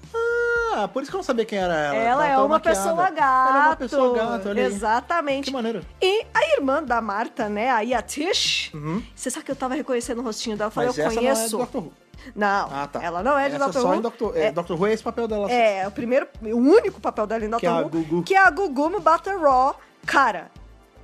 Speaker 1: Ah, por isso que eu não sabia quem era ela.
Speaker 2: Ela
Speaker 1: Tava
Speaker 2: é
Speaker 1: tão
Speaker 2: uma
Speaker 1: maquiada.
Speaker 2: pessoa gato.
Speaker 1: Ela é uma pessoa gato, olha aí.
Speaker 2: Exatamente.
Speaker 1: Que maneiro.
Speaker 2: E a irmã da Marta, né, a Yatish, você sabe que eu tava reconhecendo o rostinho dela, eu falei,
Speaker 1: Uhum. Mas
Speaker 2: eu
Speaker 1: essa
Speaker 2: conheço.
Speaker 1: não é de Doctor Who.
Speaker 2: Não,
Speaker 1: Ah, tá.
Speaker 2: ela não é de
Speaker 1: essa
Speaker 2: Doctor
Speaker 1: só
Speaker 2: Who.
Speaker 1: Em Doctor, é, Doctor Who é esse papel dela. só.
Speaker 2: É, o primeiro, o único papel dela em Doctor
Speaker 1: Que é a
Speaker 2: Who,
Speaker 1: Gugu.
Speaker 2: que é a Gugu no Battle Raw. Cara,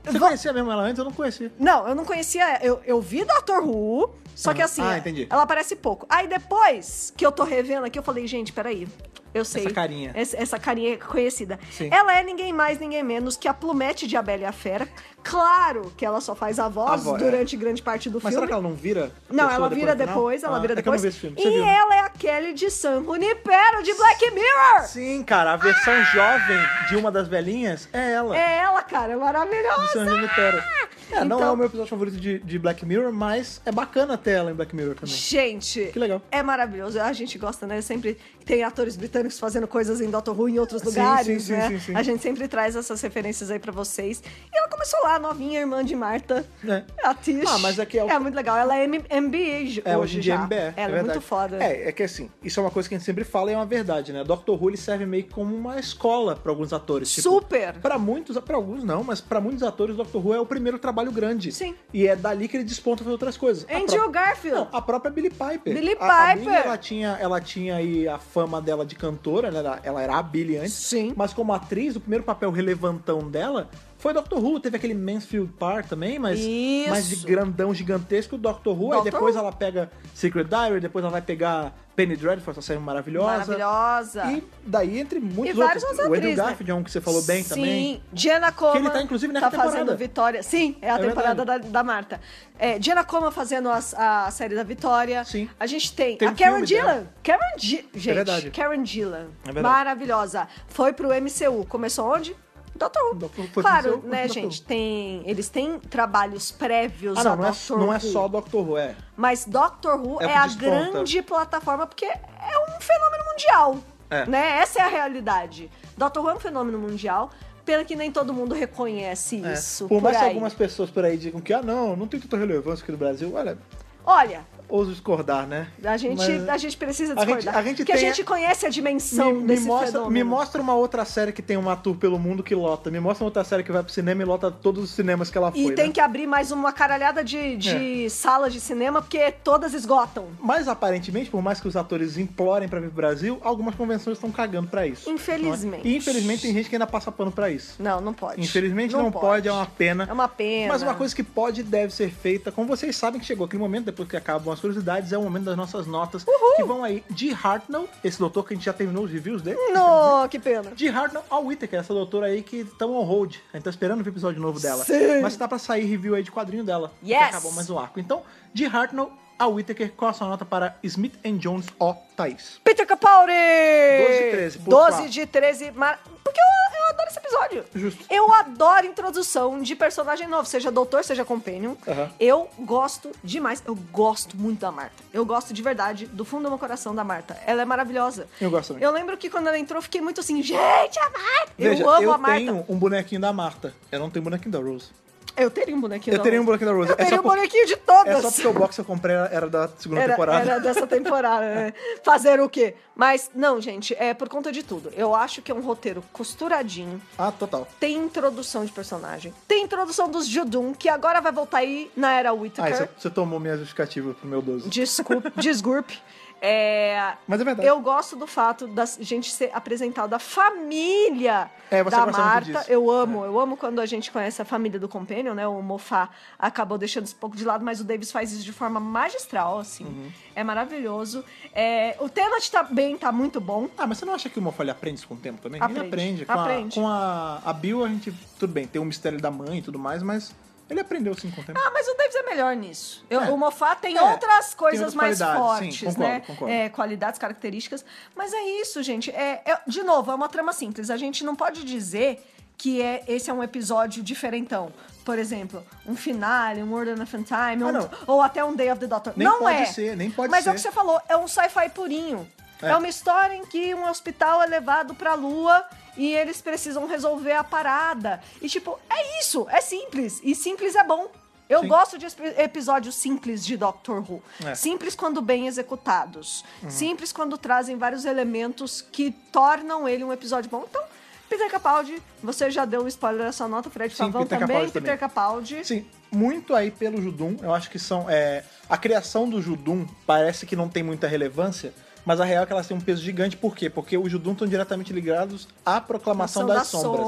Speaker 1: Você conhecia mesmo ela antes? Eu não conhecia.
Speaker 2: não, eu não conhecia. Eu, eu vi Doctor Who, só que
Speaker 1: Ah,
Speaker 2: assim,
Speaker 1: ah, entendi.
Speaker 2: ela aparece pouco. Aí depois que eu tô revendo aqui, eu falei, gente, peraí. Eu sei.
Speaker 1: Essa carinha.
Speaker 2: Essa, essa carinha é conhecida.
Speaker 1: Sim.
Speaker 2: Ela é ninguém mais, ninguém menos que a Plumete de A Bela e a Fera. Claro que ela só faz a voz
Speaker 1: A voz,
Speaker 2: durante grande parte do
Speaker 1: Mas
Speaker 2: filme.
Speaker 1: será que ela não vira? a
Speaker 2: Não,
Speaker 1: pessoa
Speaker 2: ela vira
Speaker 1: no final?
Speaker 2: depois, ela
Speaker 1: Ah,
Speaker 2: vira
Speaker 1: é que eu não
Speaker 2: depois.
Speaker 1: vi esse filme, você
Speaker 2: e
Speaker 1: viu, né?
Speaker 2: ela é a Kelly de San Junipero, de Black Mirror!
Speaker 1: Sim, cara, a versão jovem de uma das velhinhas é ela.
Speaker 2: Ah! É ela, cara, é
Speaker 1: do San
Speaker 2: maravilhosa!
Speaker 1: Junipero. É, não
Speaker 2: Então-
Speaker 1: é o meu episódio favorito de, de Black Mirror, mas é bacana ter ela em Black Mirror também.
Speaker 2: Gente,
Speaker 1: Que legal.
Speaker 2: é maravilhoso. A gente gosta, né? Sempre tem atores britânicos fazendo coisas em Doctor Who em outros
Speaker 1: Sim,
Speaker 2: lugares,
Speaker 1: sim, sim,
Speaker 2: né?
Speaker 1: sim, sim.
Speaker 2: A gente sempre traz essas referências aí pra vocês. E ela começou lá, novinha, irmã de Marta.
Speaker 1: né?
Speaker 2: A Tish.
Speaker 1: Ah, mas é que é o-
Speaker 2: muito legal. Ela é M- MBA
Speaker 1: É,
Speaker 2: hoje
Speaker 1: hoje em dia
Speaker 2: já.
Speaker 1: MBE, é
Speaker 2: ela é,
Speaker 1: verdade.
Speaker 2: muito foda.
Speaker 1: É, é que assim, isso é uma coisa que a gente sempre fala e é uma verdade, né? Doctor Who ele serve meio que como uma escola pra alguns atores. tipo,
Speaker 2: Super!
Speaker 1: Pra muitos, pra alguns não, mas pra muitos atores, Doctor Who é o primeiro trabalho grande.
Speaker 2: Sim.
Speaker 1: E é dali que ele desponta para outras coisas. A
Speaker 2: Andrew
Speaker 1: pró-
Speaker 2: Garfield.
Speaker 1: Não, a própria Billie Piper.
Speaker 2: Billie
Speaker 1: A, a
Speaker 2: Piper.
Speaker 1: Billie, ela tinha, ela tinha aí a fama dela de cantora, né? ela era, ela era a Billie antes.
Speaker 2: Sim.
Speaker 1: Mas como atriz, o primeiro papel relevantão dela foi Doctor Who. Teve aquele Mansfield Park também, mas,
Speaker 2: Isso.
Speaker 1: mas de grandão gigantesco, Doctor Who.
Speaker 2: Doctor
Speaker 1: aí depois
Speaker 2: Who.
Speaker 1: ela pega Secret Diary, depois ela vai pegar Penny Dreadful, essa série maravilhosa.
Speaker 2: Maravilhosa.
Speaker 1: E daí, entre muitos
Speaker 2: E várias
Speaker 1: outros.
Speaker 2: outras
Speaker 1: o Andrew
Speaker 2: atrizes, né?
Speaker 1: Garfield é um que você falou bem
Speaker 2: Sim,
Speaker 1: também.
Speaker 2: Diana Coma.
Speaker 1: Que ele tá, inclusive, nessa
Speaker 2: tá fazendo
Speaker 1: temporada.
Speaker 2: Vitória. Sim, é a
Speaker 1: É
Speaker 2: temporada da, da Marta. É, Diana Coma fazendo as- a, série da Vitória.
Speaker 1: Sim.
Speaker 2: A gente tem,
Speaker 1: Tem
Speaker 2: a
Speaker 1: um
Speaker 2: Karen
Speaker 1: filme dela. É
Speaker 2: Gillan. Karen Gillan. Gente,
Speaker 1: verdade.
Speaker 2: Karen Gillan.
Speaker 1: É verdade.
Speaker 2: Maravilhosa. Foi pro MCU. Começou onde? Doctor Who.
Speaker 1: Doctor Who, foi pro
Speaker 2: claro,
Speaker 1: MCU,
Speaker 2: né,
Speaker 1: Doctor Who.
Speaker 2: gente? Tem, eles têm trabalhos prévios
Speaker 1: Ah,
Speaker 2: a
Speaker 1: não, não é,
Speaker 2: Doctor
Speaker 1: não
Speaker 2: Who.
Speaker 1: é só Doctor Who, é.
Speaker 2: Mas Doctor Who
Speaker 1: É
Speaker 2: é,
Speaker 1: o que
Speaker 2: a
Speaker 1: desponta.
Speaker 2: grande plataforma porque é um fenômeno mundial.
Speaker 1: É.
Speaker 2: Né? Essa é a realidade. Doctor Who é um fenômeno mundial, pena que nem todo mundo reconhece
Speaker 1: É.
Speaker 2: isso.
Speaker 1: Por,
Speaker 2: Por,
Speaker 1: mais que
Speaker 2: aí.
Speaker 1: algumas pessoas por aí digam que, ah, não, não tem tanta relevância aqui no Brasil. Olha,
Speaker 2: Olha,
Speaker 1: ouso discordar, né?
Speaker 2: a gente,
Speaker 1: Mas-
Speaker 2: a gente precisa
Speaker 1: a gente-
Speaker 2: discordar.
Speaker 1: a gente
Speaker 2: porque a
Speaker 1: tem-
Speaker 2: gente conhece a dimensão
Speaker 1: me, me
Speaker 2: desse
Speaker 1: mostra,
Speaker 2: fenômeno.
Speaker 1: me mostra uma outra série que tem uma tour pelo mundo que lota. Me mostra uma outra série que vai pro cinema e lota todos os cinemas que ela foi.
Speaker 2: E tem
Speaker 1: né?
Speaker 2: que abrir mais uma caralhada
Speaker 1: É.
Speaker 2: de, de salas de cinema, porque todas esgotam.
Speaker 1: Mas aparentemente, por mais que os atores implorem pra vir pro Brasil, algumas convenções estão cagando pra isso.
Speaker 2: Infelizmente.
Speaker 1: Não é? E infelizmente tem gente que ainda passa pano pra isso.
Speaker 2: Não, não pode.
Speaker 1: Infelizmente não, pode, é uma pena.
Speaker 2: É uma pena.
Speaker 1: Mas uma coisa que pode e deve ser feita, como vocês sabem que chegou aquele momento, depois que acabam as curiosidades, é o momento das nossas notas, que vão aí de Hartnell, esse doutor que a gente já terminou os reviews dele.
Speaker 2: No, que pena.
Speaker 1: De Hartnell ao Whittaker, essa doutora aí que estamos on hold. A gente tá esperando o episódio novo dela.
Speaker 2: Sim.
Speaker 1: Mas tá pra sair review aí de quadrinho dela. que
Speaker 2: Yes.
Speaker 1: Acabou mais um arco. Então, de Hartnell ao Whittaker, qual a sua nota para Smith and Jones O Thaís?
Speaker 2: Peter Capaldi!
Speaker 1: 12 de 13, por
Speaker 2: 12
Speaker 1: favor.
Speaker 2: de 13. Mar... Porque eu, eu adoro esse episódio.
Speaker 1: Justo.
Speaker 2: Eu adoro introdução de personagem novo, seja doutor, seja companion.
Speaker 1: Aham.
Speaker 2: Eu gosto demais. Eu gosto muito da Marta. Eu gosto de verdade, do fundo do meu coração, da Marta. Ela é maravilhosa.
Speaker 1: Eu gosto também.
Speaker 2: Eu lembro que quando ela entrou, eu fiquei muito assim, gente, a Marta!
Speaker 1: Veja,
Speaker 2: eu amo
Speaker 1: eu
Speaker 2: a Marta.
Speaker 1: tenho um bonequinho da Marta. Eu não tenho bonequinho da Rose.
Speaker 2: Eu teria um bonequinho
Speaker 1: Eu
Speaker 2: da
Speaker 1: teria um
Speaker 2: Rose.
Speaker 1: bonequinho da Rose.
Speaker 2: Eu
Speaker 1: é,
Speaker 2: teria
Speaker 1: só
Speaker 2: um
Speaker 1: por-
Speaker 2: bonequinho de
Speaker 1: é
Speaker 2: todas.
Speaker 1: só porque o box que eu comprei era- era da segunda
Speaker 2: Era,
Speaker 1: temporada.
Speaker 2: era dessa temporada, né? Fazer o quê? Mas, não, gente, é por conta de tudo. Eu acho que é um roteiro costuradinho.
Speaker 1: Ah, total.
Speaker 2: Tem introdução de personagem. Tem introdução dos Judum, que agora vai voltar aí na era
Speaker 1: Ah,
Speaker 2: Whittaker.
Speaker 1: você, você tomou minha justificativa pro meu 12.
Speaker 2: Desculpe, desgurpe. É,
Speaker 1: Mas é verdade.
Speaker 2: eu gosto do fato da gente ser apresentada a família
Speaker 1: É, você
Speaker 2: da
Speaker 1: gosta muito
Speaker 2: Marta.
Speaker 1: disso. É.
Speaker 2: Eu amo, eu amo quando a gente conhece a família do Companion, né? O Mofá acabou deixando isso um pouco de lado, mas o Davis faz isso de forma magistral, assim.
Speaker 1: Uhum.
Speaker 2: É maravilhoso. É, o Tennant tá bem, tá muito bom.
Speaker 1: Ah, mas você não acha que o Moffat ele aprende isso com o tempo também? Ele
Speaker 2: Aprende.
Speaker 1: aprende. Com,
Speaker 2: Aprende.
Speaker 1: A, com a, a Bill, a gente, tudo bem, tem o mistério da mãe e tudo mais, mas ele aprendeu sim com o tempo.
Speaker 2: Ah, mas o Davis é melhor nisso. Eu-
Speaker 1: É.
Speaker 2: O Moffat tem
Speaker 1: É,
Speaker 2: outras
Speaker 1: tem
Speaker 2: coisas
Speaker 1: outras
Speaker 2: mais
Speaker 1: qualidades,
Speaker 2: fortes,
Speaker 1: sim,
Speaker 2: né?
Speaker 1: concordo, concordo.
Speaker 2: É, qualidades, características. Mas é isso, gente. É, é- de novo, é uma trama simples. A gente não pode dizer que é, esse é um episódio diferentão. Por exemplo, um finale, um World of Time,
Speaker 1: Ah,
Speaker 2: um-
Speaker 1: não.
Speaker 2: ou até um Day of the Doctor.
Speaker 1: Nem
Speaker 2: não
Speaker 1: pode
Speaker 2: é.
Speaker 1: ser, nem pode
Speaker 2: Mas é
Speaker 1: ser.
Speaker 2: o que você falou, é um sci-fi purinho. É.
Speaker 1: É.
Speaker 2: uma história em que um hospital é levado pra lua e eles precisam resolver a parada. E tipo, é isso, é simples. E simples é bom. Eu
Speaker 1: Sim.
Speaker 2: gosto de esp- episódios simples de Doctor Who.
Speaker 1: É. Uhum.
Speaker 2: Simples quando bem executados. Simples quando trazem vários elementos que tornam ele um episódio bom. Então, Peter Capaldi, você já deu o spoiler da sua nota, Fred
Speaker 1: Sim,
Speaker 2: Favão
Speaker 1: Peter
Speaker 2: também.
Speaker 1: Capaldi
Speaker 2: Peter
Speaker 1: também.
Speaker 2: Capaldi.
Speaker 1: Sim, muito aí pelo Judum. Eu acho que são. é, a criação do Judum parece que não tem muita relevância, mas a real é que elas têm um peso gigante. Por quê? Porque os Judum estão diretamente ligados à proclamação das, sombras,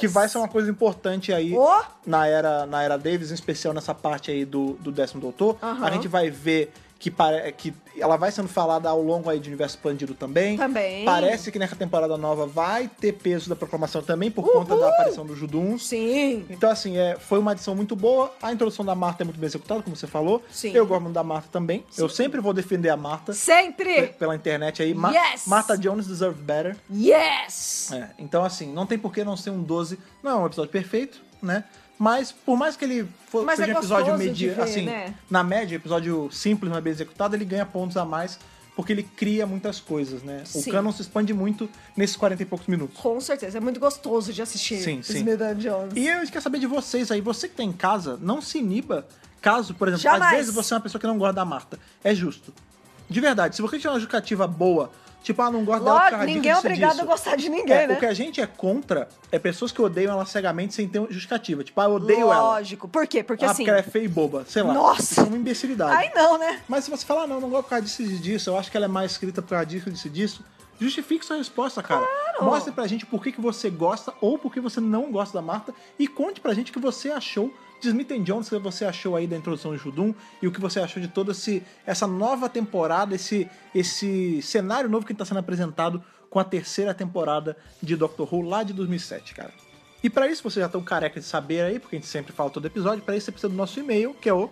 Speaker 1: Que vai ser uma coisa importante aí
Speaker 2: Ô!
Speaker 1: na, era, na era Davis, em especial nessa parte aí do, do décimo doutor.
Speaker 2: Aham.
Speaker 1: A gente vai ver. Que, pare- que ela vai sendo falada ao longo aí de universo expandido também.
Speaker 2: Também.
Speaker 1: Parece que nessa temporada nova vai ter peso da proclamação também, por conta da aparição dos Juduns.
Speaker 2: Sim.
Speaker 1: Então, assim, é, foi uma edição muito boa. A introdução da Marta é muito bem executada, como você falou.
Speaker 2: Sim.
Speaker 1: Eu gosto muito da Marta também. Eu sempre vou defender a Marta pe-
Speaker 2: Sempre!
Speaker 1: pela internet aí. Ma
Speaker 2: Yes!
Speaker 1: Marta Jones deserve better.
Speaker 2: Yes!
Speaker 1: É, então, assim, não tem por que não ser um 12. Não é um episódio perfeito, né? Mas, por mais que ele for,
Speaker 2: Mas
Speaker 1: seja
Speaker 2: é
Speaker 1: um episódio
Speaker 2: gostoso de
Speaker 1: mediano,
Speaker 2: ver,
Speaker 1: assim,
Speaker 2: né?
Speaker 1: na média, episódio simples, mas bem executado, ele ganha pontos a mais porque ele cria muitas coisas, né?
Speaker 2: Sim.
Speaker 1: O canon se expande muito nesses 40 e poucos minutos.
Speaker 2: Com certeza, é muito gostoso de assistir
Speaker 1: Sim, sim.
Speaker 2: Smith and Jones.
Speaker 1: E eu quero saber de vocês aí. Você que tá em casa, não se iniba caso, por exemplo,
Speaker 2: Jamais.
Speaker 1: às vezes você é uma pessoa que não gosta da Marta. É justo. De verdade, se você tiver uma justificativa boa, tipo, ah, não gosto dela por
Speaker 2: Lógico,
Speaker 1: causa disso,
Speaker 2: ninguém é
Speaker 1: disso,
Speaker 2: obrigado
Speaker 1: disso.
Speaker 2: a gostar de ninguém,
Speaker 1: É,
Speaker 2: né?
Speaker 1: O que a gente é contra é pessoas que odeiam ela cegamente sem ter justificativa. Tipo, ah, eu odeio ela.
Speaker 2: Lógico. Por quê? Porque
Speaker 1: ah,
Speaker 2: assim.
Speaker 1: porque ela é feia e boba. Sei lá.
Speaker 2: Nossa.
Speaker 1: É uma imbecilidade.
Speaker 2: Aí não, né?
Speaker 1: Mas se você falar, "Ah, não, não gosto por causa disso e disso, eu acho que ela é mais escrita por causa disso e disso, e disso, justifique sua resposta, cara. Mostre pra gente por que, que você gosta ou por que você não gosta da Marta e conte pra gente o que você achou de Smith and Jones, o que você achou aí da introdução de Judum e o que você achou de toda esse, essa nova temporada, esse, esse cenário novo que tá sendo apresentado com a terceira temporada de Doctor Who lá de 2007, cara. E pra isso, vocês já estão careca de saber aí, porque a gente sempre fala todo episódio, pra isso você precisa do nosso e-mail, que é o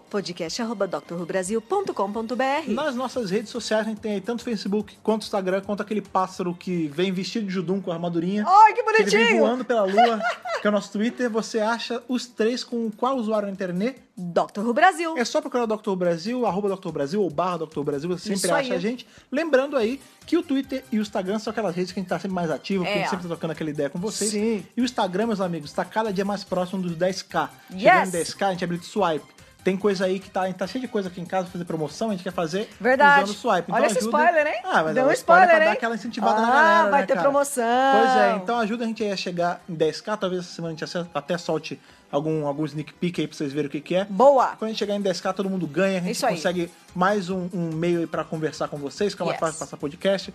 Speaker 2: podcast.drrubrasil.com.br
Speaker 1: nas nossas redes sociais, a gente tem aí tanto Facebook quanto Instagram, quanto aquele pássaro que vem vestido de judum com a armadurinha.
Speaker 2: Ai, que
Speaker 1: que ele vem
Speaker 2: bonitinho!
Speaker 1: voando pela lua, que é o nosso Twitter. Você acha os três com qual usuário na internet?
Speaker 2: Doctor Who Brasil.
Speaker 1: É só procurar o Dr. Brasil, arroba Dr. Brasil ou barra Dr. Brasil, você
Speaker 2: Isso
Speaker 1: sempre acha
Speaker 2: aí.
Speaker 1: a gente. Lembrando aí que o Twitter e o Instagram são aquelas redes que a gente tá sempre mais ativo, porque
Speaker 2: É.
Speaker 1: a gente sempre tá tocando aquela ideia com vocês.
Speaker 2: Sim.
Speaker 1: E o Instagram, meus amigos, tá cada dia mais próximo dos 10k.
Speaker 2: Yes!
Speaker 1: Chegando em 10k, a gente abre de swipe. Tem coisa aí que tá, a gente tá cheio de coisa aqui em casa, fazer promoção, a gente quer fazer
Speaker 2: Verdade.
Speaker 1: usando o swipe. Então
Speaker 2: Olha esse
Speaker 1: ajuda-
Speaker 2: spoiler, hein?
Speaker 1: Ah, mas
Speaker 2: Deu
Speaker 1: é
Speaker 2: um
Speaker 1: um spoiler,
Speaker 2: spoiler,
Speaker 1: pra dar
Speaker 2: hein?
Speaker 1: aquela incentivada na
Speaker 2: Ah,
Speaker 1: galera,
Speaker 2: vai
Speaker 1: né,
Speaker 2: ter
Speaker 1: cara?
Speaker 2: promoção.
Speaker 1: Pois é, então ajuda a gente aí a chegar em 10k, talvez essa semana a gente acerte- até solte algum, algum sneak peek aí pra vocês verem o que que é.
Speaker 2: Boa!
Speaker 1: Quando a gente chegar em 10k, todo mundo ganha. A gente
Speaker 2: Isso aí.
Speaker 1: consegue mais um, um meio aí pra conversar com vocês, que é mais
Speaker 2: Yes.
Speaker 1: fácil passar podcast.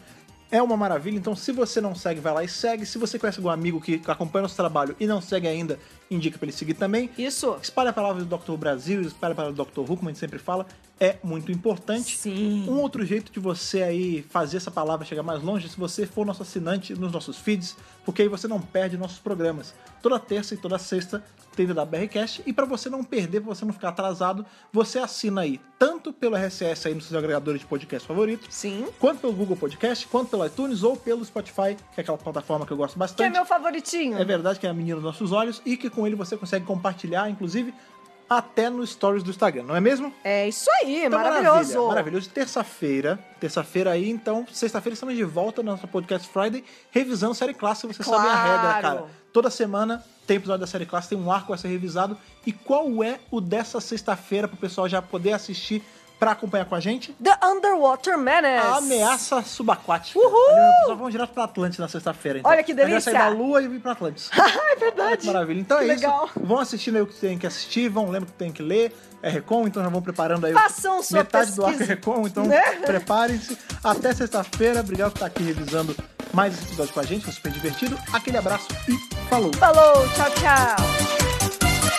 Speaker 1: É uma maravilha, então se você não segue, vai lá e segue. Se você conhece algum amigo que acompanha nosso trabalho e não segue ainda, indica pra ele seguir também.
Speaker 2: Isso.
Speaker 1: Espalha a palavra do Dr. Brasil, espalha a palavra do Dr. Who, como a gente sempre fala, é muito importante.
Speaker 2: Sim.
Speaker 1: Um outro jeito de você aí fazer essa palavra chegar mais longe é se você for nosso assinante nos nossos feeds, porque aí você não perde nossos programas. Toda terça e toda sexta teve da BRCast e para você não perder, para você não ficar atrasado, você assina aí tanto pelo RSS aí nos seus agregadores de podcast favoritos,
Speaker 2: Sim.
Speaker 1: quanto pelo Google Podcast, quanto pelo iTunes ou pelo Spotify, que é aquela plataforma que eu gosto
Speaker 2: Que é
Speaker 1: bastante.
Speaker 2: meu favoritinho.
Speaker 1: É verdade que é a menina dos nossos olhos e que com ele você consegue compartilhar, inclusive, até nos stories do Instagram, não é mesmo?
Speaker 2: É isso aí,
Speaker 1: Então,
Speaker 2: maravilhoso.
Speaker 1: Maravilha, maravilhoso. Terça-feira, terça-feira aí, então, sexta-feira estamos de volta na nossa Podcast Friday, revisando série clássica, você sabe a
Speaker 2: Claro.
Speaker 1: regra, cara. Toda semana tem episódio da série clássica, tem um arco a ser revisado. E qual é o dessa sexta-feira pro pessoal já poder assistir pra acompanhar com a gente?
Speaker 2: The Underwater Menace.
Speaker 1: A ameaça subaquática.
Speaker 2: Uhul!
Speaker 1: Só vamos direto pra Atlântida na sexta-feira, então.
Speaker 2: Olha que
Speaker 1: A gente vai
Speaker 2: delícia!
Speaker 1: sair da Lua e vir pra Atlântida.
Speaker 2: é
Speaker 1: Olha que
Speaker 2: verdade.
Speaker 1: maravilha. Então
Speaker 2: Que
Speaker 1: é
Speaker 2: legal.
Speaker 1: isso. Vão assistindo aí o que tem que assistir, vão lendo o que tem que ler. É Recon, então já vão preparando aí.
Speaker 2: Façam sua
Speaker 1: Metade do arco é
Speaker 2: pesquisa.
Speaker 1: Recon, então
Speaker 2: Né?
Speaker 1: preparem-se. Até sexta-feira. Obrigado por estar aqui revisando mais esse episódio com a gente. Foi super divertido. Aquele abraço e falou!
Speaker 2: Falou, tchau, tchau.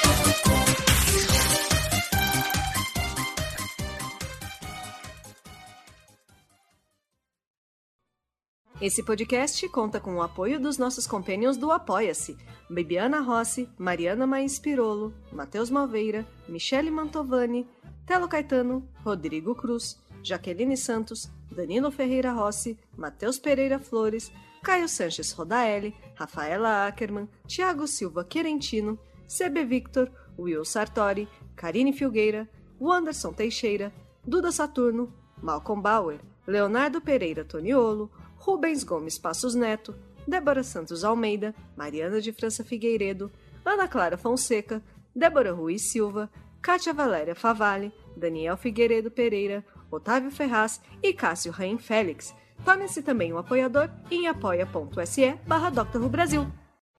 Speaker 2: Esse podcast conta com o apoio dos nossos companions do Apoia-se: Bibiana Rossi, Mariana Maes Pirolo, Matheus Malveira, Michele Mantovani, Telo Caetano, Rodrigo Cruz, Jaqueline Santos, Danilo Ferreira Rossi, Matheus Pereira Flores, Caio Sanches Rodaelli, Rafaela Ackerman, Tiago Silva Querentino, CB Victor, Will Sartori, Karine Filgueira, Wanderson Teixeira, Duda Saturno, Malcolm Bauer, Leonardo Pereira Toniolo, Rubens Gomes Passos Neto, Débora Santos Almeida, Mariana de França Figueiredo, Ana Clara Fonseca, Débora Ruiz Silva, Kátia Valéria Favalli, Daniel Figueiredo Pereira, Otávio Ferraz e Cássio Raim Félix. Torne-se também um apoiador em apoia.se barra Dr. Who Brasil.